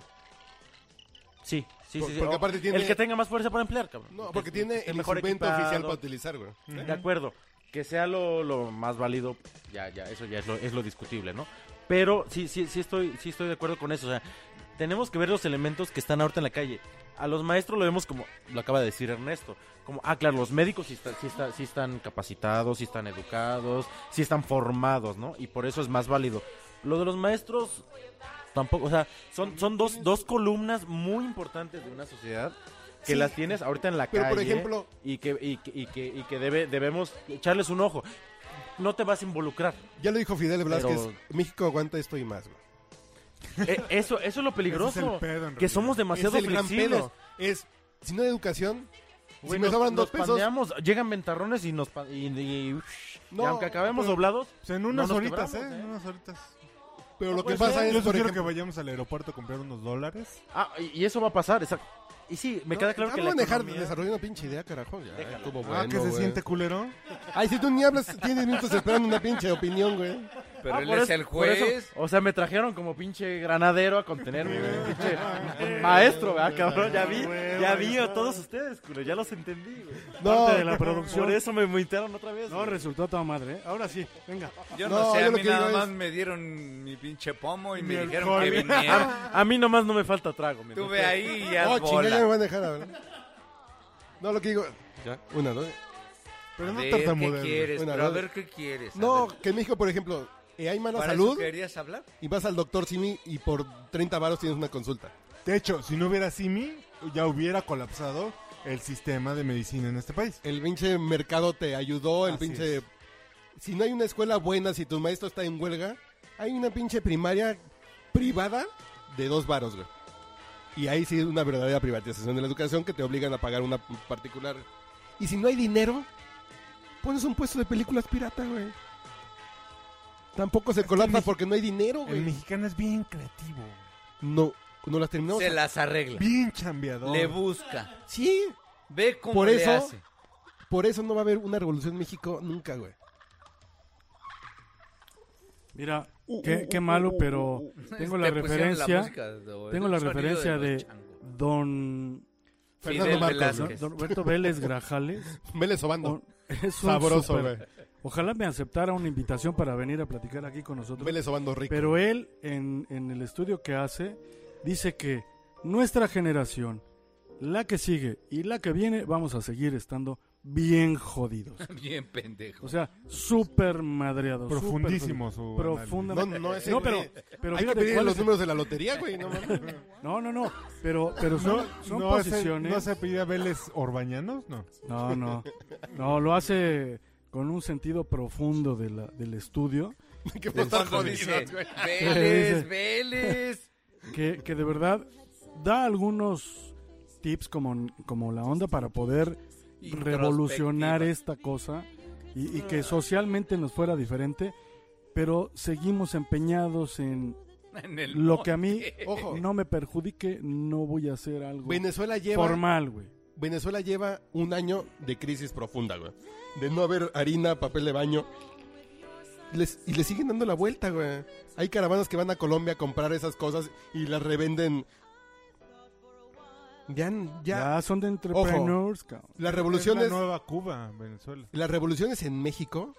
Speaker 8: Sí, sí,
Speaker 3: Por-
Speaker 8: sí. sí.
Speaker 3: porque
Speaker 8: O-
Speaker 3: aparte tiene-
Speaker 8: El que tenga más fuerza para emplear, cabrón.
Speaker 3: No,
Speaker 8: Que-
Speaker 3: porque
Speaker 8: que
Speaker 3: tiene
Speaker 8: esté
Speaker 3: el
Speaker 8: mejor
Speaker 3: instrumento
Speaker 8: equipado. Mm.
Speaker 3: oficial para utilizar, güey.
Speaker 8: De acuerdo. Que sea lo, lo más válido, ya, ya, eso ya es lo, es lo discutible, ¿no? Pero sí, sí, sí estoy, sí estoy de acuerdo con eso. O sea, tenemos que ver los elementos que están ahorita en la calle. A los maestros lo vemos como, lo acaba de decir Ernesto, como, ah, claro, los médicos sí, está- sí, está- sí están capacitados, sí están educados, sí están formados, ¿no? Y por eso es más válido. Lo de los maestros, tampoco, o sea, son, son dos, dos columnas muy importantes de una sociedad que
Speaker 3: Sí.
Speaker 8: las tienes ahorita en la
Speaker 3: Pero,
Speaker 8: calle.
Speaker 3: por ejemplo-
Speaker 8: Y que, y que, y que, y que debe, debemos echarles un ojo. No te vas a involucrar.
Speaker 3: Ya lo dijo Fidel Velázquez.
Speaker 8: Pero-
Speaker 3: México aguanta esto y más, güey.
Speaker 8: Eh, eso, eso es lo peligroso.
Speaker 2: Ese es el pedo, en
Speaker 8: que
Speaker 2: realidad.
Speaker 8: somos demasiado
Speaker 3: es el gran
Speaker 8: flexibles.
Speaker 3: pedo. Es, si no hay educación, si me
Speaker 8: Güey, nos-
Speaker 3: sobran
Speaker 8: nos
Speaker 3: dos pesos,
Speaker 8: pandeamos, llegan ventarrones y nos pa- y, y- uff, y
Speaker 3: No,
Speaker 8: aunque acabemos
Speaker 3: pero-
Speaker 8: doblados,
Speaker 2: O sea, "Pues en
Speaker 8: No
Speaker 2: unas
Speaker 8: nos
Speaker 2: horitas,
Speaker 8: quebramos,
Speaker 2: ¿eh?
Speaker 8: ¿eh?
Speaker 2: En unas horitas.
Speaker 3: pero lo que
Speaker 8: Pues,
Speaker 3: pasa
Speaker 8: eh,
Speaker 2: Yo
Speaker 3: es, por
Speaker 2: sugiero que
Speaker 3: ejemplo,
Speaker 2: vayamos al aeropuerto a comprar unos dólares.
Speaker 8: ah, y, y eso va a pasar, exacto. Y sí, me queda claro que la
Speaker 3: vamos a Ah, dejar de
Speaker 8: economía-
Speaker 3: desarrollar una pinche idea, carajo. Ya, estuvo bueno,
Speaker 2: ah, que se
Speaker 3: güey.
Speaker 2: siente culero.
Speaker 3: Ay, si tú ni hablas, tienes minutos esperando una pinche opinión, güey.
Speaker 1: Pero
Speaker 8: Ah,
Speaker 1: él
Speaker 8: por
Speaker 1: es
Speaker 8: eso-
Speaker 1: el
Speaker 8: por eso,
Speaker 1: juez.
Speaker 8: o sea, me trajeron como pinche granadero a contenerme, güey, <laughs> pinche maestro, ¿verdad, cabrón? Ya vi, ya vi a todos ustedes, culo, ya los entendí, güey.
Speaker 3: No,
Speaker 4: Parte de la producción.
Speaker 8: Por eso me invitaron otra vez.
Speaker 4: No,
Speaker 8: güey.
Speaker 4: resultó a toda madre, ¿eh? Ahora sí, venga.
Speaker 1: Yo no,
Speaker 3: No,
Speaker 1: sé,
Speaker 3: yo
Speaker 1: a
Speaker 3: lo
Speaker 1: mí
Speaker 3: que
Speaker 1: nada
Speaker 3: digo
Speaker 1: más
Speaker 3: es-
Speaker 1: me dieron mi pinche pomo y me
Speaker 4: Mi
Speaker 1: dijeron
Speaker 4: alcohol.
Speaker 1: que viniera.
Speaker 8: A mí nomás no me falta trago, mi
Speaker 1: Tuve ahí y ya
Speaker 3: no, chinga, ya me
Speaker 1: bola.
Speaker 3: van a dejar hablar. No, lo que digo... Ya, una, dos...
Speaker 2: Pero
Speaker 1: A
Speaker 2: no
Speaker 1: ver,
Speaker 2: tartamudees.
Speaker 1: ¿qué
Speaker 2: güey.
Speaker 1: quieres?
Speaker 3: Bueno,
Speaker 1: Pero a
Speaker 3: no-
Speaker 1: ver, ¿qué quieres? A
Speaker 3: No,
Speaker 1: ver,
Speaker 3: que en México, por ejemplo, eh, hay mala
Speaker 1: ¿para
Speaker 3: salud
Speaker 1: eso querías hablar?
Speaker 3: y vas al doctor Simi y por 30 varos tienes una consulta.
Speaker 2: De hecho, si no hubiera Simi, ya hubiera colapsado el sistema de medicina en este país.
Speaker 3: El pinche mercado te ayudó, el
Speaker 2: Así
Speaker 3: pinche... Si no hay una escuela buena, si tu maestro está en huelga, hay una pinche primaria privada de dos varos, güey. Y ahí sí es una verdadera privatización de la educación que te obligan a pagar una particular. Y si no hay dinero, pones un puesto de películas pirata, güey. Tampoco se colapsa
Speaker 2: Mex-
Speaker 3: porque no hay dinero,
Speaker 2: El
Speaker 3: güey.
Speaker 2: mexicano es bien creativo.
Speaker 3: No, no las terminamos.
Speaker 1: Se las arregla.
Speaker 2: Bien chambeador.
Speaker 1: Le busca.
Speaker 3: Sí,
Speaker 1: Ve cómo
Speaker 3: Por
Speaker 1: le
Speaker 3: eso-
Speaker 1: hace.
Speaker 3: Por eso no va a haber una revolución en México nunca, güey.
Speaker 4: Mira, qué, qué malo, pero tengo la
Speaker 1: Te pusieron
Speaker 4: referencia.
Speaker 1: música, o el
Speaker 4: Tengo la
Speaker 1: sonido
Speaker 4: referencia
Speaker 1: los
Speaker 4: de
Speaker 1: changos.
Speaker 4: Don,
Speaker 1: Fidel
Speaker 3: Fernando Marcos,
Speaker 1: Velázquez.
Speaker 4: don Roberto Vélez
Speaker 3: <laughs>
Speaker 4: Grajales.
Speaker 3: Vélez Obando.
Speaker 4: O- es un
Speaker 3: Sabroso,
Speaker 4: super-
Speaker 3: güey.
Speaker 4: Ojalá me aceptara una invitación para venir a platicar aquí con nosotros.
Speaker 3: Vélez Obando rico.
Speaker 4: Pero él, en, en el estudio que hace, dice que nuestra generación, la que sigue y la que viene, vamos a seguir estando bien jodidos.
Speaker 1: Bien pendejo.
Speaker 4: O sea, súper madreados. súper
Speaker 2: Profundísimo su
Speaker 4: jodidos.
Speaker 2: análisis.
Speaker 3: no,
Speaker 4: Profundamente.
Speaker 3: no, ese
Speaker 4: No, pero,
Speaker 3: güey-
Speaker 4: pero
Speaker 3: Hay que
Speaker 4: fíjate
Speaker 3: pedir
Speaker 4: cuál
Speaker 3: los
Speaker 4: es-
Speaker 3: números de la lotería, güey. No, mames.
Speaker 4: <laughs> No, no, no. Pero, pero son, son
Speaker 2: no se-
Speaker 4: posiciones.
Speaker 2: ¿No se apellida Vélez Orbañanos? No.
Speaker 4: No, no. No, lo hace con un sentido profundo de la- del estudio,
Speaker 3: ¿Qué pasó?
Speaker 1: Dice,
Speaker 4: ¿Qué
Speaker 1: Vélez,
Speaker 4: dice?
Speaker 1: Vélez.
Speaker 4: que, que de verdad da algunos tips como, como la onda para poder revolucionar esta cosa y, y que socialmente nos fuera diferente, pero seguimos empeñados en
Speaker 1: <laughs> En el
Speaker 4: lo que a mí Oh.
Speaker 3: Ojo.
Speaker 4: no me perjudique, no voy a hacer algo
Speaker 3: Venezuela lleva,
Speaker 4: formal, güey.
Speaker 3: Venezuela lleva un año de crisis profunda, güey. De no haber harina, papel de baño. Les- y le siguen dando la vuelta, güey. Hay caravanas que van a Colombia a comprar esas cosas y las revenden. Ya, ya.
Speaker 4: Ya son de entrepreneurs, cabrón.
Speaker 3: Las
Speaker 2: Es
Speaker 3: revoluciones,
Speaker 2: la nueva Cuba, Venezuela.
Speaker 3: las revoluciones en México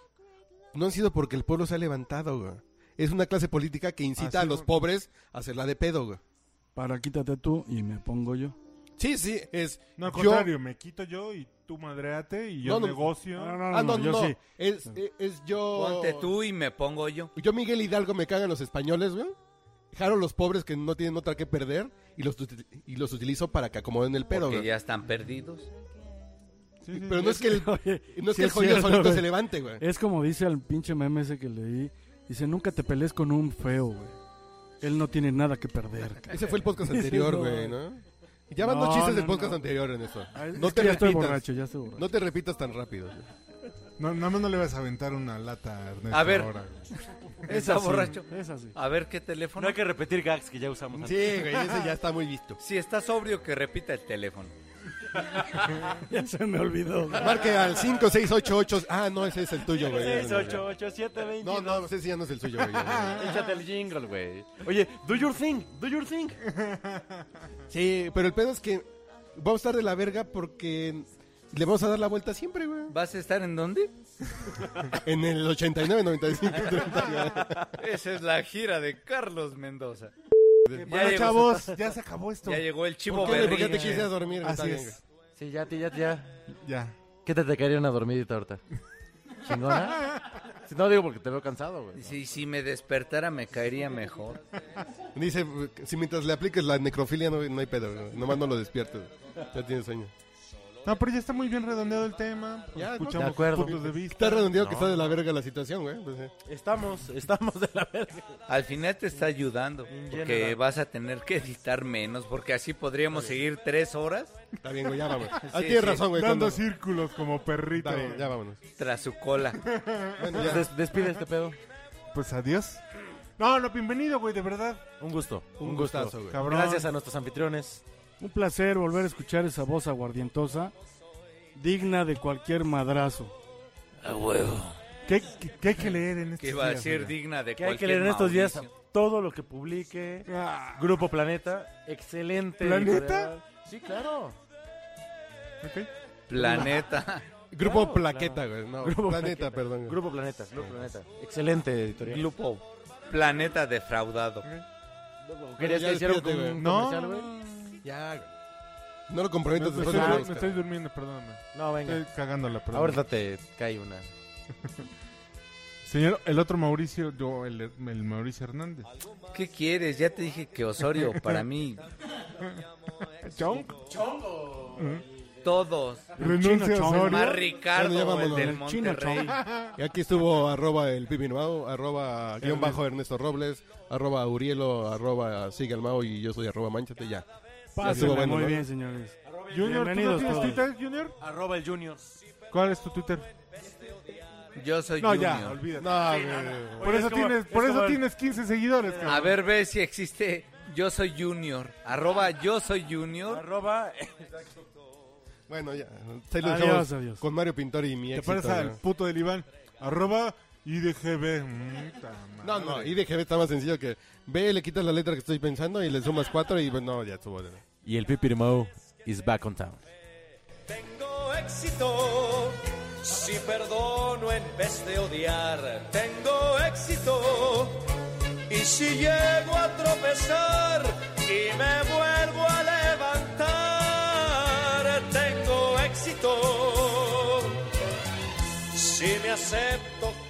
Speaker 3: no han sido porque el pueblo se ha levantado, güey. Es una clase política que incita
Speaker 2: Ah,
Speaker 3: a
Speaker 2: sí,
Speaker 3: los
Speaker 2: güey.
Speaker 3: pobres a hacerla de pedo, güey.
Speaker 4: Para quítate tú y me pongo yo.
Speaker 3: Sí, sí, es...
Speaker 2: No, al
Speaker 3: yo-
Speaker 2: contrario, me quito yo y tú madreate y yo
Speaker 3: No, no.
Speaker 2: negocio.
Speaker 4: No, no,
Speaker 3: Ah, no,
Speaker 4: yo
Speaker 3: no,
Speaker 4: sí.
Speaker 3: Es, es- es yo...
Speaker 1: Ponte tú y me pongo yo.
Speaker 3: Yo Miguel Hidalgo me cagan los españoles, güey. Jaro los pobres que no tienen otra que perder y los, uti- y los utilizo para que acomoden el pedo,
Speaker 1: porque
Speaker 3: güey.
Speaker 1: ya están perdidos.
Speaker 2: Sí, sí,
Speaker 3: Pero
Speaker 2: sí.
Speaker 3: no es que el,
Speaker 4: <laughs> Oye,
Speaker 3: no es
Speaker 4: sí
Speaker 3: que el jodido
Speaker 4: cierto,
Speaker 3: solito
Speaker 4: güey.
Speaker 3: se levante, güey.
Speaker 4: Es como dice al pinche meme ese que leí. Dice, nunca te pelees con un feo, güey. Él no tiene nada que perder. cabrón".
Speaker 3: Ese fue el podcast
Speaker 4: Sí,
Speaker 3: anterior,
Speaker 4: no.
Speaker 3: güey, ¿no? Ya van dos
Speaker 4: No,
Speaker 3: chistes del
Speaker 4: no,
Speaker 3: podcast
Speaker 4: no.
Speaker 3: anterior en eso.
Speaker 4: Ah, es
Speaker 3: No
Speaker 4: que
Speaker 3: te
Speaker 4: ya estoy
Speaker 3: repitas.
Speaker 4: borracho, ya estoy borracho.
Speaker 3: No te repitas tan rápido. güey.
Speaker 2: No, nada más no le vas a aventar una lata a Ernesto
Speaker 1: A ver.
Speaker 2: ahora, güey.
Speaker 1: Está
Speaker 4: así,
Speaker 1: borracho.
Speaker 4: Es así.
Speaker 1: A ver qué teléfono.
Speaker 8: No hay que repetir gags que ya usamos antes.
Speaker 3: Sí, güey, ese ya está muy visto.
Speaker 1: Si está sobrio, que repita el teléfono.
Speaker 4: Ya se me olvidó. güey.
Speaker 3: Marque al 5688. Ah, no, ese es el tuyo, güey.
Speaker 8: Seis, Pues ocho, Ah. ocho, siete,
Speaker 3: No,
Speaker 8: veintidós.
Speaker 3: no, ese sí ya no es el suyo, güey. ya, güey.
Speaker 8: Échate el jingle, güey. Oye, do your thing, do your thing.
Speaker 3: Sí, pero el pedo es que vamos a estar de la verga porque le vamos a dar la vuelta siempre, güey.
Speaker 1: ¿Vas a estar en dónde?
Speaker 3: En el 89, 95, 30.
Speaker 1: Esa es la gira de Carlos Mendoza.
Speaker 2: Bueno,
Speaker 1: llegó-
Speaker 2: chavos, ya se acabó esto.
Speaker 1: Ya llegó el chivo
Speaker 3: ¿Por qué? ¿Por qué te
Speaker 1: berrinche.
Speaker 3: quisieras dormir? güey? Está
Speaker 2: Así
Speaker 3: bien,
Speaker 2: es.
Speaker 8: Sí, ya, ya, ya.
Speaker 2: Ya.
Speaker 8: ¿Qué te te caería una dormidita ahorita? ¿Chingona? Si no, digo porque te veo cansado, güey.
Speaker 1: Si, si me despertara me caería mejor.
Speaker 3: güey. Dice, si mientras le apliques la necrofilia no, no hay pedo, güey. nomás no lo despiertes. güey. Ya tienes sueño.
Speaker 2: No, pero ya está muy bien redondeado el tema.
Speaker 3: Ya,
Speaker 2: escuchamos
Speaker 8: de acuerdo.
Speaker 2: puntos de vista.
Speaker 3: Está redondeado que está de la verga la situación, güey. Pues, eh.
Speaker 8: Estamos, estamos de la verga.
Speaker 1: Al final te está ayudando, porque vas a tener que editar menos, porque así podríamos seguir tres horas
Speaker 3: Está bien, güey, ya vamos. ah,
Speaker 1: Sí,
Speaker 3: tienes
Speaker 1: sí.
Speaker 3: razón, güey.
Speaker 2: Dando
Speaker 3: cuando-
Speaker 2: círculos como perrito.
Speaker 3: Está bien, ya vámonos.
Speaker 1: tras su
Speaker 4: <laughs>
Speaker 1: cola.
Speaker 3: Bueno,
Speaker 8: Pues
Speaker 3: ya.
Speaker 8: des- despide este pedo.
Speaker 2: Pues adiós. No, no, bienvenido, güey, de verdad.
Speaker 8: Un gusto.
Speaker 3: Un gustazo, güey.
Speaker 2: Cabrón.
Speaker 8: Gracias a nuestros anfitriones.
Speaker 4: Un placer volver a escuchar esa voz aguardientosa, digna de cualquier madrazo.
Speaker 2: ¿Qué, qué, qué hay que leer en este
Speaker 1: Que va a ser digna de
Speaker 8: Que hay que
Speaker 1: cualquier
Speaker 8: leer en estos días
Speaker 1: Mauricio.
Speaker 8: todo lo que publique
Speaker 2: Ah,
Speaker 8: Grupo Planeta. Excelente.
Speaker 2: ¿Planeta?
Speaker 8: editorial. Sí, claro.
Speaker 1: Planeta.
Speaker 3: Grupo
Speaker 8: Claro,
Speaker 3: Plaqueta, güey. No,
Speaker 8: Grupo
Speaker 3: Planeta, perdón. güey.
Speaker 8: Grupo Planeta. Grupo Planeta. Excelente editorial.
Speaker 1: Grupo. Planeta defraudado.
Speaker 8: ¿Querías
Speaker 3: Ya
Speaker 8: que hicieron
Speaker 3: despídete,
Speaker 8: un
Speaker 3: güey.
Speaker 2: No,
Speaker 8: comercial,
Speaker 2: no,
Speaker 8: güey?
Speaker 2: no.
Speaker 3: Ya, güey. No lo
Speaker 2: Me,
Speaker 3: comprometas
Speaker 2: me
Speaker 3: después
Speaker 2: estoy,
Speaker 3: de la
Speaker 2: dur- me
Speaker 3: Oscar.
Speaker 2: estoy durmiendo, perdóname.
Speaker 8: No, venga.
Speaker 2: Estoy cagándola, perdón.
Speaker 8: Ahorita te cae una.
Speaker 2: Señor, el otro Mauricio, yo, el, el Mauricio Hernández.
Speaker 1: ¿Qué quieres? Ya te dije que Osorio, para mí,
Speaker 2: Chonk.
Speaker 1: todos.
Speaker 2: Renuncia
Speaker 4: Chino Chong.
Speaker 2: Osorio.
Speaker 1: Más Ricardo,
Speaker 3: Bueno, ya
Speaker 1: el
Speaker 3: vámonos.
Speaker 1: del
Speaker 4: El chino
Speaker 1: Monterrey.
Speaker 3: Y aquí estuvo arroba el Pipi Nuevo, arroba guión bajo Ernesto Robles, arroba Urielo, arroba Sigalmao y yo soy arroba Manchate ya.
Speaker 4: Pásenla
Speaker 3: bueno,
Speaker 4: muy
Speaker 3: ¿no?
Speaker 4: bien, señores.
Speaker 2: Junior, ¿tú no
Speaker 4: Bienvenidos
Speaker 2: tienes
Speaker 4: todos.
Speaker 2: Twitter, Junior?
Speaker 8: Arroba el Junior.
Speaker 2: ¿Cuál es tu Twitter?
Speaker 1: Yo soy
Speaker 2: No, ya,
Speaker 1: Junior.
Speaker 2: olvídate.
Speaker 3: No, güey.
Speaker 2: Por
Speaker 8: Oye,
Speaker 2: eso
Speaker 8: es como-
Speaker 2: tienes,
Speaker 8: es
Speaker 2: por
Speaker 8: como
Speaker 2: eso
Speaker 8: el-
Speaker 2: tienes 15 seguidores, cabrón.
Speaker 8: Ah,
Speaker 1: A ver, ve si existe Yo soy Junior. Arroba Yo soy Junior.
Speaker 8: Arroba.
Speaker 3: Bueno, ya. Se lo
Speaker 4: Adiós,
Speaker 3: dejamos
Speaker 4: adiós.
Speaker 3: Con Mario Pintor y mi
Speaker 2: Te
Speaker 3: éxito.
Speaker 2: pares al
Speaker 3: güey.
Speaker 2: puto del Iván. Arroba IDGB. Mm, puta
Speaker 3: No,
Speaker 2: madre.
Speaker 3: no, IDGB está más sencillo que ve, le quitas la letra que estoy pensando y le sumas cuatro y bueno, no, ya estuvo. de-
Speaker 8: Y el Pipirimau is back on town.
Speaker 10: Tengo éxito si perdono en vez de odiar. Tengo éxito y si llego a tropezar y me vuelvo a levantar. Tengo éxito si me acepto